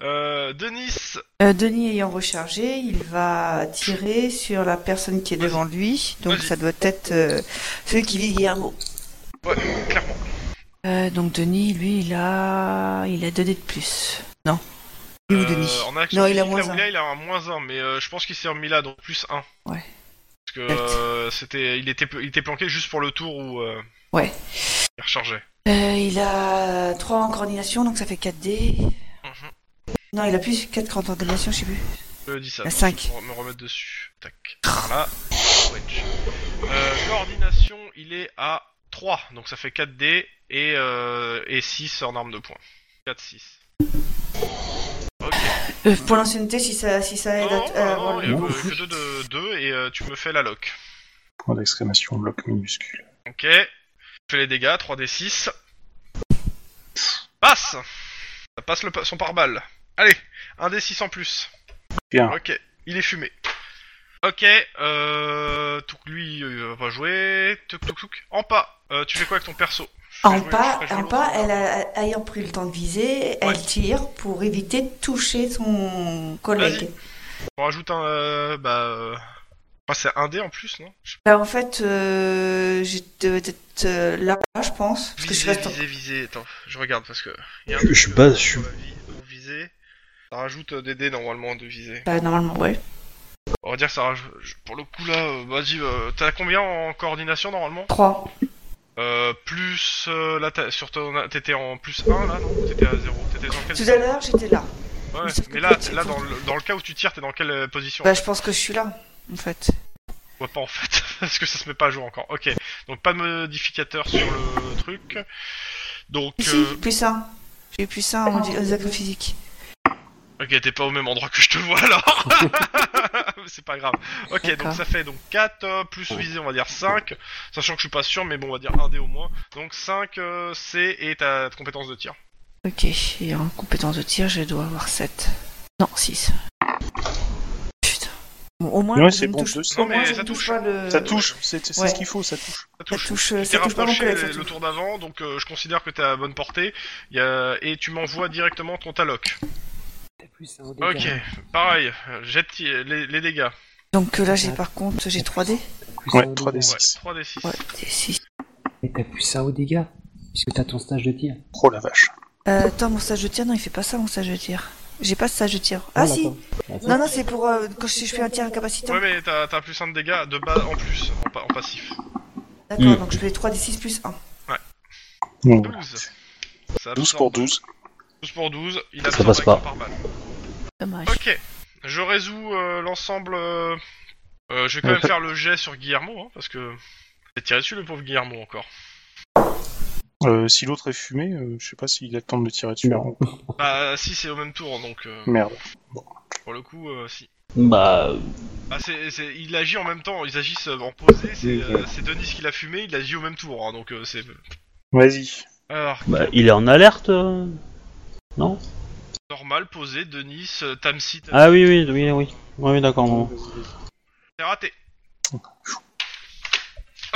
[SPEAKER 2] Euh, Denis,
[SPEAKER 3] Euh, Denis ayant rechargé, il va tirer sur la personne qui est devant lui. Donc
[SPEAKER 2] Vas-y.
[SPEAKER 3] ça doit être euh, celui qui vit Guillermo.
[SPEAKER 2] Ouais, clairement.
[SPEAKER 3] Euh, donc Denis, lui, il a, il a 2 dés de plus. Non. Lui ou
[SPEAKER 2] Euh,
[SPEAKER 3] Denis
[SPEAKER 2] en action,
[SPEAKER 3] Non, il a
[SPEAKER 2] physique,
[SPEAKER 3] moins
[SPEAKER 2] là où
[SPEAKER 3] un.
[SPEAKER 2] il a, il a un moins 1, mais euh, je pense qu'il s'est remis là, donc plus 1.
[SPEAKER 3] Ouais.
[SPEAKER 2] Parce que euh, c'était, il, était, il était planqué juste pour le tour où euh,
[SPEAKER 3] Ouais.
[SPEAKER 2] il rechargeait.
[SPEAKER 3] Euh, il a 3 en coordination, donc ça fait 4 dés.
[SPEAKER 2] Mhm.
[SPEAKER 3] Non, il a plus 4 en coordination, je sais plus.
[SPEAKER 2] Je dis ça.
[SPEAKER 3] La
[SPEAKER 2] donc,
[SPEAKER 3] cinq.
[SPEAKER 2] je vais me remettre dessus. Tac. Par là. Wedge. Euh, coordination, il est à 3, donc ça fait 4 d et, euh, et 6 en arme de poing. 4, 6. Ok.
[SPEAKER 3] Euh, pour l'ancienneté, si ça, si ça
[SPEAKER 2] Non,
[SPEAKER 3] aide à- euh,
[SPEAKER 2] non,
[SPEAKER 3] à
[SPEAKER 2] non,
[SPEAKER 3] avoir
[SPEAKER 2] non,
[SPEAKER 3] le-
[SPEAKER 2] il y a que- que 2 de 2 et euh, tu me fais la lock.
[SPEAKER 5] Point d'exclamation, bloc minuscule.
[SPEAKER 2] Ok. Je fais les dégâts, 3d6. Passe Ça passe le pa- son pare-balles. Allez, 1d6 en plus.
[SPEAKER 5] Bien.
[SPEAKER 2] Ok, il est fumé. Ok, euh. Touk, lui, euh, va pas jouer. Touk, touk, touk. En pas Euh, Tu fais quoi avec ton perso Je vais
[SPEAKER 3] En
[SPEAKER 2] jouer-
[SPEAKER 3] pas,
[SPEAKER 2] je vais jouer
[SPEAKER 3] en
[SPEAKER 2] l'autre.
[SPEAKER 3] pas, elle a, ayant pris le temps de viser,
[SPEAKER 2] Ouais.
[SPEAKER 3] elle tire pour éviter de toucher son collègue.
[SPEAKER 2] On rajoute un. euh, bah. euh, Enfin, c'est un dé en plus, non Je-
[SPEAKER 3] Là, en fait, euh, j'étais peut-être euh, là, je pense. Parce que je
[SPEAKER 2] Viser,
[SPEAKER 3] reste en-
[SPEAKER 2] viser, viser. Attends, je regarde parce que. il y a un
[SPEAKER 1] Je-
[SPEAKER 2] truc,
[SPEAKER 1] je suis pas-
[SPEAKER 2] euh,
[SPEAKER 1] je suis-
[SPEAKER 2] pour la vie- Pour viser, ça rajoute euh, des dés normalement de viser.
[SPEAKER 3] Bah, normalement, ouais.
[SPEAKER 2] On va dire que ça raj- je- pour le coup là, euh, vas-y, euh, t'as combien en coordination normalement
[SPEAKER 3] 3.
[SPEAKER 2] euh, Plus euh, là, t'as- sur ton, t'étais en plus 1 là, non T'étais à 0, t'étais dans quel
[SPEAKER 3] Tout à l'heure, j'étais là.
[SPEAKER 2] Ouais,
[SPEAKER 3] sauf que
[SPEAKER 2] mais là,
[SPEAKER 3] toi, tu-
[SPEAKER 2] là
[SPEAKER 3] faut-
[SPEAKER 2] dans, le, dans le cas où tu tires, t'es dans quelle euh, position
[SPEAKER 3] Bah, je pense que je suis là, en fait.
[SPEAKER 2] Je vois pas en fait, parce que ça se met pas à jour encore. Ok, donc pas de modificateur sur le truc. Donc,
[SPEAKER 3] Ici,
[SPEAKER 2] euh,
[SPEAKER 3] plus 1. J'ai plus 1 en, en acte physique.
[SPEAKER 2] ok, t'es pas au même endroit que je te vois alors Mais C'est pas grave. Ok, donc
[SPEAKER 3] D'accord.
[SPEAKER 2] ça fait donc 4 euh,
[SPEAKER 1] Oh.
[SPEAKER 2] plus visé, on va dire 5, sachant que je suis pas sûr, mais bon, on va dire 1 dé au moins. Donc 5 euh, C et ta compétence de tir.
[SPEAKER 3] Ok, et en compétence de tir, je dois avoir 7. Non, 6. Putain. Bon, au moins,
[SPEAKER 5] Ouais,
[SPEAKER 3] je
[SPEAKER 5] c'est
[SPEAKER 3] ne
[SPEAKER 5] bon,
[SPEAKER 3] touche,
[SPEAKER 5] deux,
[SPEAKER 3] au
[SPEAKER 5] ça-
[SPEAKER 2] mais
[SPEAKER 3] moins, je
[SPEAKER 2] ça
[SPEAKER 3] ne touche
[SPEAKER 2] touche.
[SPEAKER 3] pas le...
[SPEAKER 5] ça touche, c'est c'est
[SPEAKER 3] Ouais.
[SPEAKER 5] ce qu'il faut, ça touche.
[SPEAKER 2] Ça
[SPEAKER 3] Ça
[SPEAKER 2] touche.
[SPEAKER 3] touche, euh,
[SPEAKER 2] Tu t'es
[SPEAKER 3] ça touche pas mon
[SPEAKER 2] rapproché
[SPEAKER 3] collègue,
[SPEAKER 2] le,
[SPEAKER 3] surtout.
[SPEAKER 2] le tour d'avant, donc euh, je considère que t'es à bonne portée. Il Y a... Et tu m'envoies directement ton taloc.
[SPEAKER 4] T'as plus un dégât.
[SPEAKER 2] Ok, pareil, euh, jette ti- les, les dégâts.
[SPEAKER 3] Donc euh, là, j'ai par contre, j'ai 3D.
[SPEAKER 4] T'as plus
[SPEAKER 5] Ouais,
[SPEAKER 4] un au
[SPEAKER 5] 3D.
[SPEAKER 4] dégât.
[SPEAKER 2] Ouais,
[SPEAKER 5] Six.
[SPEAKER 2] 3d6.
[SPEAKER 3] Ouais, c'est 6.
[SPEAKER 4] Et t'as plus ça au dégât, puisque t'as ton stage de tir.
[SPEAKER 5] Oh la vache.
[SPEAKER 3] Euh, attends, mon stage de tir, non, il fait pas ça, mon stage de tir. J'ai pas de stage de tir. Ah
[SPEAKER 4] Non,
[SPEAKER 3] si
[SPEAKER 4] attends. Attends.
[SPEAKER 3] Non, non, c'est pour euh, quand je, je fais un tir incapacitant.
[SPEAKER 2] Ouais, mais t'as t'as plus 1 de dégâts de base en plus, en, pa- en passif.
[SPEAKER 3] D'accord,
[SPEAKER 1] Mm.
[SPEAKER 3] donc je fais 3 d 6 plus 1.
[SPEAKER 5] Bon, voilà.
[SPEAKER 2] 12. Ça
[SPEAKER 5] 12
[SPEAKER 2] absorbe.
[SPEAKER 5] pour 12.
[SPEAKER 2] 12 pour 12, il
[SPEAKER 1] Ça
[SPEAKER 2] absorbe
[SPEAKER 1] passe
[SPEAKER 2] avec
[SPEAKER 1] pas.
[SPEAKER 2] un par balle.
[SPEAKER 3] Dommage.
[SPEAKER 2] Ok, je résous euh, l'ensemble. euh, euh, je vais quand
[SPEAKER 1] Euh,
[SPEAKER 2] même
[SPEAKER 1] ça-
[SPEAKER 2] faire le jet sur Guillermo, hein, parce que. J'ai tiré dessus le pauvre Guillermo encore.
[SPEAKER 5] Euh, si l'autre est fumé, euh, je sais pas s'il a le temps de le tirer dessus.
[SPEAKER 4] Non.
[SPEAKER 2] Bah, si, c'est au même tour, donc euh,
[SPEAKER 5] Merde.
[SPEAKER 2] pour le coup, euh, si.
[SPEAKER 1] Bah.
[SPEAKER 2] Ah, c'est, c'est- il agit en même temps, ils agissent euh, en posé, c'est, euh, c'est Denis qui l'a fumé, il agit au même tour, hein, donc euh, c'est. euh,
[SPEAKER 5] Vas-y.
[SPEAKER 2] Alors,
[SPEAKER 1] Bah, il est en alerte euh Non
[SPEAKER 2] normal, posé, Denis, euh, Tamsi, Tamsi,
[SPEAKER 1] Ah oui, oui, oui, oui. Oui, oui, d'accord, bon.
[SPEAKER 2] c'est raté.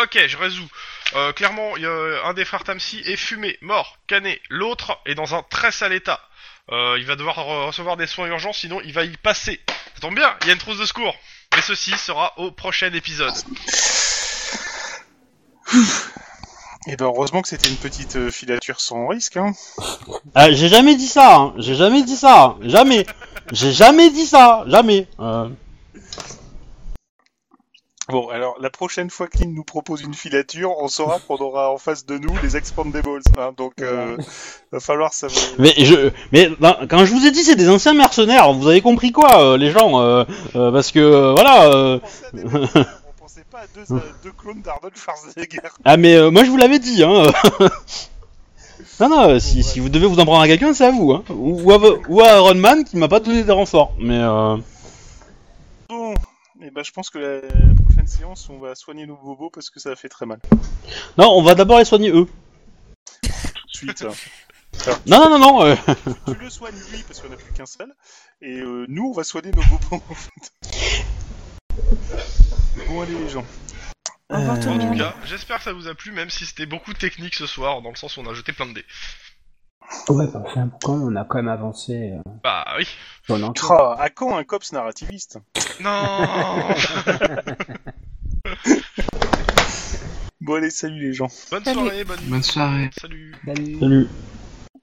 [SPEAKER 2] Ok, je résous. Euh, clairement, y a un des frères Tamsi est fumé, mort, cané. L'autre est dans un très sale état. Euh, il va devoir re- recevoir des soins urgents, sinon il va y passer. Ça tombe bien, il y a une trousse de secours. Et ceci sera au prochain épisode.
[SPEAKER 5] Et ben heureusement que c'était une petite euh, filature sans risque. Hein.
[SPEAKER 1] Ah, j'ai jamais dit ça, hein. j'ai jamais dit ça, jamais. J'ai jamais dit ça, jamais. Euh,
[SPEAKER 5] Bon, alors la prochaine fois que Lynn nous propose une filature, on saura qu'on aura en face de nous les expandables. Hein, donc, euh, va falloir savoir.
[SPEAKER 1] mais je, mais ben, quand je vous ai dit c'est des anciens mercenaires, vous avez compris quoi, euh, les gens, euh, euh, parce que euh, voilà. euh,
[SPEAKER 5] On pensait à des mercenaires, on pensait pas à deux, à deux clones d'Arnold Schwarzenegger.
[SPEAKER 1] Ah mais euh, moi je vous l'avais dit, hein. Non, non, si, si vous devez vous en prendre à quelqu'un, c'est à vous. Hein. Ou, ou à, vo- ou à Iron Man qui m'a pas donné des renforts. Mais euh,
[SPEAKER 5] Bon, et ben je pense que la prochaine séance, on va soigner nos bobos parce que ça fait très mal.
[SPEAKER 1] Non, on va d'abord les soigner eux.
[SPEAKER 5] Tout de suite. hein.
[SPEAKER 1] Non, non, non, non. euh,
[SPEAKER 5] tu le soignes lui parce qu'on a plus qu'un seul, et euh, nous on va soigner nos bobos en fait. Bon allez les gens.
[SPEAKER 3] Au revoir tout le
[SPEAKER 2] En tout
[SPEAKER 3] monde.
[SPEAKER 2] cas, j'espère que ça vous a plu, même si c'était beaucoup technique ce soir, dans le sens où on a jeté plein de dés.
[SPEAKER 4] Ouais, bah, enfin, pourquoi on a quand même avancé euh,
[SPEAKER 2] Bah oui.
[SPEAKER 4] sur l'enquête.
[SPEAKER 5] Ah, à quand un cops narrativiste
[SPEAKER 2] Non
[SPEAKER 5] Bon allez salut les gens.
[SPEAKER 2] Bonne
[SPEAKER 3] Salut.
[SPEAKER 2] soirée, bonne...
[SPEAKER 6] Bonne soirée.
[SPEAKER 2] Salut
[SPEAKER 4] Salut.
[SPEAKER 1] Salut.